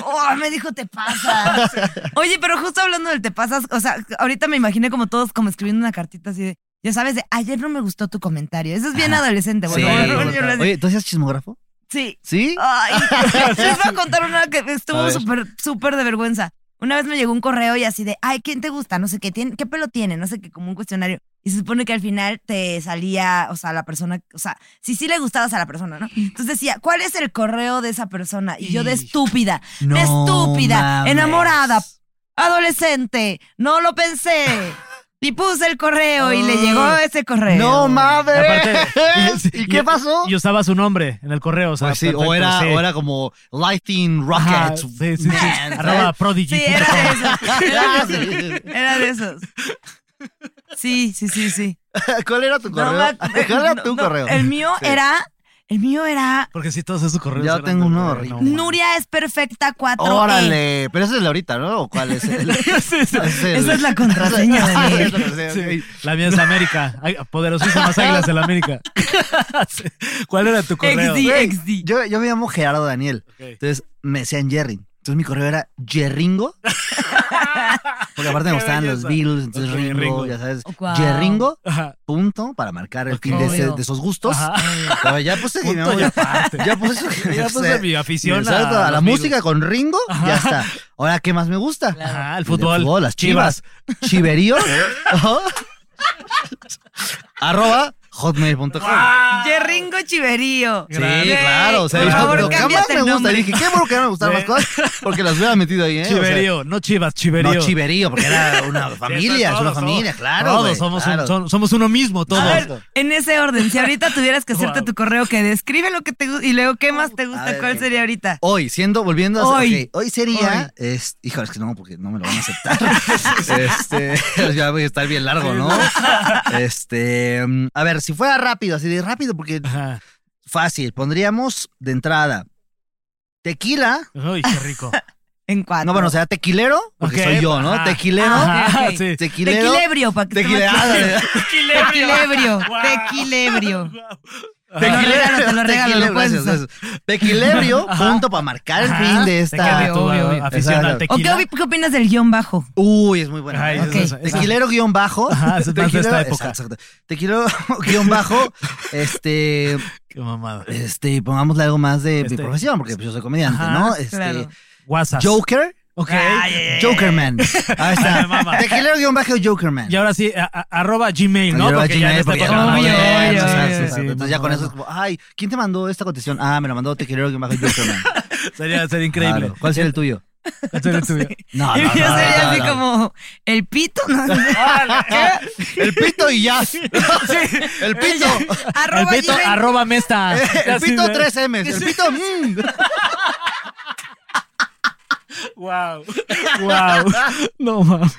[SPEAKER 3] Oh, me dijo te pasas. Oye, pero justo hablando del te pasas, o sea, ahorita me imaginé como todos como escribiendo una cartita así de, ya sabes, de ayer no me gustó tu comentario. Eso es bien adolescente,
[SPEAKER 4] Sí.
[SPEAKER 3] bueno, bueno, yo lo hacía.
[SPEAKER 4] Oye, ¿tú hacías chismógrafo?
[SPEAKER 3] Sí.
[SPEAKER 4] ¿Sí?
[SPEAKER 2] Ah,
[SPEAKER 3] Ay, les voy a contar una que
[SPEAKER 4] A
[SPEAKER 3] estuvo
[SPEAKER 4] ver.
[SPEAKER 3] súper, súper de vergüenza. Una vez me llegó un correo y así de, ay, ¿quién te gusta? No sé qué, tiene, ¿qué pelo tiene? No sé qué, como un cuestionario. Y se supone que al final te salía, o sea, la persona, o sea, si sí le gustabas a la persona, ¿no? Entonces decía, ¿cuál es el correo de esa persona? Y yo de
[SPEAKER 2] Hijo.
[SPEAKER 3] estúpida,
[SPEAKER 4] No
[SPEAKER 3] de estúpida,
[SPEAKER 4] mames.
[SPEAKER 3] enamorada, adolescente, no lo pensé. Y puse el correo y le llegó ese correo.
[SPEAKER 4] No mames.
[SPEAKER 2] aparte-
[SPEAKER 4] ¿Y qué pasó?
[SPEAKER 2] Y usaba su nombre en el correo. O sea,
[SPEAKER 4] Pues sí,
[SPEAKER 2] perfecto,
[SPEAKER 4] o, era,
[SPEAKER 2] sí.
[SPEAKER 4] o era como Lighting
[SPEAKER 2] Ajá,
[SPEAKER 4] Rockets.
[SPEAKER 2] sí, sí, sí.
[SPEAKER 4] Man,
[SPEAKER 2] Arroba prodigy.
[SPEAKER 3] Sí, era de esos. Era de esos.
[SPEAKER 4] ¿sabes?
[SPEAKER 3] Era de esos. Sí, sí, sí, sí.
[SPEAKER 4] ¿Cuál era tu
[SPEAKER 3] No me
[SPEAKER 4] correo?
[SPEAKER 3] ac-
[SPEAKER 4] ¿Cuál era
[SPEAKER 3] no,
[SPEAKER 4] tu
[SPEAKER 3] no,
[SPEAKER 4] correo?
[SPEAKER 3] El mío
[SPEAKER 4] Sí.
[SPEAKER 3] era. El mío era.
[SPEAKER 2] Porque sí, todos esos correos.
[SPEAKER 4] Ya
[SPEAKER 2] eran
[SPEAKER 4] tengo
[SPEAKER 2] del
[SPEAKER 4] uno
[SPEAKER 2] correo,
[SPEAKER 4] horrible.
[SPEAKER 2] no,
[SPEAKER 3] Nuria es perfecta E. 4
[SPEAKER 4] Órale, Ah, pero ese es el de ahorita, ¿no? ¿O cuál es el? Ah,
[SPEAKER 3] Esa es la contraseña de
[SPEAKER 4] Esa
[SPEAKER 3] mi-
[SPEAKER 4] es la contraseña.
[SPEAKER 2] Sí, la mía es América. Ay, Poderosísimas águilas de la América. Sí. ¿Cuál era tu correo?
[SPEAKER 3] XD,
[SPEAKER 4] Güey,
[SPEAKER 3] XD.
[SPEAKER 4] Yo, yo me llamo Gerardo Daniel. Entonces me decían Jerry. Entonces mi correo era Jerringo. Porque aparte me
[SPEAKER 2] Qué
[SPEAKER 4] gustaban los
[SPEAKER 2] belleza.
[SPEAKER 4] Beatles, entonces
[SPEAKER 2] Ok,
[SPEAKER 4] Ringo,
[SPEAKER 2] Ringo.
[SPEAKER 4] ya sabes.
[SPEAKER 3] Guau.
[SPEAKER 4] Jerringo,
[SPEAKER 2] Ajá.
[SPEAKER 4] punto, para marcar el fin de,
[SPEAKER 3] Obvio.
[SPEAKER 4] ese- de esos gustos. Pero ya puse mi
[SPEAKER 2] Punto
[SPEAKER 4] nombre.
[SPEAKER 2] y aparte.
[SPEAKER 4] Ya puse,
[SPEAKER 2] Ya puse mi afición
[SPEAKER 4] exacto,
[SPEAKER 2] a
[SPEAKER 4] a, la
[SPEAKER 2] los
[SPEAKER 4] música con Ringo, ya está. Ahora, ¿qué más me gusta?
[SPEAKER 2] Ajá, el
[SPEAKER 4] El
[SPEAKER 2] fútbol.
[SPEAKER 4] las chivas. Chiverío. Ajá. Arroba hotmail.com.
[SPEAKER 2] Ah,
[SPEAKER 3] Yerringo Chiverío.
[SPEAKER 4] Sí,
[SPEAKER 2] Grande.
[SPEAKER 4] claro. O sea,
[SPEAKER 3] Por
[SPEAKER 4] yo-
[SPEAKER 3] favor,
[SPEAKER 4] lo que más
[SPEAKER 3] cámbiate
[SPEAKER 4] me
[SPEAKER 3] el
[SPEAKER 4] gusta,
[SPEAKER 3] nombre.
[SPEAKER 4] dije, qué bueno que no me gustaron las cosas porque las hubiera metido ahí, ¿eh? O sea,
[SPEAKER 2] Chiverío, no chivas, chiverío.
[SPEAKER 4] no, chiverío, porque era una familia, es una
[SPEAKER 2] todos,
[SPEAKER 4] familia,
[SPEAKER 2] todos.
[SPEAKER 4] claro.
[SPEAKER 2] Todos
[SPEAKER 4] güey,
[SPEAKER 2] somos, un-
[SPEAKER 4] claro.
[SPEAKER 2] son- somos uno mismo, todos.
[SPEAKER 3] A ver, en ese orden, si ahorita tuvieras que hacerte
[SPEAKER 2] Wow.
[SPEAKER 3] tu correo que describe lo que te gusta y luego qué más te gusta,
[SPEAKER 4] A ver,
[SPEAKER 3] cuál
[SPEAKER 4] ¿qué?
[SPEAKER 3] sería ahorita.
[SPEAKER 4] Hoy, siendo, volviendo a
[SPEAKER 3] Hoy.
[SPEAKER 4] ok, hoy sería. es- híjole, es que no, porque no me lo van a aceptar. este, ya voy a estar bien largo, ¿no? Este, mm, a ver, si fuera rápido, así de rápido, porque
[SPEAKER 2] Ajá.
[SPEAKER 4] fácil, pondríamos de entrada tequila.
[SPEAKER 2] Uy, qué rico.
[SPEAKER 3] En cuatro.
[SPEAKER 4] No, bueno, o sea, tequilero, porque
[SPEAKER 2] Ok,
[SPEAKER 4] soy yo, ¿no?
[SPEAKER 2] ajá.
[SPEAKER 4] Tequilero.
[SPEAKER 3] Ah, ok,
[SPEAKER 2] Ajá,
[SPEAKER 3] ok.
[SPEAKER 2] sí.
[SPEAKER 4] Tequilero.
[SPEAKER 3] Tequilebrio, para que esté
[SPEAKER 4] Tequila-
[SPEAKER 3] más claro.
[SPEAKER 4] ah,
[SPEAKER 3] Tequilebrio.
[SPEAKER 2] Wow.
[SPEAKER 3] Tequilebrio.
[SPEAKER 4] Te lo
[SPEAKER 3] regalo, te lo regalo, lo puedes usar.
[SPEAKER 4] Tequilebrio, punto para marcar el fin de
[SPEAKER 3] Te
[SPEAKER 4] esta.
[SPEAKER 3] quedo- Obvio, obvio.
[SPEAKER 2] afición al
[SPEAKER 4] Exacto.
[SPEAKER 3] ¿O qué,
[SPEAKER 2] tequila.
[SPEAKER 3] opi- qué opinas del guión bajo?
[SPEAKER 4] Uy, es muy buena.
[SPEAKER 2] Ay,
[SPEAKER 3] Ok.
[SPEAKER 2] esa- esa-
[SPEAKER 4] Tequilero guión bajo.
[SPEAKER 2] Ajá, es más de
[SPEAKER 4] Tequilero-
[SPEAKER 2] esta época.
[SPEAKER 4] exacto, exacto. Tequilero guión bajo. Este,
[SPEAKER 2] Qué mamada.
[SPEAKER 4] este, pongámosle algo más de mi
[SPEAKER 2] Este.
[SPEAKER 4] profesión, porque pues, yo soy comediante,
[SPEAKER 2] Ajá,
[SPEAKER 4] ¿no? Este,
[SPEAKER 3] claro.
[SPEAKER 2] WhatsApp.
[SPEAKER 4] Joker.
[SPEAKER 2] Ok.
[SPEAKER 4] Jokerman. Ahí
[SPEAKER 2] Me mama.
[SPEAKER 4] está. Tequilero guión bajo Jokerman.
[SPEAKER 2] Y ahora sí, a- a- arroba Gmail, ¿no?
[SPEAKER 4] Yo era
[SPEAKER 2] Porque ya
[SPEAKER 4] Gmail,
[SPEAKER 2] en este esta
[SPEAKER 4] porque ya
[SPEAKER 2] época-
[SPEAKER 4] no
[SPEAKER 3] Obvio,
[SPEAKER 4] podemos,
[SPEAKER 3] obvio,
[SPEAKER 4] exacto,
[SPEAKER 3] obvio.
[SPEAKER 4] exacto.
[SPEAKER 2] Sí,
[SPEAKER 4] Entonces ya
[SPEAKER 2] no,
[SPEAKER 4] con
[SPEAKER 2] no,
[SPEAKER 4] eso es como, ay, ¿quién te mandó esta cotización? Ah, me la mandó Tequilero guión bajo Jokerman.
[SPEAKER 2] Sería, sería increíble.
[SPEAKER 4] Claro. ¿Cuál sería el tuyo?
[SPEAKER 2] Sería el tuyo.
[SPEAKER 4] No,
[SPEAKER 3] Y
[SPEAKER 4] no,
[SPEAKER 3] yo
[SPEAKER 4] no, no,
[SPEAKER 3] sería
[SPEAKER 4] no,
[SPEAKER 3] así
[SPEAKER 4] no.
[SPEAKER 3] como el pito, ¿no?
[SPEAKER 4] El pito y ya. El pito.
[SPEAKER 2] El
[SPEAKER 3] arroba
[SPEAKER 2] pito,
[SPEAKER 3] Gmail.
[SPEAKER 2] arroba mesta.
[SPEAKER 4] El
[SPEAKER 2] Así
[SPEAKER 4] pito
[SPEAKER 2] de-
[SPEAKER 4] 3M. El pito. mm.
[SPEAKER 2] Wow. Wow. No mames.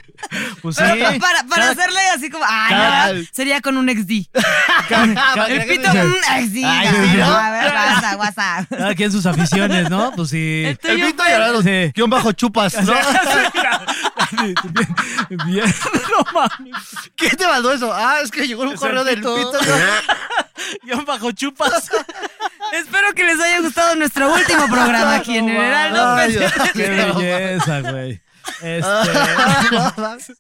[SPEAKER 2] Pues sí.
[SPEAKER 3] Pero Para, para hacerle así como, ay,
[SPEAKER 4] cada-
[SPEAKER 3] no, sería con un XD. El
[SPEAKER 4] El
[SPEAKER 3] pito, mm, XD.
[SPEAKER 4] Ay, ¿no?
[SPEAKER 3] WhatsApp, WhatsApp.
[SPEAKER 2] Cada quien sus aficiones, ¿no? Pues sí.
[SPEAKER 3] El tuyo
[SPEAKER 4] El pito y ahora los
[SPEAKER 2] Sí.
[SPEAKER 4] guión bajo chupas. ¿no?
[SPEAKER 2] Bien, bien. No mames.
[SPEAKER 4] ¿Quién te mandó eso? Ah, es que llegó un correo del
[SPEAKER 2] pito.
[SPEAKER 4] pito.
[SPEAKER 2] Yo bajo chupas.
[SPEAKER 3] Espero que les haya gustado nuestro último programa aquí en
[SPEAKER 2] No,
[SPEAKER 3] General
[SPEAKER 4] Ay,
[SPEAKER 3] López.
[SPEAKER 4] Dios.
[SPEAKER 2] Qué belleza, güey. Este,
[SPEAKER 4] No mames.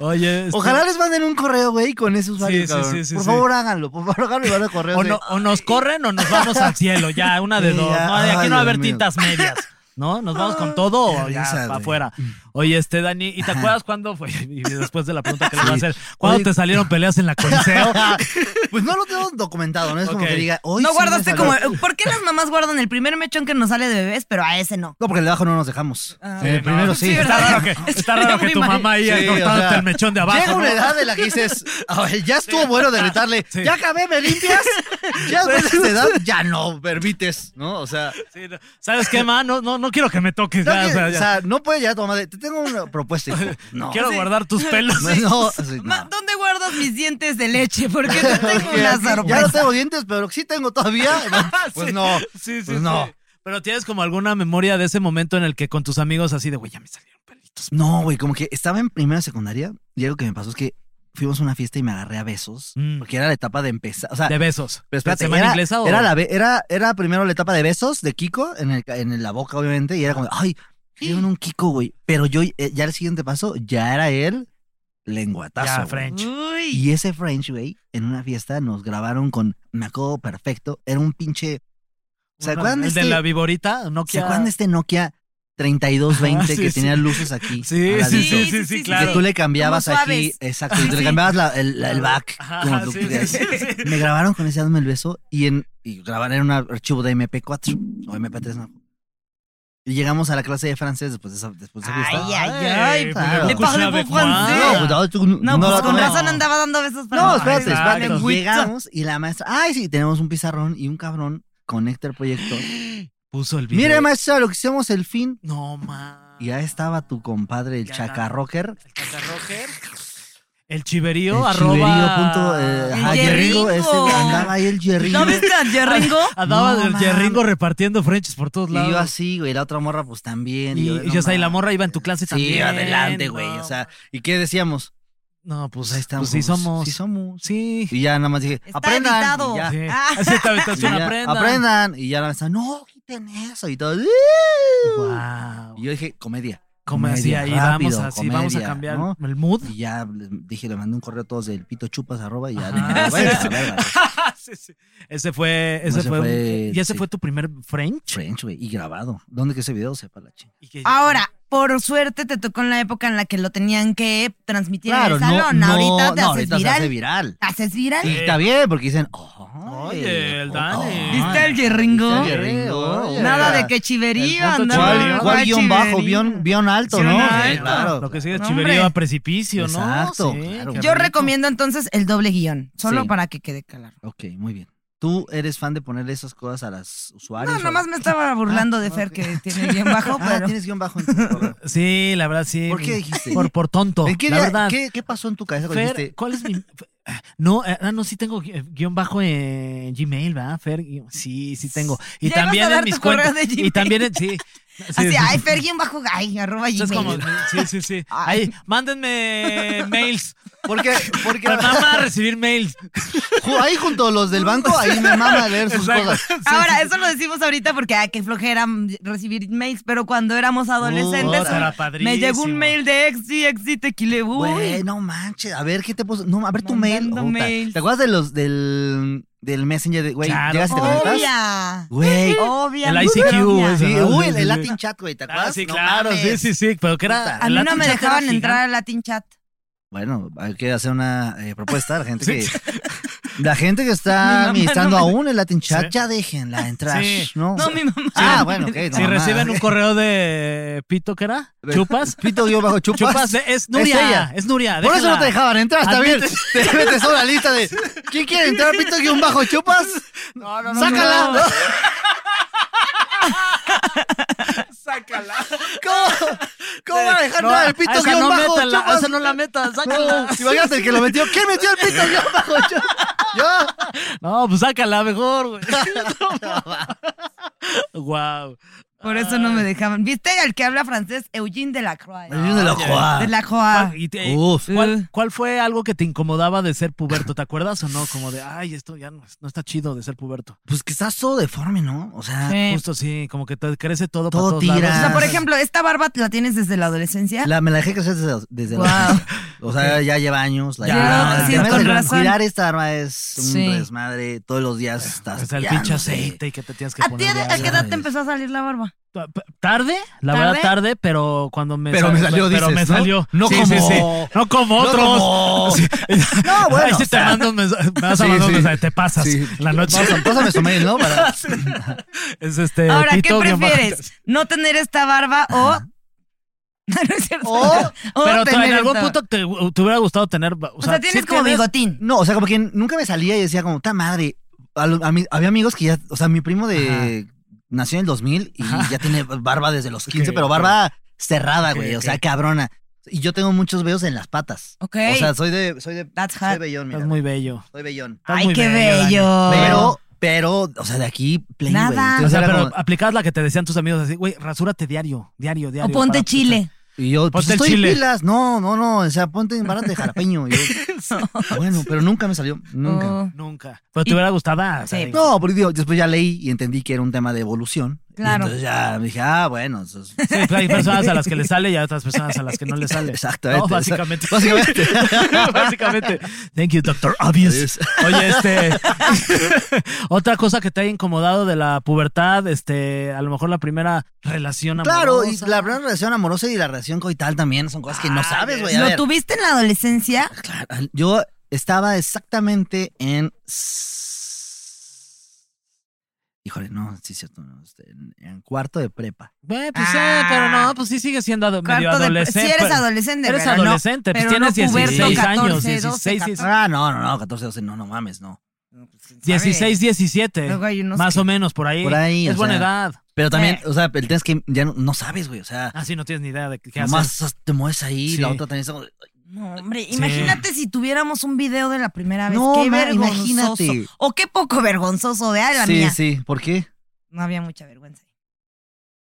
[SPEAKER 2] oye, este-
[SPEAKER 4] Ojalá les manden un correo, güey, con ese usuario.
[SPEAKER 2] Sí, sí,
[SPEAKER 4] cabrón.
[SPEAKER 2] sí, sí,
[SPEAKER 4] por
[SPEAKER 2] sí.
[SPEAKER 4] favor, háganlo. Por favor, háganlo y van a correos.
[SPEAKER 2] o,
[SPEAKER 4] de-
[SPEAKER 2] no- o nos corren o nos vamos al cielo, ya, una de
[SPEAKER 4] Sí,
[SPEAKER 2] dos.
[SPEAKER 4] ya.
[SPEAKER 2] No, de aquí
[SPEAKER 4] Ay,
[SPEAKER 2] no va a
[SPEAKER 4] Dios
[SPEAKER 2] haber
[SPEAKER 4] mío. Ah,
[SPEAKER 2] tintas medias. ¿No? ¿Nos vamos con todo o
[SPEAKER 4] Qué
[SPEAKER 2] ya
[SPEAKER 4] risa,
[SPEAKER 2] pa'
[SPEAKER 4] güey.
[SPEAKER 2] afuera? Oye, este, Dani, ¿y te acuerdas cuándo fue? Y después de la pregunta que le voy a hacer,
[SPEAKER 4] Oye.
[SPEAKER 2] ¿cuándo te salieron peleas en la Coliseo?
[SPEAKER 4] Pues no lo tengo documentado, no es como
[SPEAKER 2] Ok.
[SPEAKER 4] que diga. hoy
[SPEAKER 3] No
[SPEAKER 4] sí me
[SPEAKER 3] guardaste
[SPEAKER 4] salió.
[SPEAKER 3] como. ¿Por qué las mamás guardan el primer mechón que nos sale de bebés, pero a ese no?
[SPEAKER 4] No, porque el de abajo no nos dejamos.
[SPEAKER 3] Ah.
[SPEAKER 4] Eh,
[SPEAKER 3] Sí,
[SPEAKER 4] primero sí.
[SPEAKER 3] ¿verdad?
[SPEAKER 2] Está raro que, está raro que
[SPEAKER 3] Muy
[SPEAKER 2] tu
[SPEAKER 3] mal.
[SPEAKER 2] mamá ahí
[SPEAKER 4] Sí,
[SPEAKER 2] haya cortado
[SPEAKER 4] o sea,
[SPEAKER 2] el melchón de abajo.
[SPEAKER 4] Llega una
[SPEAKER 2] ¿no?
[SPEAKER 4] edad de la que dices, "A ver, ya estuvo bueno de gritarle, ya acabé, me limpias. Ya después de esa edad, ya no permites, ¿no? O sea,
[SPEAKER 2] Sí, no. ¿Sabes qué, ma? No, no, no quiero que me toques.
[SPEAKER 4] no,
[SPEAKER 2] ya,
[SPEAKER 4] que-
[SPEAKER 2] o sea, ya.
[SPEAKER 4] no puede llegar tu mamá de, te, te tengo una propuesta. hijo. No.
[SPEAKER 2] Quiero guardar tus pelos.
[SPEAKER 4] Pues No, sí,
[SPEAKER 3] Ma-
[SPEAKER 4] no.
[SPEAKER 3] ¿Dónde guardas mis dientes de leche? Porque te tengo una
[SPEAKER 4] Ya no
[SPEAKER 3] sorpresa.
[SPEAKER 4] tengo dientes, pero sí tengo todavía. Pues
[SPEAKER 2] Sí,
[SPEAKER 4] no.
[SPEAKER 2] Sí, sí,
[SPEAKER 4] pues
[SPEAKER 2] sí.
[SPEAKER 4] no.
[SPEAKER 2] Pero tienes como alguna memoria de ese momento en el que con tus amigos así de, güey, ya me salieron pelitos.
[SPEAKER 4] No, güey, como que estaba en primera secundaria y algo que me pasó es que fuimos a una fiesta y me agarré a besos.
[SPEAKER 2] Mm.
[SPEAKER 4] Porque era la etapa de empezar. O sea,
[SPEAKER 2] De besos.
[SPEAKER 4] Pero espérate,
[SPEAKER 2] ¿Semana
[SPEAKER 4] era,
[SPEAKER 2] inglesa o...?
[SPEAKER 4] era, la, be- era, era primero la etapa de besos de Kiko en, el, en la boca, obviamente, y era como, ay, me dieron un Kiko, güey. Pero yo, eh, ya el siguiente paso, ya era el lenguatazo.
[SPEAKER 2] Ya,
[SPEAKER 4] güey.
[SPEAKER 2] French.
[SPEAKER 3] Uy.
[SPEAKER 4] Y ese French, güey, en una fiesta nos grabaron con, me acuerdo perfecto, era un pinche, ¿se
[SPEAKER 2] Una-
[SPEAKER 4] acuerdan de
[SPEAKER 2] el
[SPEAKER 4] este,
[SPEAKER 2] de la viborita? No
[SPEAKER 4] ¿se acuerdan de este Nokia 3220
[SPEAKER 2] Ah, sí,
[SPEAKER 4] que
[SPEAKER 2] sí.
[SPEAKER 4] tenía luces aquí?
[SPEAKER 2] Sí,
[SPEAKER 4] al
[SPEAKER 2] sí,
[SPEAKER 4] ladito?
[SPEAKER 2] sí, sí, sí, claro.
[SPEAKER 4] Que tú le cambiabas
[SPEAKER 3] Como
[SPEAKER 4] aquí,
[SPEAKER 3] suaves.
[SPEAKER 4] exacto, y tú le
[SPEAKER 3] Sí.
[SPEAKER 4] cambiabas la- el, la- el back,
[SPEAKER 2] Ajá,
[SPEAKER 4] como tú
[SPEAKER 2] sí,
[SPEAKER 4] querías.
[SPEAKER 2] sí, sí, sí.
[SPEAKER 4] Me grabaron con ese dame el beso y, en, y grabaron en un archivo de MP4 o MP3, no. Y llegamos a la clase de francés después de esa, después de esa fiesta.
[SPEAKER 3] Ay, ay, ay.
[SPEAKER 2] Ay, pues,
[SPEAKER 4] claro.
[SPEAKER 3] Le
[SPEAKER 4] Le
[SPEAKER 2] couche
[SPEAKER 3] parle
[SPEAKER 2] avec
[SPEAKER 3] pour français.
[SPEAKER 2] moi.
[SPEAKER 4] No, pues, no, tú no,
[SPEAKER 3] No,
[SPEAKER 4] no
[SPEAKER 3] pues
[SPEAKER 4] la
[SPEAKER 3] con
[SPEAKER 4] tomé.
[SPEAKER 3] razón andaba dando besos para
[SPEAKER 4] No,
[SPEAKER 3] abajo.
[SPEAKER 4] espérate,
[SPEAKER 2] Exacto.
[SPEAKER 4] espérate. Llegamos y la maestra, ay, sí, tenemos un pizarrón y un cabrón conecta el proyecto.
[SPEAKER 2] Puso el video.
[SPEAKER 4] Mire, maestra, lo que hicimos el fin.
[SPEAKER 2] No, ma.
[SPEAKER 4] Y ya estaba tu compadre, el
[SPEAKER 2] Ya.
[SPEAKER 4] chacarrocker.
[SPEAKER 2] El cacarrocker. El chiverío,
[SPEAKER 4] El
[SPEAKER 2] arroba...
[SPEAKER 4] chiverío punto, eh,
[SPEAKER 3] El
[SPEAKER 4] ajá, yerringo, ese,
[SPEAKER 3] yerringo.
[SPEAKER 4] andaba ahí el yerringo.
[SPEAKER 3] ¿No viste al Jerringo?
[SPEAKER 2] Andaba
[SPEAKER 4] No,
[SPEAKER 2] el
[SPEAKER 4] ma.
[SPEAKER 2] yerringo repartiendo Frenches por todos lados.
[SPEAKER 4] Y yo así, güey, la otra morra pues también.
[SPEAKER 2] Y,
[SPEAKER 4] yo,
[SPEAKER 2] y,
[SPEAKER 4] no
[SPEAKER 2] o sea, y la
[SPEAKER 4] mames.
[SPEAKER 2] morra iba en tu clase también.
[SPEAKER 4] Sí, adelante, güey.
[SPEAKER 2] no,
[SPEAKER 4] O sea, ¿y qué decíamos?
[SPEAKER 2] No, pues,
[SPEAKER 4] Pues ahí estamos.
[SPEAKER 2] pues sí somos.
[SPEAKER 4] Sí somos.
[SPEAKER 2] Sí.
[SPEAKER 4] Y ya nada más dije,
[SPEAKER 3] Está
[SPEAKER 4] aprendan. y
[SPEAKER 3] editado.
[SPEAKER 4] ya.
[SPEAKER 2] Sí.
[SPEAKER 3] Ah.
[SPEAKER 2] Así esta
[SPEAKER 4] Y
[SPEAKER 2] habitación
[SPEAKER 4] ya,
[SPEAKER 2] aprendan.
[SPEAKER 4] aprendan. Y ya la maestra, no, quiten eso. Y todo. "Uy".
[SPEAKER 2] Wow.
[SPEAKER 4] Y yo dije, comedia.
[SPEAKER 2] Como así,
[SPEAKER 4] Comedia,
[SPEAKER 2] ahí
[SPEAKER 4] rápido,
[SPEAKER 2] vamos así, vamos a
[SPEAKER 4] comedia,
[SPEAKER 2] cambiar
[SPEAKER 4] ¿no?
[SPEAKER 2] el mood.
[SPEAKER 4] Y ya les dije, le mandé un correo a todos del pito chupas arroba y ya.
[SPEAKER 2] Ajá.
[SPEAKER 4] le dije, "Bueno,
[SPEAKER 2] Sí, sí.
[SPEAKER 4] a ver, a ver".
[SPEAKER 2] Sí, sí. Ese fue, ese,
[SPEAKER 4] Ese
[SPEAKER 2] fue,
[SPEAKER 4] fue-
[SPEAKER 2] y ese
[SPEAKER 4] sí.
[SPEAKER 2] fue tu primer French.
[SPEAKER 4] French, güey. Y grabado. ¿Dónde que ese video sepa la chingada?
[SPEAKER 2] Y que-
[SPEAKER 3] Ahora, por suerte te tocó en la época en la que lo tenían que transmitir en el salón. ahorita te
[SPEAKER 4] no,
[SPEAKER 3] haces
[SPEAKER 4] ahorita
[SPEAKER 3] viral.
[SPEAKER 4] se hace viral.
[SPEAKER 3] Te haces viral.
[SPEAKER 4] Y está bien, porque dicen, "Ay, oh,
[SPEAKER 2] Oye, el Dani.
[SPEAKER 4] ay,
[SPEAKER 3] ¿Viste el yerringo?
[SPEAKER 4] ¿Viste el yerringo? Oye.
[SPEAKER 3] Nada de que
[SPEAKER 2] El
[SPEAKER 3] chivería.
[SPEAKER 2] punto
[SPEAKER 3] andaba-
[SPEAKER 2] chiverío.
[SPEAKER 4] ¿Cuál,
[SPEAKER 2] No,
[SPEAKER 4] cuál guión
[SPEAKER 3] chivería.
[SPEAKER 4] bajo? Guión, guión alto,
[SPEAKER 2] Sí,
[SPEAKER 4] ¿no?
[SPEAKER 2] ¿no?
[SPEAKER 4] Sí, claro.
[SPEAKER 2] Lo que sigue es
[SPEAKER 3] No,
[SPEAKER 2] chiverío
[SPEAKER 3] hombre.
[SPEAKER 2] a precipicio, ¿no?
[SPEAKER 4] Exacto,
[SPEAKER 2] Sí,
[SPEAKER 4] claro.
[SPEAKER 2] qué
[SPEAKER 3] Yo
[SPEAKER 2] rico.
[SPEAKER 3] recomiendo entonces el doble guión, solo
[SPEAKER 4] Sí.
[SPEAKER 3] para que quede claro.
[SPEAKER 4] Ok, muy bien. ¿Tú eres fan de ponerle esas cosas a las usuarias?
[SPEAKER 3] No,
[SPEAKER 4] o-
[SPEAKER 3] nomás me estaba burlando de
[SPEAKER 4] Ah,
[SPEAKER 3] Fer
[SPEAKER 4] ok.
[SPEAKER 3] que tiene bien bajo,
[SPEAKER 4] Ah,
[SPEAKER 3] pero
[SPEAKER 4] tienes guión bajo en tu correo.
[SPEAKER 2] Sí, la verdad, sí.
[SPEAKER 4] ¿Por qué dijiste?
[SPEAKER 2] Por, por tonto.
[SPEAKER 4] ¿En qué,
[SPEAKER 2] la
[SPEAKER 4] día-
[SPEAKER 2] verdad.
[SPEAKER 4] qué- qué pasó en tu cabeza cuando
[SPEAKER 2] Fer,
[SPEAKER 4] dijiste?
[SPEAKER 2] ¿cuál es mi...? No, eh, ah, no, sí tengo gui- guión bajo en Gmail, ¿verdad, Fer? Sí, sí tengo. Y
[SPEAKER 3] Ya ibas a
[SPEAKER 2] también
[SPEAKER 3] dar
[SPEAKER 2] en
[SPEAKER 3] tu
[SPEAKER 2] mis
[SPEAKER 3] correo
[SPEAKER 2] cuentas.
[SPEAKER 3] de Gmail.
[SPEAKER 2] Y también en... Sí.
[SPEAKER 3] así, ay, Fer guión bajo, ay, arroba
[SPEAKER 2] Eso
[SPEAKER 3] Gmail.
[SPEAKER 2] es como, sí, sí, sí.
[SPEAKER 3] Ay.
[SPEAKER 2] Ahí, mándenme mails.
[SPEAKER 4] ¿Por qué? Porque
[SPEAKER 2] Pero Pues nada más recibir mails.
[SPEAKER 4] ju- ahí junto a los del banco, ahí me mama leer sus
[SPEAKER 2] Exacto.
[SPEAKER 4] cosas.
[SPEAKER 3] Ahora, eso lo decimos ahorita porque, ay, qué flojera mm, recibir mails, pero cuando éramos adolescentes,
[SPEAKER 2] será
[SPEAKER 3] me-
[SPEAKER 2] padrísimo.
[SPEAKER 3] me llegó un mail de Exi, Exi, tequile,
[SPEAKER 4] Güey,
[SPEAKER 3] uy.
[SPEAKER 4] no manches. A ver, ¿qué te puso? No, a ver tu mail.
[SPEAKER 3] Mandando
[SPEAKER 4] Oh, puta.
[SPEAKER 3] mails.
[SPEAKER 4] ¿Te acuerdas de los del, del messenger? De, güey,
[SPEAKER 2] Claro.
[SPEAKER 4] llegas y te conectas.
[SPEAKER 3] Obvia.
[SPEAKER 4] Güey.
[SPEAKER 3] Obvia.
[SPEAKER 2] El
[SPEAKER 3] muy
[SPEAKER 2] ICQ,
[SPEAKER 3] obvia.
[SPEAKER 2] ese.
[SPEAKER 4] Sí,
[SPEAKER 2] Ah,
[SPEAKER 4] uy,
[SPEAKER 2] sí,
[SPEAKER 4] el,
[SPEAKER 2] sí, sí.
[SPEAKER 4] Latin Chat, güey, ¿te acuerdas?
[SPEAKER 2] Ah, sí,
[SPEAKER 4] No
[SPEAKER 2] claro, sí,
[SPEAKER 4] mames.
[SPEAKER 2] sí, sí. Pero que era.
[SPEAKER 3] A mí
[SPEAKER 2] el
[SPEAKER 3] no me
[SPEAKER 2] Latin Chat era
[SPEAKER 3] dejaban
[SPEAKER 2] gigante.
[SPEAKER 3] entrar al Latin Chat.
[SPEAKER 4] Bueno, hay que hacer una eh, propuesta a la gente
[SPEAKER 2] Sí.
[SPEAKER 4] que. La gente que está
[SPEAKER 3] Mi mamá
[SPEAKER 4] administrando
[SPEAKER 3] no me-
[SPEAKER 4] aún el Latin Chat,
[SPEAKER 2] Sí.
[SPEAKER 4] ya déjenla entrar.
[SPEAKER 2] Sí.
[SPEAKER 4] ¿no?
[SPEAKER 3] No, mi mamá.
[SPEAKER 4] Ah, bueno, ok.
[SPEAKER 2] Si reciben un correo de Pito, ¿qué era? ¿Chupas?
[SPEAKER 4] Pito guión bajo chupas.
[SPEAKER 2] Chupas, de- es Nuria.
[SPEAKER 4] Es ella.
[SPEAKER 2] Es Nuria.
[SPEAKER 4] Por eso
[SPEAKER 2] Ah, déjala.
[SPEAKER 4] no te dejaban entrar, está bien. Te metes a una lista de. ¿Quién quiere entrar? Pito guión bajo chupas. No, no, no. Sácala.
[SPEAKER 3] no.
[SPEAKER 2] Sácala.
[SPEAKER 4] ¿Cómo, cómo van a dejar
[SPEAKER 2] No,
[SPEAKER 4] entrar el
[SPEAKER 2] a
[SPEAKER 4] pito
[SPEAKER 2] esa
[SPEAKER 4] guión
[SPEAKER 2] no
[SPEAKER 4] bajo
[SPEAKER 2] métela, a
[SPEAKER 4] chupas?
[SPEAKER 2] esa no la metas, sácala.
[SPEAKER 4] No, Imagínate el que lo metió. ¿Quién metió el pito guión bajo chupas? Yo.
[SPEAKER 2] No, pues sácala mejor, güey. Wow.
[SPEAKER 3] Por eso no me dejaban. ¿Viste al que habla francés? Eugene Delacroix.
[SPEAKER 4] Eugene Delacroix.
[SPEAKER 3] De la Croix.
[SPEAKER 4] Uf.
[SPEAKER 2] ¿Cuál, cuál fue algo que te incomodaba de ser puberto? ¿Te acuerdas o no? Como de, ay, esto ya no, no está chido de ser puberto.
[SPEAKER 4] Pues que estás todo deforme, ¿no? O sea,
[SPEAKER 3] Sí.
[SPEAKER 2] Justo sí, como que te crece todo,
[SPEAKER 4] Todo
[SPEAKER 2] para todos lados.
[SPEAKER 4] tira.
[SPEAKER 3] O sea, por
[SPEAKER 4] Ah.
[SPEAKER 3] ejemplo, esta barba la tienes desde la adolescencia.
[SPEAKER 4] la, me la dejé crecer desde, desde
[SPEAKER 3] Wow.
[SPEAKER 4] la infancia. O sea, ya lleva años. La
[SPEAKER 2] Ya,
[SPEAKER 4] lleva-
[SPEAKER 2] sí,
[SPEAKER 4] el tema
[SPEAKER 2] con
[SPEAKER 4] es de
[SPEAKER 3] razón.
[SPEAKER 4] Cuidar esta arma es un
[SPEAKER 3] Sí.
[SPEAKER 4] desmadre. Todos los días estás.
[SPEAKER 2] Pues el
[SPEAKER 4] ya,
[SPEAKER 2] pinche
[SPEAKER 4] no sé.
[SPEAKER 2] aceite y que te tienes que
[SPEAKER 3] ¿A ti
[SPEAKER 2] poner.
[SPEAKER 3] de-
[SPEAKER 2] ya
[SPEAKER 3] a qué
[SPEAKER 2] sabes.
[SPEAKER 3] edad te empezó a salir la barba?
[SPEAKER 2] Tarde, la
[SPEAKER 3] ¿Tarde?
[SPEAKER 2] verdad tarde, pero cuando me
[SPEAKER 4] Pero me salió,
[SPEAKER 2] pero me
[SPEAKER 4] dices, ¿no?
[SPEAKER 2] salió.
[SPEAKER 4] No
[SPEAKER 2] Sí,
[SPEAKER 4] como-
[SPEAKER 2] sí, sí. no como
[SPEAKER 4] No
[SPEAKER 2] otros.
[SPEAKER 4] como-
[SPEAKER 2] Sí.
[SPEAKER 4] No, bueno,
[SPEAKER 2] Ahí sí
[SPEAKER 4] o
[SPEAKER 2] te
[SPEAKER 4] sea.
[SPEAKER 2] mando un mensaje, me vas a
[SPEAKER 4] Sí,
[SPEAKER 2] mandar un
[SPEAKER 4] sí.
[SPEAKER 2] mensaje, te pasas
[SPEAKER 4] Sí.
[SPEAKER 2] la noche.
[SPEAKER 4] Pásame, pásame su mail, ¿no? Para-
[SPEAKER 2] Es este
[SPEAKER 3] Ahora, ¿qué
[SPEAKER 2] Tito guión bajo-
[SPEAKER 3] prefieres? ¿No tener esta barba o.? No es cierto.
[SPEAKER 4] O-
[SPEAKER 3] O
[SPEAKER 2] Pero tú, en
[SPEAKER 3] tener
[SPEAKER 2] algún
[SPEAKER 3] esta-
[SPEAKER 2] punto te, te hubiera gustado tener. O sea,
[SPEAKER 3] O sea, tienes
[SPEAKER 2] sí
[SPEAKER 3] como bigotín.
[SPEAKER 4] No, o sea, como que nunca me salía y decía como, ta madre. A lo- a mí- había amigos que ya, o sea, mi primo de nació en el 2000 y ya tiene barba desde los 15,
[SPEAKER 2] Ok,
[SPEAKER 4] pero barba cerrada,
[SPEAKER 2] Ok,
[SPEAKER 4] güey. O
[SPEAKER 2] ok.
[SPEAKER 4] sea, cabrona. Y yo tengo muchos vellos en las patas.
[SPEAKER 3] Ok.
[SPEAKER 4] O sea, soy de. Soy de.
[SPEAKER 3] That's
[SPEAKER 4] soy
[SPEAKER 3] hot.
[SPEAKER 4] vellón, mira.
[SPEAKER 2] Estás muy bello.
[SPEAKER 4] Soy vellón.
[SPEAKER 2] Estás
[SPEAKER 3] Ay,
[SPEAKER 2] muy
[SPEAKER 3] qué
[SPEAKER 2] Dani.
[SPEAKER 3] bello.
[SPEAKER 4] Pero, pero, o sea, de aquí, plain, güey.
[SPEAKER 3] Ah. Nada.
[SPEAKER 4] Entonces
[SPEAKER 2] O sea,
[SPEAKER 4] era
[SPEAKER 2] pero
[SPEAKER 4] como-
[SPEAKER 2] aplicabas la que te decían tus amigos así, güey, rasúrate diario, diario,
[SPEAKER 3] o
[SPEAKER 2] diario.
[SPEAKER 3] ponte
[SPEAKER 2] para-
[SPEAKER 3] chile.
[SPEAKER 4] Y yo, pues
[SPEAKER 2] Ponte el
[SPEAKER 4] estoy
[SPEAKER 2] chile.
[SPEAKER 4] en pilas. No, no, no. O sea, ponte en barras de jalapeño. Y yo, bueno, pero nunca me salió. Nunca.
[SPEAKER 3] Oh.
[SPEAKER 2] Nunca. Pero te
[SPEAKER 3] Y-
[SPEAKER 2] hubiera gustado. ah,
[SPEAKER 3] Sí. pues
[SPEAKER 2] Dani.
[SPEAKER 4] No, porque digo, después ya leí y entendí que era un tema de evolución. Y
[SPEAKER 3] Claro.
[SPEAKER 4] entonces ya dije, ah, bueno. eso es-
[SPEAKER 2] Sí, claro, Pues, hay personas a las que le sale y hay otras personas a las que no le sale.
[SPEAKER 4] Exactamente.
[SPEAKER 2] No, básicamente.
[SPEAKER 4] Básicamente.
[SPEAKER 2] Básicamente. Thank you, Doctor Obvious.
[SPEAKER 4] Adiós.
[SPEAKER 2] Oye, este. otra cosa que te haya incomodado de la pubertad, este, a lo mejor la primera relación amorosa.
[SPEAKER 4] Claro, y la verdad, la relación amorosa y la relación coital también son cosas que
[SPEAKER 2] Ah,
[SPEAKER 4] no sabes, güey. A
[SPEAKER 3] ¿Lo
[SPEAKER 4] ver,
[SPEAKER 3] tuviste en la adolescencia?
[SPEAKER 4] claro, yo estaba exactamente en. s- Híjole, no, sí es cierto. no, este, en- en cuarto de prepa.
[SPEAKER 2] Bueno, pues sí,
[SPEAKER 3] Ah.
[SPEAKER 2] pero no, pues sí sigue siendo ado- medio
[SPEAKER 3] Cuarto de-
[SPEAKER 2] adolescente.
[SPEAKER 3] sí eres
[SPEAKER 2] pues.
[SPEAKER 3] adolescente,
[SPEAKER 2] Eres
[SPEAKER 3] pero no-
[SPEAKER 2] adolescente, pues
[SPEAKER 3] pero no
[SPEAKER 2] tienes
[SPEAKER 3] puberto,
[SPEAKER 2] 16 años,
[SPEAKER 3] 14,
[SPEAKER 2] 16,
[SPEAKER 3] 12,
[SPEAKER 4] Ah, no, no, no, 14, 12, no, no mames, no.
[SPEAKER 2] 16, 17.
[SPEAKER 3] pues, Luego hay unos
[SPEAKER 2] Más
[SPEAKER 3] que-
[SPEAKER 2] o menos, por ahí.
[SPEAKER 4] Por ahí,
[SPEAKER 2] Es
[SPEAKER 4] o
[SPEAKER 2] buena
[SPEAKER 4] sea.
[SPEAKER 2] edad.
[SPEAKER 4] Pero también,
[SPEAKER 3] Sí.
[SPEAKER 4] o sea, el tema es que ya no, no sabes, güey, o sea,
[SPEAKER 3] Ah,
[SPEAKER 2] Así no tienes ni idea de qué haces.
[SPEAKER 4] nomás te mueves ahí,
[SPEAKER 2] Sí.
[SPEAKER 4] la otra también está como,
[SPEAKER 3] No, hombre, imagínate si tuviéramos un video de la primera vez.
[SPEAKER 4] No,
[SPEAKER 3] qué
[SPEAKER 4] ma,
[SPEAKER 3] vergonzoso.
[SPEAKER 4] imagínate.
[SPEAKER 3] O qué poco vergonzoso, vea la
[SPEAKER 4] Sí,
[SPEAKER 3] mía.
[SPEAKER 4] sí, ¿por qué?
[SPEAKER 3] No había mucha vergüenza.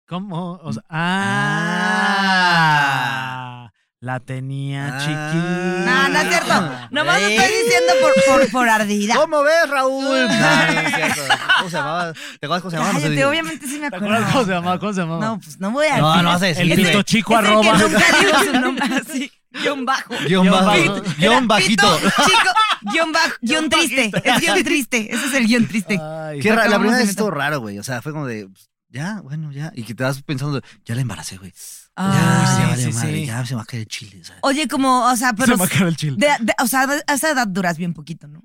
[SPEAKER 2] ¿Cómo? O sea, ah, la tenía
[SPEAKER 4] Ah.
[SPEAKER 2] chiquita.
[SPEAKER 3] No, no es cierto.
[SPEAKER 4] Ah.
[SPEAKER 3] Nomás lo
[SPEAKER 4] Ey.
[SPEAKER 3] estoy diciendo por, por, por ardida.
[SPEAKER 4] ¿Cómo ves, Raúl? No, no es cierto. ¿Cómo se llamaba? ¿Te acuerdas cómo se llamaba? No, sé,
[SPEAKER 3] Cállate,
[SPEAKER 4] digo.
[SPEAKER 3] obviamente sí me
[SPEAKER 2] ¿Te
[SPEAKER 3] acuerdo.
[SPEAKER 2] acuerdas cómo se llamaba? ¿Cómo se llamaba?
[SPEAKER 3] No, pues no voy a
[SPEAKER 4] no, no vas a
[SPEAKER 2] el
[SPEAKER 4] decir.
[SPEAKER 3] Es
[SPEAKER 2] pito
[SPEAKER 4] güey.
[SPEAKER 2] chico
[SPEAKER 3] es
[SPEAKER 2] arroba.
[SPEAKER 3] El que nunca digo su nombre así. Guión bajo.
[SPEAKER 4] Guión
[SPEAKER 2] Guión
[SPEAKER 4] bajito.
[SPEAKER 2] bajo.
[SPEAKER 4] Guión bajito.
[SPEAKER 3] Pito, chico, guión bajo, guión triste. Es guión triste. Ese es el guión triste.
[SPEAKER 2] Ay,
[SPEAKER 4] Qué ra- la
[SPEAKER 3] Acabamos
[SPEAKER 4] primera
[SPEAKER 3] de
[SPEAKER 4] vez
[SPEAKER 3] inventar.
[SPEAKER 4] estuvo raro, güey, o sea, fue como de, pues, ya, bueno, ya, y que te vas pensando, ya la embaracé, güey.
[SPEAKER 3] Ah,
[SPEAKER 4] ya,
[SPEAKER 2] sí,
[SPEAKER 4] ya, vale,
[SPEAKER 2] sí,
[SPEAKER 4] madre,
[SPEAKER 2] sí.
[SPEAKER 4] ya se me va a caer el chile, o sea,
[SPEAKER 3] Oye, como, o sea, pero.
[SPEAKER 2] se me acaba el chile.
[SPEAKER 3] de- de- o sea, de- a esa edad duras bien poquito, ¿no?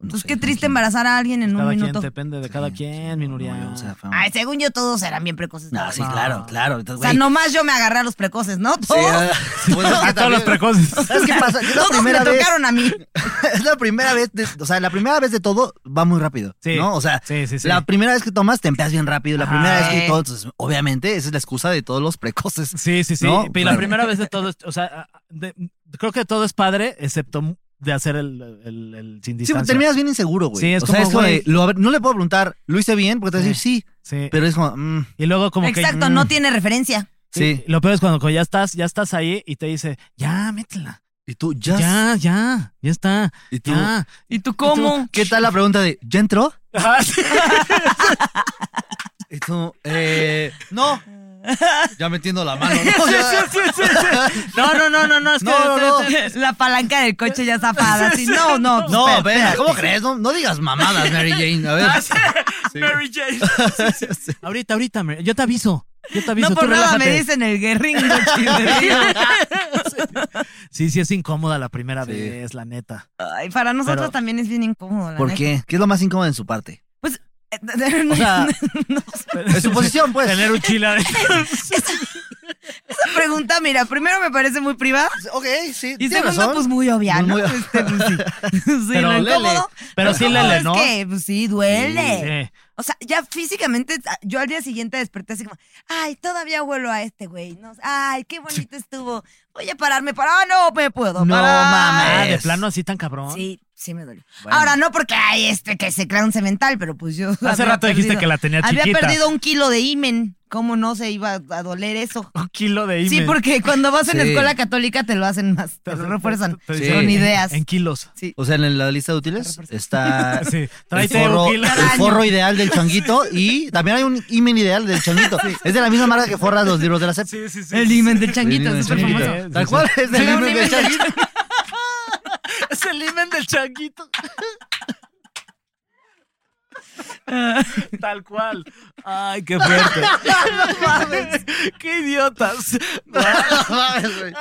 [SPEAKER 4] no
[SPEAKER 3] Pues
[SPEAKER 4] sé,
[SPEAKER 3] qué
[SPEAKER 4] no
[SPEAKER 3] triste
[SPEAKER 4] sé.
[SPEAKER 3] embarazar a alguien en
[SPEAKER 2] Cada
[SPEAKER 3] un
[SPEAKER 2] quien,
[SPEAKER 3] minuto.
[SPEAKER 2] depende de cada
[SPEAKER 4] Sí,
[SPEAKER 2] quien,
[SPEAKER 4] sí,
[SPEAKER 2] mi
[SPEAKER 4] no,
[SPEAKER 2] Nuria.
[SPEAKER 4] yo, o sea, fue un-
[SPEAKER 3] Ay, según yo, todos eran bien precoces.
[SPEAKER 4] No, sí,
[SPEAKER 2] Ah.
[SPEAKER 4] claro, claro. Entonces,
[SPEAKER 3] O sea,
[SPEAKER 4] güey,
[SPEAKER 3] nomás yo me agarré a los precoces, ¿no?
[SPEAKER 4] Sí,
[SPEAKER 3] Todos,
[SPEAKER 4] ah, bueno, es que
[SPEAKER 2] A todos los
[SPEAKER 4] también-
[SPEAKER 2] precoces.
[SPEAKER 4] ¿Sabes qué pasa? Es la
[SPEAKER 3] todos me
[SPEAKER 4] primera vez.
[SPEAKER 3] tocaron a mí.
[SPEAKER 4] Es la primera vez, de- o sea, la primera vez de todo va muy rápido,
[SPEAKER 2] Sí.
[SPEAKER 4] ¿no? O sea,
[SPEAKER 2] Sí, sí, sí.
[SPEAKER 4] la primera vez que tomas te empleas bien rápido, la
[SPEAKER 2] Ajá.
[SPEAKER 4] primera vez
[SPEAKER 3] Sí.
[SPEAKER 4] que todo, entonces, obviamente, esa es la excusa de todos los precoces.
[SPEAKER 2] Sí, sí, sí.
[SPEAKER 4] No,
[SPEAKER 2] y la
[SPEAKER 4] claro.
[SPEAKER 2] primera vez de todo, es- o sea, ah, de- creo que todo es padre, excepto de hacer el, el, el sin
[SPEAKER 4] Sí, pero
[SPEAKER 2] distancia.
[SPEAKER 4] terminas bien inseguro, güey.
[SPEAKER 2] Sí, es
[SPEAKER 4] o sea,
[SPEAKER 2] como,
[SPEAKER 4] de,
[SPEAKER 2] güey.
[SPEAKER 4] lo- a ver, no le puedo preguntar, ¿lo hice bien? Porque te va a decir sí,
[SPEAKER 2] Sí.
[SPEAKER 4] pero es como, mm,
[SPEAKER 2] y luego como que...
[SPEAKER 3] Exacto,
[SPEAKER 2] mm,
[SPEAKER 3] no tiene referencia.
[SPEAKER 4] sí.
[SPEAKER 2] y Lo peor es cuando ya estás, ya estás ahí y te dice, ya, Ah, métela.
[SPEAKER 4] Y tú, ya.
[SPEAKER 2] Ya, ya, ya está.
[SPEAKER 4] Y tú,
[SPEAKER 2] Ya.
[SPEAKER 3] ¿Y tú cómo?
[SPEAKER 4] ¿qué tal la pregunta de, ¿ya entró?
[SPEAKER 2] Ah, sí.
[SPEAKER 4] Y tú, eh, no. Ya metiendo la mano. ¿no? Ya-
[SPEAKER 2] No, no, no, no, no, es que
[SPEAKER 4] No, no, no.
[SPEAKER 3] La palanca del coche ya zapada. así, No, no. pues,
[SPEAKER 4] No,
[SPEAKER 3] espera.
[SPEAKER 4] espera, ¿cómo crees? No, no digas mamadas, Mary Jane. A ver.
[SPEAKER 2] Ah, Mary Jane. Sí, sí, sí. Ahorita, ahorita, Mary- yo te aviso. Yo te aviso,
[SPEAKER 3] No
[SPEAKER 2] tú
[SPEAKER 3] por nada
[SPEAKER 2] relájate.
[SPEAKER 3] me dicen el guerringo. chido.
[SPEAKER 2] Sí, sí, es incómoda la primera
[SPEAKER 4] Sí.
[SPEAKER 2] vez, la neta.
[SPEAKER 3] Ay, para nosotros
[SPEAKER 2] Pero-
[SPEAKER 3] también es bien incómodo. la
[SPEAKER 4] ¿Por
[SPEAKER 3] neta.
[SPEAKER 4] qué? ¿Qué es lo más incómodo en su parte?
[SPEAKER 3] Eh, de- de-
[SPEAKER 4] O sea,
[SPEAKER 3] no,
[SPEAKER 4] en su posición, pues.
[SPEAKER 2] Tener un chile adentro.
[SPEAKER 3] esa pregunta, mira, primero me parece muy privada
[SPEAKER 4] Ok, sí.
[SPEAKER 3] y
[SPEAKER 4] tiene
[SPEAKER 3] segundo,
[SPEAKER 4] razón.
[SPEAKER 3] pues muy obvia,
[SPEAKER 4] Muy-
[SPEAKER 3] ¿no?
[SPEAKER 4] muy-
[SPEAKER 3] Este, pues, sí. Sí,
[SPEAKER 2] Pero
[SPEAKER 3] lo
[SPEAKER 2] lele.
[SPEAKER 3] incómodo-
[SPEAKER 2] Pero sí
[SPEAKER 3] lo incómodo
[SPEAKER 2] lele,
[SPEAKER 3] es
[SPEAKER 2] ¿no?
[SPEAKER 3] que, pues sí, duele.
[SPEAKER 2] Sí.
[SPEAKER 3] O sea, ya físicamente, ah, yo al día siguiente desperté así como, ay, todavía vuelo a este güey. No, ay, qué bonito estuvo. Voy a pararme para, ah, no me puedo.
[SPEAKER 4] No
[SPEAKER 3] parar.
[SPEAKER 2] Ah,
[SPEAKER 4] mames.
[SPEAKER 2] de
[SPEAKER 4] Es.
[SPEAKER 2] plano así tan cabrón.
[SPEAKER 3] Sí, sí me dolió.
[SPEAKER 4] Bueno.
[SPEAKER 3] Ahora no porque hay este que se crea un cemental, pero pues yo.
[SPEAKER 2] Hace
[SPEAKER 3] había
[SPEAKER 2] rato dijiste
[SPEAKER 3] perdido-
[SPEAKER 2] que la tenía
[SPEAKER 3] Había
[SPEAKER 2] chiquita.
[SPEAKER 3] perdido un kilo de himen. ¿Cómo no se iba a doler eso?
[SPEAKER 2] Un kilo de
[SPEAKER 3] Sí,
[SPEAKER 2] himen.
[SPEAKER 3] porque cuando vas en
[SPEAKER 4] Sí.
[SPEAKER 3] escuela católica te lo hacen más, te lo refuerzan
[SPEAKER 2] Te
[SPEAKER 4] Sí.
[SPEAKER 2] dicen,
[SPEAKER 3] con
[SPEAKER 2] en-
[SPEAKER 3] ideas.
[SPEAKER 2] En kilos.
[SPEAKER 4] O sea, en la lista de útiles está
[SPEAKER 2] Sí.
[SPEAKER 4] el,
[SPEAKER 2] Tráete
[SPEAKER 4] forro,
[SPEAKER 2] un kilo.
[SPEAKER 4] el forro ideal del changuito y también hay un imen ideal del changuito. Es de la misma marca que forra los libros de la SEP.
[SPEAKER 2] Sí, sí, sí.
[SPEAKER 3] El himen del changuito,
[SPEAKER 4] El
[SPEAKER 3] es súper
[SPEAKER 4] imen del
[SPEAKER 3] famoso.
[SPEAKER 4] changuito.
[SPEAKER 2] Sí,
[SPEAKER 4] Tal
[SPEAKER 2] sí.
[SPEAKER 4] cual es del
[SPEAKER 3] Era un
[SPEAKER 4] imen del
[SPEAKER 3] imen del
[SPEAKER 4] changuito.
[SPEAKER 2] Es el himen del changuito. Tal cual. Ay, qué fuerte. qué idiotas.
[SPEAKER 4] No mames, güey.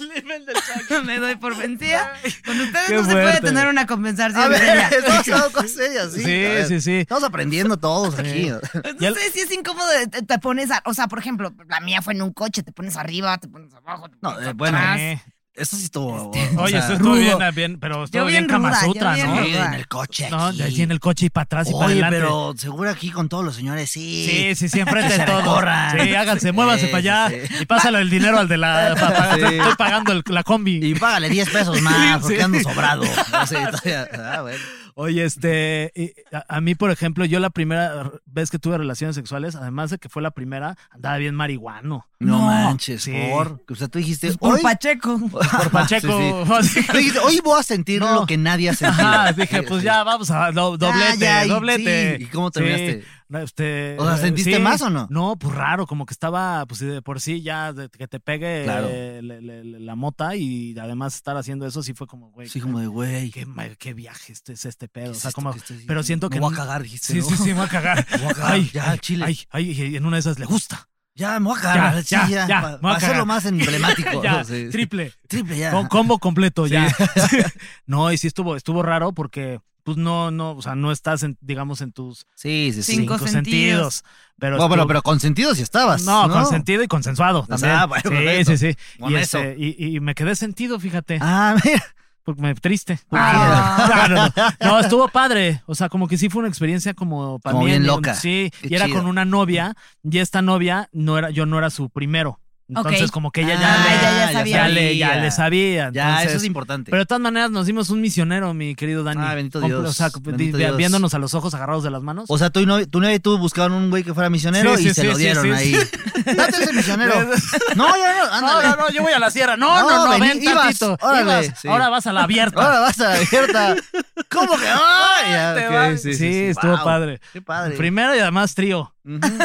[SPEAKER 2] el himen del changuito.
[SPEAKER 3] Me doy por vencida. Con ustedes
[SPEAKER 2] Qué
[SPEAKER 3] no se
[SPEAKER 2] fuerte.
[SPEAKER 3] puede tener una compensación.
[SPEAKER 4] A ver,
[SPEAKER 3] seria.
[SPEAKER 4] estamos hablando cosas serias, sí.
[SPEAKER 2] Sí,
[SPEAKER 4] A ver,
[SPEAKER 2] sí, sí.
[SPEAKER 4] Estamos aprendiendo todos aquí.
[SPEAKER 2] Ya-
[SPEAKER 3] No sé si es incómodo, de- te, te pones, a- o sea, por ejemplo, la mía fue en un coche, te pones arriba, te pones abajo. te
[SPEAKER 4] No,
[SPEAKER 3] pones
[SPEAKER 4] eh, bueno,
[SPEAKER 3] atrás.
[SPEAKER 2] eh,
[SPEAKER 4] Eso sí estuvo.
[SPEAKER 3] Este,
[SPEAKER 4] o
[SPEAKER 2] Oye,
[SPEAKER 4] sea,
[SPEAKER 2] eso estuvo
[SPEAKER 3] rudo.
[SPEAKER 2] bien, bien, pero estuvo bien
[SPEAKER 3] bien
[SPEAKER 2] Kama
[SPEAKER 3] ruda, yo
[SPEAKER 2] Sutra,
[SPEAKER 3] bien
[SPEAKER 2] ¿no?
[SPEAKER 3] ruda.
[SPEAKER 4] sí, en el coche.
[SPEAKER 2] No,
[SPEAKER 4] aquí.
[SPEAKER 2] de ahí en el coche y para atrás y para
[SPEAKER 4] Oye,
[SPEAKER 2] adelante.
[SPEAKER 4] pero seguro aquí con todos los señores, sí.
[SPEAKER 2] Sí, sí, sí, enfrente
[SPEAKER 4] Que
[SPEAKER 2] de
[SPEAKER 4] se
[SPEAKER 2] todo.
[SPEAKER 4] recorran.
[SPEAKER 2] Sí, háganse, muévanse
[SPEAKER 4] Sí,
[SPEAKER 2] para allá
[SPEAKER 4] sí, sí.
[SPEAKER 2] y pásale el dinero al de la. pa- pa-
[SPEAKER 4] Sí.
[SPEAKER 2] Estoy pagando el- la combi.
[SPEAKER 4] Y págale 10 pesos más, porque
[SPEAKER 2] Sí.
[SPEAKER 4] ando sobrado. No sé, todavía- ah, bueno.
[SPEAKER 2] Oye, este, y a, a mí, por ejemplo, yo la primera vez que tuve relaciones sexuales, además de que fue la primera, andaba bien marihuano.
[SPEAKER 4] No, manches,
[SPEAKER 2] sí.
[SPEAKER 4] por. O sea, tú dijiste.
[SPEAKER 3] Por
[SPEAKER 4] hoy-
[SPEAKER 3] Pacheco.
[SPEAKER 2] Por Pacheco. así.
[SPEAKER 4] Tú dijiste, hoy voy a sentir
[SPEAKER 2] No.
[SPEAKER 4] lo que nadie ha sentido.
[SPEAKER 2] Ajá, dije, pues ya, vamos a do- doblete,
[SPEAKER 4] ya, y-
[SPEAKER 2] doblete.
[SPEAKER 4] sí, ¿y cómo terminaste?
[SPEAKER 2] no, este,
[SPEAKER 4] O sea, ¿sentiste
[SPEAKER 2] sí.
[SPEAKER 4] más o no?
[SPEAKER 2] No, pues raro, como que estaba, pues de por sí ya de- que te pegue
[SPEAKER 4] Claro.
[SPEAKER 2] eh, le- le- le- la mota y además estar haciendo eso sí fue como, güey.
[SPEAKER 4] Sí, como de, güey.
[SPEAKER 2] Qué, ma- qué viaje este, es este pedo.
[SPEAKER 4] ¿qué
[SPEAKER 2] O
[SPEAKER 4] es
[SPEAKER 2] sea,
[SPEAKER 4] esto
[SPEAKER 2] como,
[SPEAKER 4] que estoy-
[SPEAKER 2] pero siento
[SPEAKER 4] me
[SPEAKER 2] que.
[SPEAKER 4] voy a
[SPEAKER 2] no-
[SPEAKER 4] cagar, dijiste,
[SPEAKER 2] Sí,
[SPEAKER 4] ¿no?
[SPEAKER 2] sí, sí, me voy a cagar.
[SPEAKER 4] Me voy a cagar,
[SPEAKER 2] Ay,
[SPEAKER 4] ya, al chile.
[SPEAKER 2] Ay, ay, y en una de esas le gusta.
[SPEAKER 4] Ya, me voy a cagar.
[SPEAKER 2] Ya,
[SPEAKER 4] sí,
[SPEAKER 2] ya,
[SPEAKER 4] ya,
[SPEAKER 2] ya, me
[SPEAKER 4] pa-
[SPEAKER 2] voy a
[SPEAKER 4] pa' hacerlo
[SPEAKER 2] cagar.
[SPEAKER 4] más emblemático.
[SPEAKER 2] ya,
[SPEAKER 4] ¿no? Sí.
[SPEAKER 2] triple.
[SPEAKER 4] Triple, ya.
[SPEAKER 2] Co- combo completo, ya. no, y sí estuvo, estuvo raro porque, pues no, no, o sea, no estás, en, digamos, en tus
[SPEAKER 4] Sí, sí, sí.
[SPEAKER 3] Cinco
[SPEAKER 2] cinco
[SPEAKER 3] sentidos.
[SPEAKER 2] sentidos. Pero
[SPEAKER 4] Bueno, pero,
[SPEAKER 2] estuvo-
[SPEAKER 4] pero consentido si estabas.
[SPEAKER 2] No,
[SPEAKER 4] No,
[SPEAKER 2] consentido y consensuado también.
[SPEAKER 4] sea, bueno,
[SPEAKER 2] sí,
[SPEAKER 4] perfecto.
[SPEAKER 2] sí, sí,
[SPEAKER 4] Con
[SPEAKER 2] Y,
[SPEAKER 4] eso.
[SPEAKER 2] este, y, y me quedé sentido, fíjate,
[SPEAKER 4] Ah, mira.
[SPEAKER 2] porque me triste.
[SPEAKER 3] Ah.
[SPEAKER 2] No, no, no. No, estuvo padre. O sea, como que sí fue una experiencia como para
[SPEAKER 4] Como
[SPEAKER 2] mí.
[SPEAKER 4] bien
[SPEAKER 2] en-
[SPEAKER 4] loca.
[SPEAKER 2] Sí,
[SPEAKER 4] Qué
[SPEAKER 2] y era
[SPEAKER 4] chido.
[SPEAKER 2] con una novia, y esta novia no era, yo no era su primero. Entonces,
[SPEAKER 3] Ok.
[SPEAKER 2] como que ella ya,
[SPEAKER 3] Ah,
[SPEAKER 2] le,
[SPEAKER 3] ya, ya
[SPEAKER 2] ya
[SPEAKER 3] sabía.
[SPEAKER 2] le, ya le sabía.
[SPEAKER 4] Ya,
[SPEAKER 2] entonces-
[SPEAKER 4] eso es importante.
[SPEAKER 2] pero de todas maneras nos dimos un misionero, mi querido Dani.
[SPEAKER 4] Ah, bendito
[SPEAKER 2] Con-
[SPEAKER 4] Dios,
[SPEAKER 2] O sea,
[SPEAKER 4] bendito
[SPEAKER 2] vi-
[SPEAKER 4] Dios.
[SPEAKER 2] viéndonos a los ojos agarrados de las
[SPEAKER 3] pues,
[SPEAKER 2] manos.
[SPEAKER 4] o sea, tú y, no, tú y tú buscaban un güey que fuera misionero
[SPEAKER 2] Sí,
[SPEAKER 4] y
[SPEAKER 2] sí,
[SPEAKER 4] se
[SPEAKER 2] sí,
[SPEAKER 4] lo
[SPEAKER 2] sí,
[SPEAKER 4] dieron
[SPEAKER 2] sí, Pues,
[SPEAKER 4] ahí. Date ese misionero. no, ya no,
[SPEAKER 2] No,
[SPEAKER 4] ándale.
[SPEAKER 2] no, no, yo voy a la sierra. No,
[SPEAKER 4] No,
[SPEAKER 2] no, no,
[SPEAKER 4] vení,
[SPEAKER 2] ven
[SPEAKER 4] ibas,
[SPEAKER 2] tantito.
[SPEAKER 4] órale,
[SPEAKER 2] Ibas,
[SPEAKER 4] sí.
[SPEAKER 2] Ahora vas a la abierta.
[SPEAKER 4] Ahora vas a la abierta. ¿Cómo que? Ay, ya,
[SPEAKER 2] Te
[SPEAKER 4] ok,
[SPEAKER 2] vas.
[SPEAKER 4] sí, sí,
[SPEAKER 2] sí,
[SPEAKER 4] sí.
[SPEAKER 2] estuvo
[SPEAKER 4] Wow.
[SPEAKER 2] padre.
[SPEAKER 4] Qué padre.
[SPEAKER 2] Primero y además trío.
[SPEAKER 4] Ujú.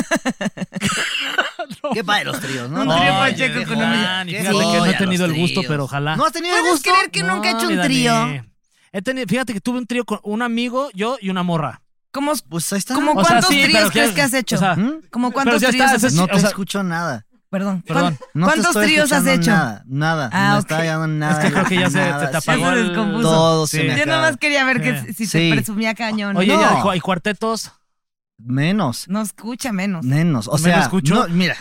[SPEAKER 4] Qué padre los tríos, ¿no?
[SPEAKER 3] Un
[SPEAKER 4] No,
[SPEAKER 3] trío
[SPEAKER 4] ya,
[SPEAKER 3] Pacheco
[SPEAKER 4] ya,
[SPEAKER 3] con
[SPEAKER 4] ya,
[SPEAKER 3] un-
[SPEAKER 4] ya,
[SPEAKER 2] Y
[SPEAKER 4] qué
[SPEAKER 2] Fíjate que no he
[SPEAKER 4] joya,
[SPEAKER 2] tenido
[SPEAKER 4] los
[SPEAKER 2] el gusto,
[SPEAKER 4] tríos.
[SPEAKER 2] pero ojalá.
[SPEAKER 4] ¿No has tenido el
[SPEAKER 3] ¿Puedes
[SPEAKER 4] gusto?
[SPEAKER 3] creer que nunca he
[SPEAKER 2] No,
[SPEAKER 3] hecho
[SPEAKER 2] mi
[SPEAKER 3] un
[SPEAKER 2] Dani.
[SPEAKER 3] trío?
[SPEAKER 2] He tenido, fíjate que tuve un trío con un amigo, yo y una morra.
[SPEAKER 3] ¿Cómo,
[SPEAKER 4] Pues ahí está.
[SPEAKER 3] como
[SPEAKER 2] O sea,
[SPEAKER 3] cuántos
[SPEAKER 2] sí, pero
[SPEAKER 3] tríos crees
[SPEAKER 2] ¿qué-
[SPEAKER 3] que has hecho?
[SPEAKER 2] o sea,
[SPEAKER 4] ¿Mm?
[SPEAKER 3] ¿Cómo
[SPEAKER 2] pero
[SPEAKER 3] cuántos
[SPEAKER 2] ya
[SPEAKER 3] tríos
[SPEAKER 2] está,
[SPEAKER 3] has
[SPEAKER 2] eso es-
[SPEAKER 4] No
[SPEAKER 2] o
[SPEAKER 4] te
[SPEAKER 2] sea,
[SPEAKER 4] escucho nada.
[SPEAKER 3] Perdón.
[SPEAKER 2] Perdón.
[SPEAKER 4] No te
[SPEAKER 3] ¿Cuántos
[SPEAKER 4] estoy
[SPEAKER 3] tríos has
[SPEAKER 4] escuchando
[SPEAKER 3] hecho?
[SPEAKER 4] Nada, nada.
[SPEAKER 3] Ah,
[SPEAKER 4] no
[SPEAKER 3] ok.
[SPEAKER 4] está llegando nada.
[SPEAKER 2] es que creo que ya se
[SPEAKER 4] nada,
[SPEAKER 2] se te
[SPEAKER 4] sí.
[SPEAKER 2] apagó.
[SPEAKER 3] se
[SPEAKER 2] el-
[SPEAKER 3] descompuso.
[SPEAKER 4] Todo se
[SPEAKER 2] Sí.
[SPEAKER 4] me
[SPEAKER 3] Yo nada más quería ver que
[SPEAKER 2] Eh,
[SPEAKER 3] si
[SPEAKER 4] sí.
[SPEAKER 3] te presumía cañón.
[SPEAKER 2] Oye,
[SPEAKER 4] No.
[SPEAKER 2] ya, ¿y cu- ¿y cuartetos?
[SPEAKER 4] Menos.
[SPEAKER 3] No escucha menos.
[SPEAKER 4] Menos. O
[SPEAKER 2] ¿Me
[SPEAKER 4] sea,
[SPEAKER 2] lo escucho?
[SPEAKER 4] no, mira,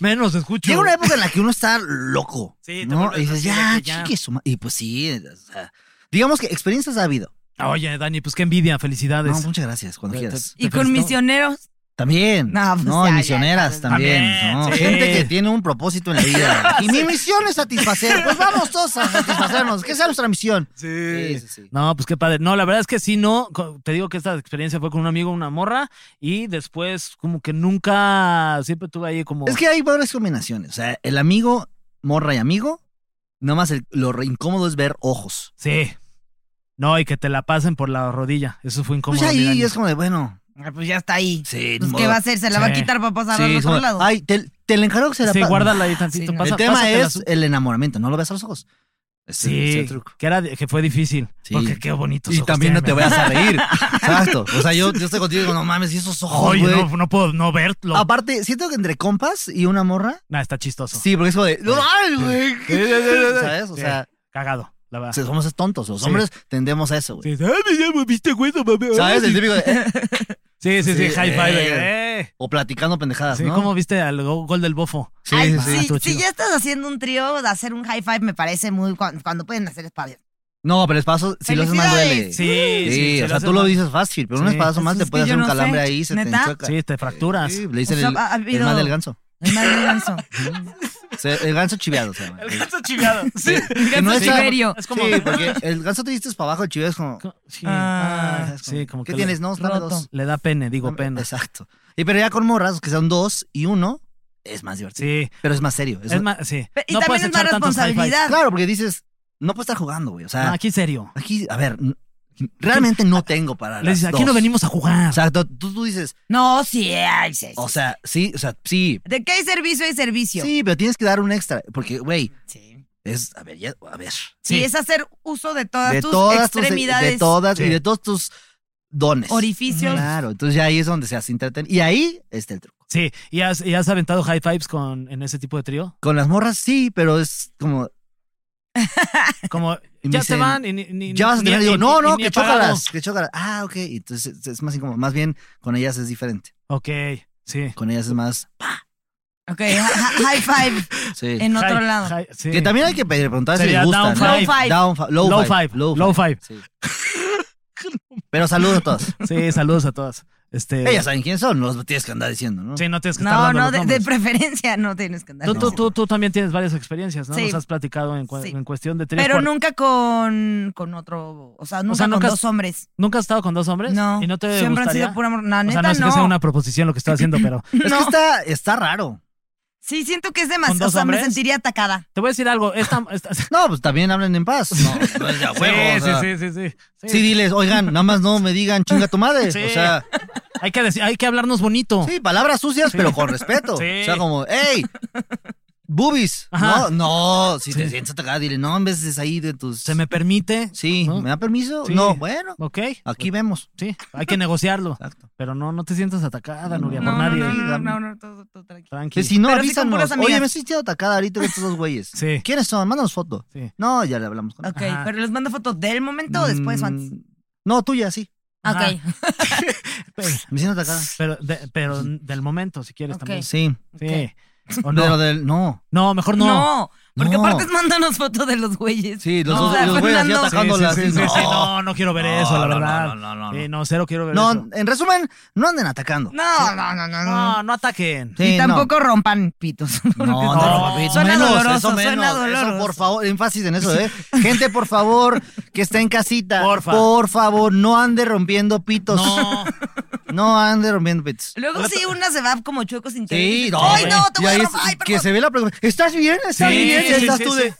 [SPEAKER 2] Menos escucho.
[SPEAKER 4] llega una época en la que uno está loco.
[SPEAKER 2] Sí, te
[SPEAKER 4] ¿no?
[SPEAKER 2] vuelves
[SPEAKER 4] Y dices,
[SPEAKER 2] así de
[SPEAKER 4] ya,
[SPEAKER 2] que ya.
[SPEAKER 4] chique su ma-". Y pues sí, o sea, digamos que experiencias ha habido.
[SPEAKER 2] Oye, Dani, pues qué envidia, felicidades.
[SPEAKER 4] No, muchas gracias, cuando
[SPEAKER 2] Te-
[SPEAKER 4] quieras.
[SPEAKER 2] te-
[SPEAKER 3] Y con
[SPEAKER 2] felicito.
[SPEAKER 3] misioneros.
[SPEAKER 4] También.
[SPEAKER 3] No,
[SPEAKER 4] No,
[SPEAKER 3] pues ya,
[SPEAKER 4] y
[SPEAKER 3] ya,
[SPEAKER 4] misioneras
[SPEAKER 3] ya.
[SPEAKER 4] también.
[SPEAKER 2] También,
[SPEAKER 4] ¿no?
[SPEAKER 2] sí.
[SPEAKER 4] Gente que tiene un propósito en la vida. Y mi misión es satisfacer. Pues vamos todos a satisfacernos. Que sea nuestra misión. pues, Sí, sí, sí.
[SPEAKER 2] No, pues qué padre. No, la verdad es que sí, no. co- Te digo que esta experiencia fue con un amigo, una morra, y después como que nunca, siempre tuve ahí como...
[SPEAKER 4] Es que hay varias combinaciones. O sea, el amigo, morra y amigo. Nomás el- lo re- incómodo es ver ojos.
[SPEAKER 2] Sí. No, y que te la pasen por la rodilla. Eso fue incómodo.
[SPEAKER 4] Pues
[SPEAKER 2] mi
[SPEAKER 4] ahí
[SPEAKER 2] Dani.
[SPEAKER 4] es como de, bueno.
[SPEAKER 3] Ah, Pues ya está ahí.
[SPEAKER 4] Sí,
[SPEAKER 3] Pues,
[SPEAKER 4] ni
[SPEAKER 3] ¿Qué
[SPEAKER 4] modo.
[SPEAKER 3] va a hacer? ¿Se la va a
[SPEAKER 2] Sí.
[SPEAKER 3] quitar para pasar
[SPEAKER 4] Sí,
[SPEAKER 3] al
[SPEAKER 4] es
[SPEAKER 3] otro
[SPEAKER 4] como,
[SPEAKER 3] lado?
[SPEAKER 4] Ay, te, te le encargo que se la
[SPEAKER 2] Sí,
[SPEAKER 4] pa-
[SPEAKER 2] guárdala ahí tantito.
[SPEAKER 3] Sí, no.
[SPEAKER 2] pasa-
[SPEAKER 4] el tema
[SPEAKER 2] pásatela
[SPEAKER 4] es
[SPEAKER 2] su-
[SPEAKER 4] el enamoramiento, no lo veas a los ojos. Ese- ese es
[SPEAKER 2] Sí,
[SPEAKER 4] el truco.
[SPEAKER 2] que, era, que fue difícil.
[SPEAKER 4] Sí.
[SPEAKER 2] Porque qué bonito.
[SPEAKER 4] Y también no te vayas a reír. Exacto. O sea, yo, yo estoy contigo y digo, no mames, y esos ojos,
[SPEAKER 2] Oye,
[SPEAKER 4] güey. Ah,
[SPEAKER 2] no, no puedo no verlo.
[SPEAKER 4] Aparte, siento que entre compas y una morra.
[SPEAKER 2] Nah, está chistoso.
[SPEAKER 4] Sí, porque es como de. ¡No mames, güey! ¿Sabes? O
[SPEAKER 2] Sí,
[SPEAKER 4] sea,
[SPEAKER 2] Cagado, la verdad.
[SPEAKER 4] somos tontos. Los
[SPEAKER 2] Sí.
[SPEAKER 4] hombres tendemos a eso, güey.
[SPEAKER 2] Sí, sí. Ay, me llamo, viste, güey, no mames.
[SPEAKER 4] ¿Sabes? El típico de, eh,
[SPEAKER 2] Sí, sí, sí,
[SPEAKER 4] Sí,
[SPEAKER 2] high five.
[SPEAKER 4] eh.
[SPEAKER 2] eh.
[SPEAKER 4] O platicando pendejadas,
[SPEAKER 2] Sí,
[SPEAKER 4] ¿no?
[SPEAKER 2] ¿Cómo viste al go- gol del bofo?
[SPEAKER 4] Sí,
[SPEAKER 3] Ay,
[SPEAKER 4] sí,
[SPEAKER 3] si-
[SPEAKER 4] sí.
[SPEAKER 2] estuvo
[SPEAKER 3] si
[SPEAKER 2] chido.
[SPEAKER 3] ya estás haciendo un trío, hacer un high five me parece muy. cu- Cuando, pueden hacer espadas.
[SPEAKER 4] No, pero el espadazo, si lo haces mal, duele.
[SPEAKER 3] ¡Felicidades!
[SPEAKER 2] Sí,
[SPEAKER 4] Sí,
[SPEAKER 2] sí, sí,
[SPEAKER 4] o sea,
[SPEAKER 2] haces
[SPEAKER 4] tú lo
[SPEAKER 2] mal.
[SPEAKER 4] dices fácil, pero un
[SPEAKER 2] Sí.
[SPEAKER 4] espadazo mal
[SPEAKER 3] Pues
[SPEAKER 4] te
[SPEAKER 3] es
[SPEAKER 4] puede
[SPEAKER 3] que yo
[SPEAKER 4] hacer
[SPEAKER 3] no
[SPEAKER 4] un
[SPEAKER 3] sé.
[SPEAKER 4] calambre ahí, se
[SPEAKER 3] ¿Neta?
[SPEAKER 4] te enchueca.
[SPEAKER 2] Sí, te fracturas.
[SPEAKER 4] Sí, Ah, le dicen
[SPEAKER 3] O sea,
[SPEAKER 4] el,
[SPEAKER 3] ha
[SPEAKER 4] el
[SPEAKER 3] habido-
[SPEAKER 4] mal del ganso.
[SPEAKER 3] El mal del ganso.
[SPEAKER 4] O sea, el ganso chiveado se llama.
[SPEAKER 2] El gato chivado. Sí.
[SPEAKER 4] Que no
[SPEAKER 3] ganso
[SPEAKER 4] está-
[SPEAKER 3] chiverio.
[SPEAKER 2] Es como.
[SPEAKER 4] Sí, porque el ganso te diste para abajo, el chiveado es como...
[SPEAKER 2] Sí,
[SPEAKER 3] Ah,
[SPEAKER 2] ah, sí, como
[SPEAKER 4] ¿Qué
[SPEAKER 2] que
[SPEAKER 4] tienes?
[SPEAKER 2] le,
[SPEAKER 4] No, dame
[SPEAKER 3] roto.
[SPEAKER 4] dos.
[SPEAKER 2] le da pene, digo
[SPEAKER 4] Dame-
[SPEAKER 2] pena.
[SPEAKER 4] Exacto. Y pero ya con morras, que sean dos y uno, es más divertido.
[SPEAKER 2] Sí,
[SPEAKER 4] Pero es más serio. Eso-
[SPEAKER 2] es más, sí.
[SPEAKER 3] Pe- Y
[SPEAKER 2] No puedes
[SPEAKER 3] también es más
[SPEAKER 2] echar tantos high fives.
[SPEAKER 3] responsabilidad.
[SPEAKER 4] Claro, porque dices, no puedo estar jugando, güey. O
[SPEAKER 2] No,
[SPEAKER 4] sea,
[SPEAKER 2] aquí serio.
[SPEAKER 4] aquí, a ver, n- realmente no tengo para
[SPEAKER 2] Le
[SPEAKER 4] las
[SPEAKER 2] dices, aquí
[SPEAKER 4] dos".
[SPEAKER 2] no venimos a jugar.
[SPEAKER 4] O sea, tú, tú dices,
[SPEAKER 3] No, sí, ay, sí, sí.
[SPEAKER 4] o sea, sí, o sea, sí.
[SPEAKER 3] De que hay servicio, hay servicio.
[SPEAKER 4] Sí, pero tienes que dar un extra. Porque, güey,
[SPEAKER 3] Sí.
[SPEAKER 4] es, a ver, ya, a ver.
[SPEAKER 3] Sí, es hacer uso de todas
[SPEAKER 4] de
[SPEAKER 3] tus
[SPEAKER 4] todas tus
[SPEAKER 3] extremidades,
[SPEAKER 4] de todas y
[SPEAKER 2] Sí.
[SPEAKER 4] de todos tus dones.
[SPEAKER 3] orificios.
[SPEAKER 4] Claro, entonces ya ahí es donde se hace entreten Y ahí está el truco.
[SPEAKER 2] Sí, ¿y has, y has aventado high fives con, en ese tipo de trío?
[SPEAKER 4] Con las morras sí, pero es como
[SPEAKER 2] Como,
[SPEAKER 4] Y me
[SPEAKER 2] ya se
[SPEAKER 4] dicen,
[SPEAKER 2] van y ni- ni-
[SPEAKER 4] ya vas a
[SPEAKER 2] ni-
[SPEAKER 4] tener
[SPEAKER 2] ni-
[SPEAKER 4] digo, no,
[SPEAKER 2] ni-
[SPEAKER 4] no,
[SPEAKER 2] ni
[SPEAKER 4] que
[SPEAKER 2] he pagado".
[SPEAKER 4] chócalas, que chócalas. Ah, ok, entonces es más incómodo, más bien con ellas es diferente.
[SPEAKER 2] Ok, sí.
[SPEAKER 4] Con ellas es más
[SPEAKER 3] Ok, hi- hi- high five
[SPEAKER 4] Sí.
[SPEAKER 3] en otro
[SPEAKER 2] Hi-
[SPEAKER 3] lado.
[SPEAKER 2] hi- sí.
[SPEAKER 4] Que también hay que pedir, preguntar si
[SPEAKER 2] Sería
[SPEAKER 4] les gusta.
[SPEAKER 2] down
[SPEAKER 4] ¿no?
[SPEAKER 2] five.
[SPEAKER 4] Down fi- low,
[SPEAKER 2] Low
[SPEAKER 4] five.
[SPEAKER 2] five, low
[SPEAKER 4] sí. Pero saludos a todos.
[SPEAKER 2] Sí, saludos a todas. Este,
[SPEAKER 4] Ellas saben quiénes son, no los tienes que andar diciendo, ¿no?
[SPEAKER 2] Sí, no tienes que estar
[SPEAKER 3] No,
[SPEAKER 2] dando
[SPEAKER 3] no,
[SPEAKER 2] los
[SPEAKER 3] de, de
[SPEAKER 2] nombres.
[SPEAKER 3] preferencia no tienes que andar.
[SPEAKER 2] Tú, tú,
[SPEAKER 3] diciendo.
[SPEAKER 2] tú, tú también tienes varias experiencias, ¿no?
[SPEAKER 3] Sí.
[SPEAKER 2] Nos has platicado en, cua-
[SPEAKER 3] Sí.
[SPEAKER 2] en cuestión de tríos.
[SPEAKER 3] Pero
[SPEAKER 2] cuar-
[SPEAKER 3] nunca con, con otro, o sea, nunca
[SPEAKER 2] sea,
[SPEAKER 3] con
[SPEAKER 2] nunca-
[SPEAKER 3] dos hombres.
[SPEAKER 2] ¿Nunca has estado con dos hombres?
[SPEAKER 3] No,
[SPEAKER 2] ¿Y no te
[SPEAKER 3] siempre han
[SPEAKER 2] gustaría?
[SPEAKER 3] sido pura amor. No,
[SPEAKER 2] O
[SPEAKER 3] neta,
[SPEAKER 2] sea, no es que
[SPEAKER 3] no.
[SPEAKER 2] sea una proposición lo que estás haciendo, pero
[SPEAKER 4] Es
[SPEAKER 3] No.
[SPEAKER 4] que está, está raro.
[SPEAKER 3] Sí, siento que es
[SPEAKER 2] ¿Con
[SPEAKER 3] demasiado,
[SPEAKER 2] dos
[SPEAKER 3] o sea, me
[SPEAKER 2] hombres?
[SPEAKER 3] sentiría atacada.
[SPEAKER 2] te voy a decir algo. Esta, esta- sí,
[SPEAKER 4] No, pues también hablen en paz. No, no es de a huevo, o sea,
[SPEAKER 2] sí, sí, sí, sí. Sí,
[SPEAKER 4] Sí, diles, oigan, nada más no me digan chinga tu madre.
[SPEAKER 2] Sí.
[SPEAKER 4] O sea,
[SPEAKER 2] Hay que, decir, hay que hablarnos bonito.
[SPEAKER 4] sí, palabras sucias, pero con respeto.
[SPEAKER 2] Sí.
[SPEAKER 4] O sea, como, hey, boobies.
[SPEAKER 2] Ajá.
[SPEAKER 4] No, no, si te sientes acá, dile, no, en vez de ahí de tus.
[SPEAKER 2] ¿Se me permite?
[SPEAKER 4] Sí,
[SPEAKER 2] ¿No?
[SPEAKER 4] ¿me da permiso?
[SPEAKER 2] Sí. Pues,
[SPEAKER 4] No, bueno,
[SPEAKER 2] Ok.
[SPEAKER 4] aquí vemos.
[SPEAKER 2] Sí, hay que negociarlo.
[SPEAKER 4] Exacto.
[SPEAKER 2] Pero no, no te sientas atacada, Nuria,
[SPEAKER 3] No,
[SPEAKER 2] por
[SPEAKER 3] no,
[SPEAKER 2] nadie.
[SPEAKER 3] no, no, no, no, no, todo, todo tranquilo.
[SPEAKER 2] Tranqui.
[SPEAKER 4] Que si no,
[SPEAKER 3] Pero sí con
[SPEAKER 4] avísanos.
[SPEAKER 3] puras amigas.
[SPEAKER 4] Oye, me he sentido atacada ahorita con estos dos güeyes.
[SPEAKER 2] Sí.
[SPEAKER 4] ¿Quiénes son? Mándanos foto.
[SPEAKER 2] Sí.
[SPEAKER 4] No, ya le hablamos con
[SPEAKER 3] Ok,
[SPEAKER 2] Ajá.
[SPEAKER 3] pero les mando foto del momento o después o antes.
[SPEAKER 4] Mm, No, tuya, sí.
[SPEAKER 2] Ajá.
[SPEAKER 3] Ok,
[SPEAKER 2] Pero,
[SPEAKER 4] Me siento atacada.
[SPEAKER 2] pero de- pero del momento, si quieres
[SPEAKER 3] Ok.
[SPEAKER 2] también. Sí.
[SPEAKER 4] Sí.
[SPEAKER 2] ¿O
[SPEAKER 4] Pero
[SPEAKER 2] no?
[SPEAKER 4] del. No.
[SPEAKER 2] No, mejor
[SPEAKER 3] No,
[SPEAKER 2] no.
[SPEAKER 3] porque
[SPEAKER 4] No.
[SPEAKER 3] aparte es mándanos fotos de los güeyes.
[SPEAKER 4] Sí, los
[SPEAKER 3] No,
[SPEAKER 4] dos
[SPEAKER 3] o sea,
[SPEAKER 4] los güeyes así
[SPEAKER 3] Fernando-
[SPEAKER 2] Sí, sí,
[SPEAKER 4] atacándola.
[SPEAKER 2] sí,
[SPEAKER 4] así,
[SPEAKER 2] sí, sí,
[SPEAKER 4] no.
[SPEAKER 2] no, no quiero ver
[SPEAKER 4] No,
[SPEAKER 2] eso, la
[SPEAKER 4] no, no,
[SPEAKER 2] verdad.
[SPEAKER 4] no, no, no, no.
[SPEAKER 2] Sí, no, cero quiero ver eso.
[SPEAKER 4] No, en resumen, no anden atacando.
[SPEAKER 3] No, no, no, no, no.
[SPEAKER 2] No, no ataquen.
[SPEAKER 4] Sí,
[SPEAKER 3] y
[SPEAKER 4] no.
[SPEAKER 3] tampoco rompan pitos.
[SPEAKER 4] No, no,
[SPEAKER 2] No.
[SPEAKER 4] papito,
[SPEAKER 3] Suena
[SPEAKER 4] menos,
[SPEAKER 3] doloroso,
[SPEAKER 4] eso menos,
[SPEAKER 3] suena doloroso.
[SPEAKER 4] eso, por favor, énfasis en eso, ¿eh? Gente, por favor, que está en casita,
[SPEAKER 2] Porfa.
[SPEAKER 4] por favor, no ande rompiendo pitos.
[SPEAKER 2] No.
[SPEAKER 4] No ande rompiendo pitos.
[SPEAKER 3] Luego sí, una se va como chueco sin
[SPEAKER 4] Sí,
[SPEAKER 3] tenis.
[SPEAKER 4] no.
[SPEAKER 3] ¡Ay,
[SPEAKER 4] güey.
[SPEAKER 3] no! ¡Te
[SPEAKER 4] Y
[SPEAKER 3] voy a
[SPEAKER 4] ahí
[SPEAKER 3] romper!
[SPEAKER 4] es-
[SPEAKER 3] ¡Ay,
[SPEAKER 4] Que
[SPEAKER 3] perdón!
[SPEAKER 4] se ve la pregunta. ¿Estás bien? ¿Estás
[SPEAKER 2] Sí,
[SPEAKER 4] bien?
[SPEAKER 2] sí,
[SPEAKER 4] ¿Estás
[SPEAKER 2] sí,
[SPEAKER 4] tú
[SPEAKER 2] sí,
[SPEAKER 4] de.?
[SPEAKER 2] sí.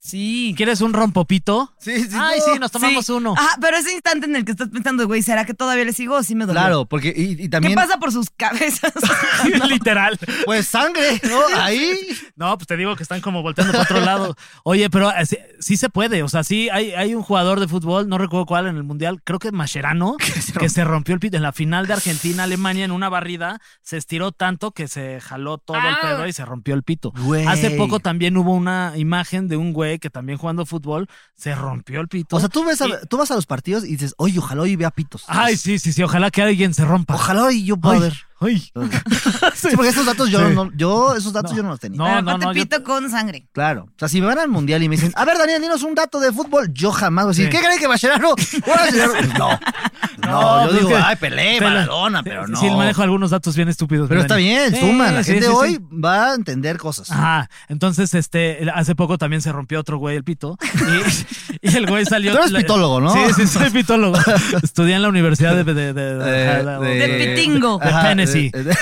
[SPEAKER 3] Sí.
[SPEAKER 2] ¿Quieres un rompopito?
[SPEAKER 4] Sí, sí,
[SPEAKER 2] Ay,
[SPEAKER 4] no.
[SPEAKER 2] sí, nos tomamos
[SPEAKER 3] Sí.
[SPEAKER 2] uno.
[SPEAKER 3] Ajá, pero ese instante en el que estás pensando, güey, ¿será que todavía le sigo o sí me dolió?
[SPEAKER 4] Claro, porque. Y, y
[SPEAKER 3] ¿Qué
[SPEAKER 4] también.
[SPEAKER 3] pasa por sus cabezas?
[SPEAKER 2] Literal.
[SPEAKER 4] Pues sangre, ¿no? Ahí.
[SPEAKER 2] No, pues te digo que están como volteando para otro lado. Oye, pero eh, sí, sí se puede. O sea, sí hay, hay un jugador de fútbol, no recuerdo cuál, en el Mundial, creo que Mascherano, que se rompió el pito. En la final de Argentina-Alemania, en una barrida, se estiró tanto que se jaló todo el pedo y se rompió el pito.
[SPEAKER 4] Güey.
[SPEAKER 2] Hace poco también hubo una imagen de un güey que también jugando fútbol se rompió el pito.
[SPEAKER 4] O sea, tú, ves
[SPEAKER 2] Y-
[SPEAKER 4] a, tú vas a los partidos y dices, oye, ojalá hoy vea pitos.
[SPEAKER 2] Ay, sí, sí, sí. Ojalá que alguien se rompa.
[SPEAKER 4] Ojalá hoy yo pueda
[SPEAKER 2] Ay,
[SPEAKER 4] ver.
[SPEAKER 2] ay.
[SPEAKER 4] Sí, porque esos datos yo
[SPEAKER 2] Sí.
[SPEAKER 4] no, yo esos datos
[SPEAKER 2] No.
[SPEAKER 4] yo no los tenía.
[SPEAKER 2] No,
[SPEAKER 3] Pero
[SPEAKER 2] no,
[SPEAKER 3] aparte
[SPEAKER 2] no, yo-
[SPEAKER 3] pito con sangre.
[SPEAKER 4] Claro. O sea, si me van al mundial y me dicen, a ver, Daniel, dinos un dato de fútbol, yo jamás voy a decir,
[SPEAKER 2] Sí.
[SPEAKER 4] ¿qué creen que Mascherano? Ahora Mascherano- No.
[SPEAKER 2] No,
[SPEAKER 4] No, yo
[SPEAKER 2] pues
[SPEAKER 4] digo,
[SPEAKER 2] que-
[SPEAKER 4] ay, Pelé,
[SPEAKER 2] Pela-
[SPEAKER 4] Maradona, pero
[SPEAKER 2] Eh, Sí,
[SPEAKER 4] no.
[SPEAKER 2] Sí, manejo algunos datos bien estúpidos.
[SPEAKER 4] Pero
[SPEAKER 2] mi
[SPEAKER 4] está
[SPEAKER 2] Dani.
[SPEAKER 4] bien,
[SPEAKER 2] Sí,
[SPEAKER 4] suman. La
[SPEAKER 2] sí,
[SPEAKER 4] gente
[SPEAKER 2] sí,
[SPEAKER 4] hoy
[SPEAKER 2] sí.
[SPEAKER 4] va a entender cosas.
[SPEAKER 2] Ajá, entonces este, el- hace poco también se rompió otro güey el pito y, y el güey salió.
[SPEAKER 4] Tú eres
[SPEAKER 2] la-
[SPEAKER 4] pitólogo, ¿no?
[SPEAKER 2] Sí, sí, soy pitólogo. Estudié en la Universidad de. de, de,
[SPEAKER 4] Eh,
[SPEAKER 2] ajá,
[SPEAKER 3] de Pitingo.
[SPEAKER 2] de
[SPEAKER 4] ajá,
[SPEAKER 2] Tennessee.
[SPEAKER 4] de- de-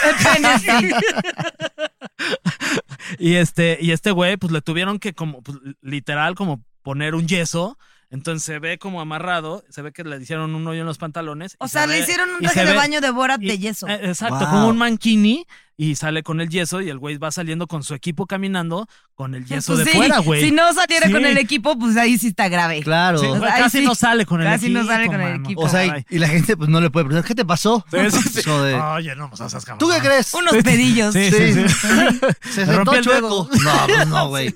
[SPEAKER 2] Y este, y este güey, pues le tuvieron que como, pues, literal, como poner un yeso. Entonces se ve como amarrado, se ve que le hicieron un hoyo en los pantalones. y
[SPEAKER 3] O
[SPEAKER 2] se
[SPEAKER 3] sea, le
[SPEAKER 2] ve-
[SPEAKER 3] hicieron un
[SPEAKER 2] y se
[SPEAKER 3] traje de
[SPEAKER 2] ve-
[SPEAKER 3] baño de Borat
[SPEAKER 2] y-
[SPEAKER 3] de yeso.
[SPEAKER 2] eh, Exacto,
[SPEAKER 4] Wow.
[SPEAKER 2] como un manquini y sale con el yeso y el güey va saliendo con su equipo caminando con el yeso
[SPEAKER 3] Pues
[SPEAKER 2] de
[SPEAKER 3] sí,
[SPEAKER 2] fuera, güey.
[SPEAKER 3] Si no saliera
[SPEAKER 2] Sí.
[SPEAKER 3] con el equipo, pues ahí sí está grave.
[SPEAKER 4] Claro.
[SPEAKER 2] Sí,
[SPEAKER 3] O sea, ahí
[SPEAKER 2] Pues, casi
[SPEAKER 3] sí.
[SPEAKER 2] no sale con el
[SPEAKER 3] Casi
[SPEAKER 2] equipo.
[SPEAKER 3] no sale con el
[SPEAKER 2] mano.
[SPEAKER 3] equipo.
[SPEAKER 4] O sea,
[SPEAKER 2] Ay.
[SPEAKER 4] y, y la gente pues no le puede preguntar, ¿qué te pasó?
[SPEAKER 2] Sí, sí, sí.
[SPEAKER 4] Eso de,
[SPEAKER 2] Oye, no, pues seas cabrón.
[SPEAKER 4] ¿Tú qué crees?
[SPEAKER 3] Unos pedillos.
[SPEAKER 2] Sí, sí, sí.
[SPEAKER 4] Se
[SPEAKER 2] Me rompí
[SPEAKER 4] sentó
[SPEAKER 2] el
[SPEAKER 4] chueco. No, pues no, güey.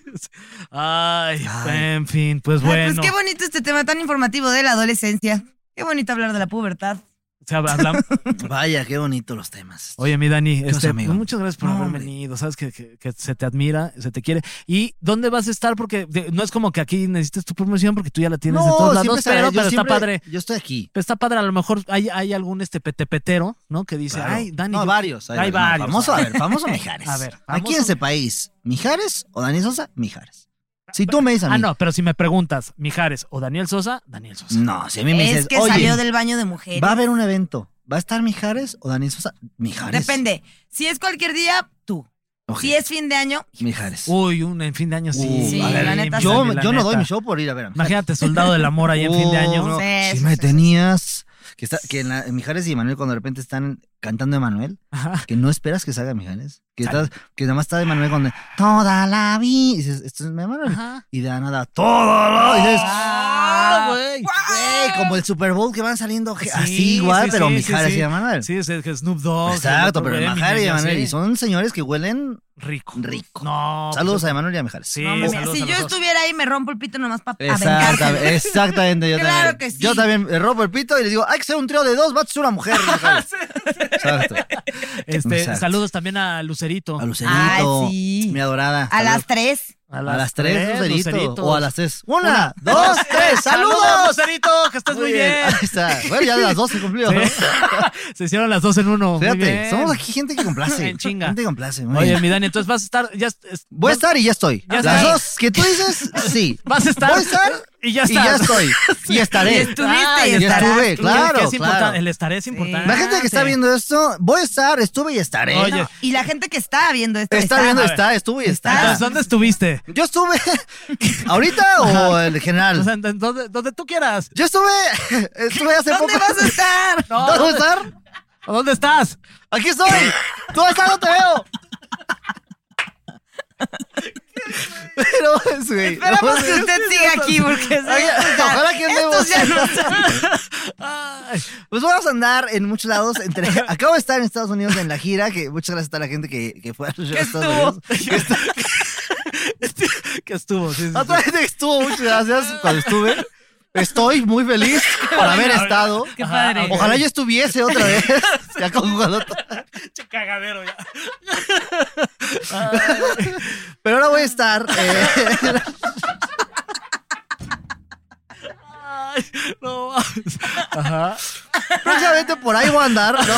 [SPEAKER 2] Ay,
[SPEAKER 4] Ay.
[SPEAKER 2] en fin, pues
[SPEAKER 3] Ay,
[SPEAKER 2] bueno.
[SPEAKER 3] Pues qué bonito este tema tan informativo de la adolescencia. Qué bonito hablar de la pubertad.
[SPEAKER 2] O sea, hablam-
[SPEAKER 4] Vaya, qué bonito los temas.
[SPEAKER 2] Oye, mi Dani,
[SPEAKER 4] pasa,
[SPEAKER 2] este,
[SPEAKER 4] amigo?
[SPEAKER 2] muchas gracias por
[SPEAKER 4] No,
[SPEAKER 2] haber
[SPEAKER 4] hombre.
[SPEAKER 2] venido. Sabes que, que- que se te admira, se te quiere. ¿Y dónde vas a estar? Porque de- no es como que aquí necesites tu promoción porque tú ya la tienes en todos
[SPEAKER 4] siempre
[SPEAKER 2] lados,
[SPEAKER 4] estaré,
[SPEAKER 2] pero,
[SPEAKER 4] yo
[SPEAKER 2] pero está
[SPEAKER 4] siempre-
[SPEAKER 2] padre.
[SPEAKER 4] Yo estoy aquí.
[SPEAKER 2] Pero está padre, a lo mejor hay, hay algún este petepetero, ¿no? Que dice,
[SPEAKER 4] Claro.
[SPEAKER 2] ay, Dani.
[SPEAKER 4] No,
[SPEAKER 2] yo-
[SPEAKER 4] varios.
[SPEAKER 2] Hay
[SPEAKER 4] no,
[SPEAKER 2] varios.
[SPEAKER 4] famoso, a ver, famoso Mijares.
[SPEAKER 2] A ver,
[SPEAKER 4] Aquí
[SPEAKER 2] famoso-
[SPEAKER 4] en este país, ¿Mijares o Dani Sosa? Mijares. Si tú me dices a mí.
[SPEAKER 2] Ah, no, pero si me preguntas, Mijares o Daniel Sosa, Daniel Sosa.
[SPEAKER 4] No, si a mí me dices,
[SPEAKER 3] Es que
[SPEAKER 4] oye,
[SPEAKER 3] salió del baño de mujeres.
[SPEAKER 4] va a haber un evento. ¿Va a estar Mijares o Dani Sosa? Mijares.
[SPEAKER 3] Depende. Si es cualquier día, tú.
[SPEAKER 4] Ok,
[SPEAKER 3] Si es fin de año,
[SPEAKER 4] Mijares.
[SPEAKER 2] Uy, un en fin de año sí.
[SPEAKER 4] Uh,
[SPEAKER 3] Sí,
[SPEAKER 4] a ver,
[SPEAKER 3] la neta
[SPEAKER 4] yo,
[SPEAKER 2] Dani, la
[SPEAKER 4] yo no doy
[SPEAKER 2] neta.
[SPEAKER 4] mi show por ir a ver a Mijares.
[SPEAKER 2] Imagínate, soldado del amor ahí en fin de año.
[SPEAKER 4] Oh, no.
[SPEAKER 3] Sí,
[SPEAKER 4] Si
[SPEAKER 3] sí,
[SPEAKER 4] me
[SPEAKER 3] sí, sí.
[SPEAKER 4] tenías. Que, está, que en, la- en Mijares y Manuel, cuando de repente están cantando Emanuel,
[SPEAKER 2] Ajá.
[SPEAKER 4] que no esperas que salga Mijares. Que,
[SPEAKER 2] Sale.
[SPEAKER 4] estás- que nada más está de Manuel cuando toda la vida. Y dices, esto es Emanuel.
[SPEAKER 2] Ajá.
[SPEAKER 4] Y de la nada, toda la. Y dices,
[SPEAKER 2] Ah,
[SPEAKER 4] "Ah, güey. Güey, Como el Super Bowl que van saliendo ge-
[SPEAKER 2] Sí,
[SPEAKER 4] así igual,
[SPEAKER 2] sí,
[SPEAKER 4] pero
[SPEAKER 2] sí,
[SPEAKER 4] Mijares
[SPEAKER 2] sí, sí.
[SPEAKER 4] y Emanuel.
[SPEAKER 2] Sí, es el que Snoop Dogg.
[SPEAKER 4] Exacto, pero
[SPEAKER 2] Eminem,
[SPEAKER 4] Mijares y Emanuel.
[SPEAKER 2] sí.
[SPEAKER 4] Y son señores que huelen.
[SPEAKER 2] rico.
[SPEAKER 4] Rico.
[SPEAKER 2] No.
[SPEAKER 4] Saludos
[SPEAKER 2] pues,
[SPEAKER 4] a Emanuel y a Mijares.
[SPEAKER 2] Sí,
[SPEAKER 3] no, mames,
[SPEAKER 2] saludos
[SPEAKER 3] si
[SPEAKER 2] a
[SPEAKER 3] yo
[SPEAKER 2] los dos.
[SPEAKER 3] estuviera ahí, me rompo el pito nomás para
[SPEAKER 4] Exactamente, exactamente, yo
[SPEAKER 3] Claro
[SPEAKER 4] también.
[SPEAKER 3] que sí.
[SPEAKER 4] Yo también eh, rompo el pito y les digo, hay que ser un trío de dos, va a ser una mujer. Exacto.
[SPEAKER 2] En Este,
[SPEAKER 4] Exacto.
[SPEAKER 2] saludos también a Lucerito.
[SPEAKER 4] A Lucerito.
[SPEAKER 3] Ay, sí.
[SPEAKER 4] Mi adorada.
[SPEAKER 3] A las
[SPEAKER 4] Saludos.
[SPEAKER 3] tres.
[SPEAKER 2] A
[SPEAKER 4] A las tres, Lucerito.
[SPEAKER 2] Lucerito.
[SPEAKER 4] O a las tres. Una, dos, tres. ¡Saludos!
[SPEAKER 2] Lucerito! ¡Que estés muy, bien!
[SPEAKER 4] Ahí está. Bueno, ya a las dos se cumplió. ¿no?
[SPEAKER 2] Sí. Se hicieron las dos en uno. Muy
[SPEAKER 4] Fíjate,
[SPEAKER 2] bien.
[SPEAKER 4] somos aquí gente que complace.
[SPEAKER 2] En chinga.
[SPEAKER 4] Gente que complace. muy
[SPEAKER 2] Oye,
[SPEAKER 4] bien.
[SPEAKER 2] mi Dani, entonces vas a estar. Ya, es-
[SPEAKER 4] Voy a estar y ya estoy.
[SPEAKER 2] Ya
[SPEAKER 4] las
[SPEAKER 2] está.
[SPEAKER 4] dos que tú dices, sí.
[SPEAKER 2] Vas a estar.
[SPEAKER 4] Voy a estar
[SPEAKER 2] Y ya
[SPEAKER 4] y ya
[SPEAKER 2] estás.
[SPEAKER 4] estoy. Y estaré.
[SPEAKER 3] Y estuviste
[SPEAKER 4] Ah,
[SPEAKER 3] y
[SPEAKER 4] y
[SPEAKER 3] estarás.
[SPEAKER 4] estuve,
[SPEAKER 2] Que- que
[SPEAKER 4] claro.
[SPEAKER 2] es
[SPEAKER 4] claro.
[SPEAKER 2] importante. El estaré es importante.
[SPEAKER 4] La gente que
[SPEAKER 3] Ah,
[SPEAKER 4] está viendo esto, voy a estar, estuve y estaré.
[SPEAKER 2] Oye,
[SPEAKER 3] No, y la gente que está viendo esto.
[SPEAKER 4] está viendo,
[SPEAKER 2] a ver.
[SPEAKER 4] está, estuve y está.
[SPEAKER 2] Entonces, ¿dónde estuviste?
[SPEAKER 4] Yo estuve ahorita o en general.
[SPEAKER 2] O sea, en- en donde, donde tú quieras.
[SPEAKER 4] Yo estuve, estuve hace
[SPEAKER 3] ¿Dónde
[SPEAKER 4] poco.
[SPEAKER 3] vas a estar?
[SPEAKER 2] No,
[SPEAKER 4] ¿Dónde voy a
[SPEAKER 2] ¿dónde,
[SPEAKER 4] estar?
[SPEAKER 2] dónde estás?
[SPEAKER 4] Aquí estoy. Tú hasta no te veo. Pero, pues, güey.
[SPEAKER 3] Esperamos
[SPEAKER 4] no,
[SPEAKER 3] pues que usted siga aquí porque
[SPEAKER 4] Ay, Ojalá que
[SPEAKER 3] estos
[SPEAKER 4] andemos.
[SPEAKER 3] ya no
[SPEAKER 2] Ay,
[SPEAKER 4] Pues vamos a andar en muchos lados. Entre, acabo de estar en Estados Unidos en la gira, que muchas gracias a toda la gente que, que fue a los shows de Estados Unidos.
[SPEAKER 2] que Este, estuvo. sí, sí, sí.
[SPEAKER 4] A toda la gente que Ah, estuvo, muchas gracias cuando estuve. Estoy muy feliz por haber estado.
[SPEAKER 3] Qué padre.
[SPEAKER 4] Ojalá yo estuviese otra vez. Ya conjugado todo.
[SPEAKER 2] Che cagadero ya.
[SPEAKER 4] Pero ahora voy a estar. eh,
[SPEAKER 2] Ay, no. Ajá.
[SPEAKER 4] próximamente por ahí voy a andar. ¿no?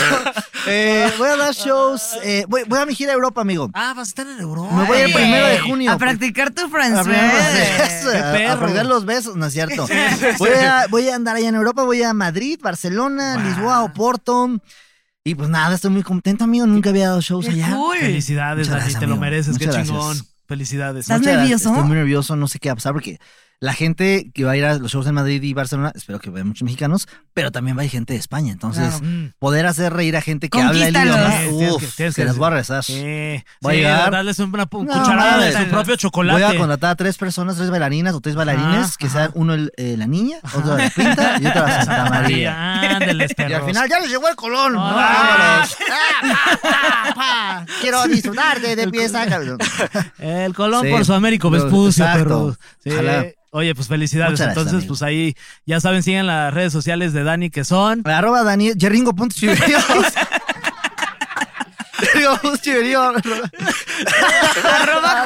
[SPEAKER 4] Eh, voy a dar shows. eh, voy, voy a mi gira a Europa, amigo.
[SPEAKER 2] Ah, vas a estar en Europa.
[SPEAKER 4] Me voy el
[SPEAKER 3] Ay,
[SPEAKER 4] primero de junio.
[SPEAKER 3] A practicar tu
[SPEAKER 4] A
[SPEAKER 3] francés.
[SPEAKER 4] aprender los besos,
[SPEAKER 2] Qué
[SPEAKER 4] a- a
[SPEAKER 2] perro.
[SPEAKER 4] aprender los besos, no es cierto. Voy a, voy a andar allá en Europa, voy a Madrid, Barcelona, Lisboa, Oporto. Y pues nada, estoy muy contento, amigo. Nunca había dado shows
[SPEAKER 3] Qué
[SPEAKER 4] allá.
[SPEAKER 3] cool.
[SPEAKER 2] Felicidades,
[SPEAKER 4] Muchas
[SPEAKER 2] Dani,
[SPEAKER 4] gracias,
[SPEAKER 2] te lo
[SPEAKER 4] amigo.
[SPEAKER 2] mereces, qué
[SPEAKER 4] Muchas gracias.
[SPEAKER 2] chingón. Felicidades.
[SPEAKER 3] ¿Estás
[SPEAKER 4] Muchas gracias.
[SPEAKER 3] nervioso?
[SPEAKER 4] Estoy muy nervioso, no sé qué va a pasar porque la gente que va a ir a los shows en Madrid y Barcelona, espero que vaya muchos mexicanos, pero también va a ir gente de España. Entonces,
[SPEAKER 3] Claro.
[SPEAKER 4] poder hacer reír a gente que habla el
[SPEAKER 3] Conquístalos.
[SPEAKER 4] idioma,
[SPEAKER 3] Sí,
[SPEAKER 2] tienes que-
[SPEAKER 4] uf,
[SPEAKER 2] tienes
[SPEAKER 4] se
[SPEAKER 2] que-
[SPEAKER 4] las voy a rezar.
[SPEAKER 2] Sí,
[SPEAKER 4] Voy a
[SPEAKER 2] Eh, sí,
[SPEAKER 4] llegar.
[SPEAKER 2] darles una pu-
[SPEAKER 4] No,
[SPEAKER 2] cucharada de
[SPEAKER 4] mames.
[SPEAKER 2] su propio chocolate.
[SPEAKER 4] Voy a contratar a tres personas, tres bailarinas o tres bailarines,
[SPEAKER 2] Ajá,
[SPEAKER 4] que sean uno el- eh, la niña, otro la pinta y otra la Santa María.
[SPEAKER 2] Ándeles,
[SPEAKER 4] Y al
[SPEAKER 2] perros.
[SPEAKER 4] final ya les llegó el colón.
[SPEAKER 2] Ah.
[SPEAKER 4] Vámonos. Ah, pa, pa, pa. Quiero disfrutar de, de pieza. cabrón.
[SPEAKER 2] El Colón
[SPEAKER 4] Sí,
[SPEAKER 2] por su Américo
[SPEAKER 4] no,
[SPEAKER 2] Vespucio,
[SPEAKER 4] exacto.
[SPEAKER 2] perro. Sí.
[SPEAKER 4] Ojalá.
[SPEAKER 2] Oye, pues felicidades.
[SPEAKER 4] Muchas gracias,
[SPEAKER 2] Entonces,
[SPEAKER 4] amigo.
[SPEAKER 2] pues ahí, ya saben, sigan las redes sociales de Dani que son.
[SPEAKER 4] Arroba Daniel, yerringo.chiverío. Yerringo.chiverío.
[SPEAKER 3] Arroba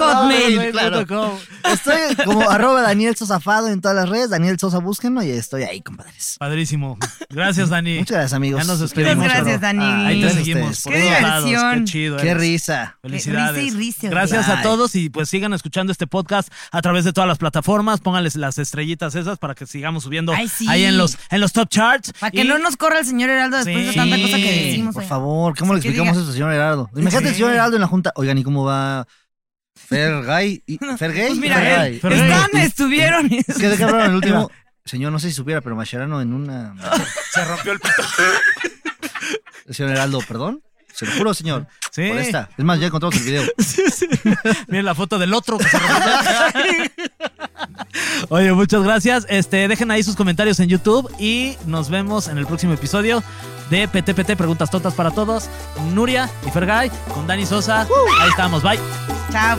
[SPEAKER 3] hotmail.
[SPEAKER 4] claro.
[SPEAKER 2] .com.
[SPEAKER 4] Estoy como arroba Daniel Sosafado en todas las redes. Daniel Sosa, búsquenlo y estoy ahí, compadres.
[SPEAKER 2] Padrísimo. Gracias, Dani.
[SPEAKER 4] Muchas gracias, amigos.
[SPEAKER 2] Ya nos
[SPEAKER 4] Los quiero
[SPEAKER 2] despedimos. Ah,
[SPEAKER 4] mucho.
[SPEAKER 3] Gracias, Dani.
[SPEAKER 2] Ahí te
[SPEAKER 3] Gracias a
[SPEAKER 2] seguimos.
[SPEAKER 4] ustedes.
[SPEAKER 2] por
[SPEAKER 3] Qué
[SPEAKER 2] todos lados.
[SPEAKER 3] diversión.
[SPEAKER 2] Qué chido.
[SPEAKER 4] Qué
[SPEAKER 2] eres.
[SPEAKER 4] risa.
[SPEAKER 2] Felicidades.
[SPEAKER 3] Risa y risa,
[SPEAKER 2] Gracias a
[SPEAKER 4] Ay.
[SPEAKER 2] todos y pues sigan escuchando este podcast a través de todas las plataformas. Pónganles las estrellitas esas para que sigamos subiendo
[SPEAKER 3] Ay, sí.
[SPEAKER 2] ahí en los, en los top charts.
[SPEAKER 3] Para que
[SPEAKER 2] Y-
[SPEAKER 3] no nos corra el señor Heraldo después de
[SPEAKER 2] Sí.
[SPEAKER 3] tanta cosa que
[SPEAKER 2] Sí,
[SPEAKER 3] decimos.
[SPEAKER 4] Por
[SPEAKER 3] oiga.
[SPEAKER 4] favor, ¿cómo le
[SPEAKER 3] que
[SPEAKER 4] explicamos
[SPEAKER 3] diga-
[SPEAKER 4] eso al señor Heraldo? Imagínate el señor Heraldo en la junta. Oigan, ¿y cómo va Fergay? y- ¿Fergay?
[SPEAKER 3] Pues mira,
[SPEAKER 4] Fergay.
[SPEAKER 3] eh,
[SPEAKER 2] Fergay.
[SPEAKER 3] están, estuvieron. y-
[SPEAKER 4] Es que de cabrón, el último. Señor, no sé si supiera, pero Mascherano en una.
[SPEAKER 2] Se rompió el pito.
[SPEAKER 4] El señor Heraldo, perdón. Se lo juro, señor.
[SPEAKER 2] Sí.
[SPEAKER 4] Por esta. Es más, ya encontramos el video.
[SPEAKER 2] Miren la foto del otro. que se rompió. Oye, muchas gracias. Este, dejen ahí sus comentarios en YouTube y nos vemos en el próximo episodio de PTPT Preguntas Tontas para Todos. Con Nuria y Fergay, con Dani Sosa.
[SPEAKER 3] Uh.
[SPEAKER 2] Ahí estamos. Bye.
[SPEAKER 3] Chao.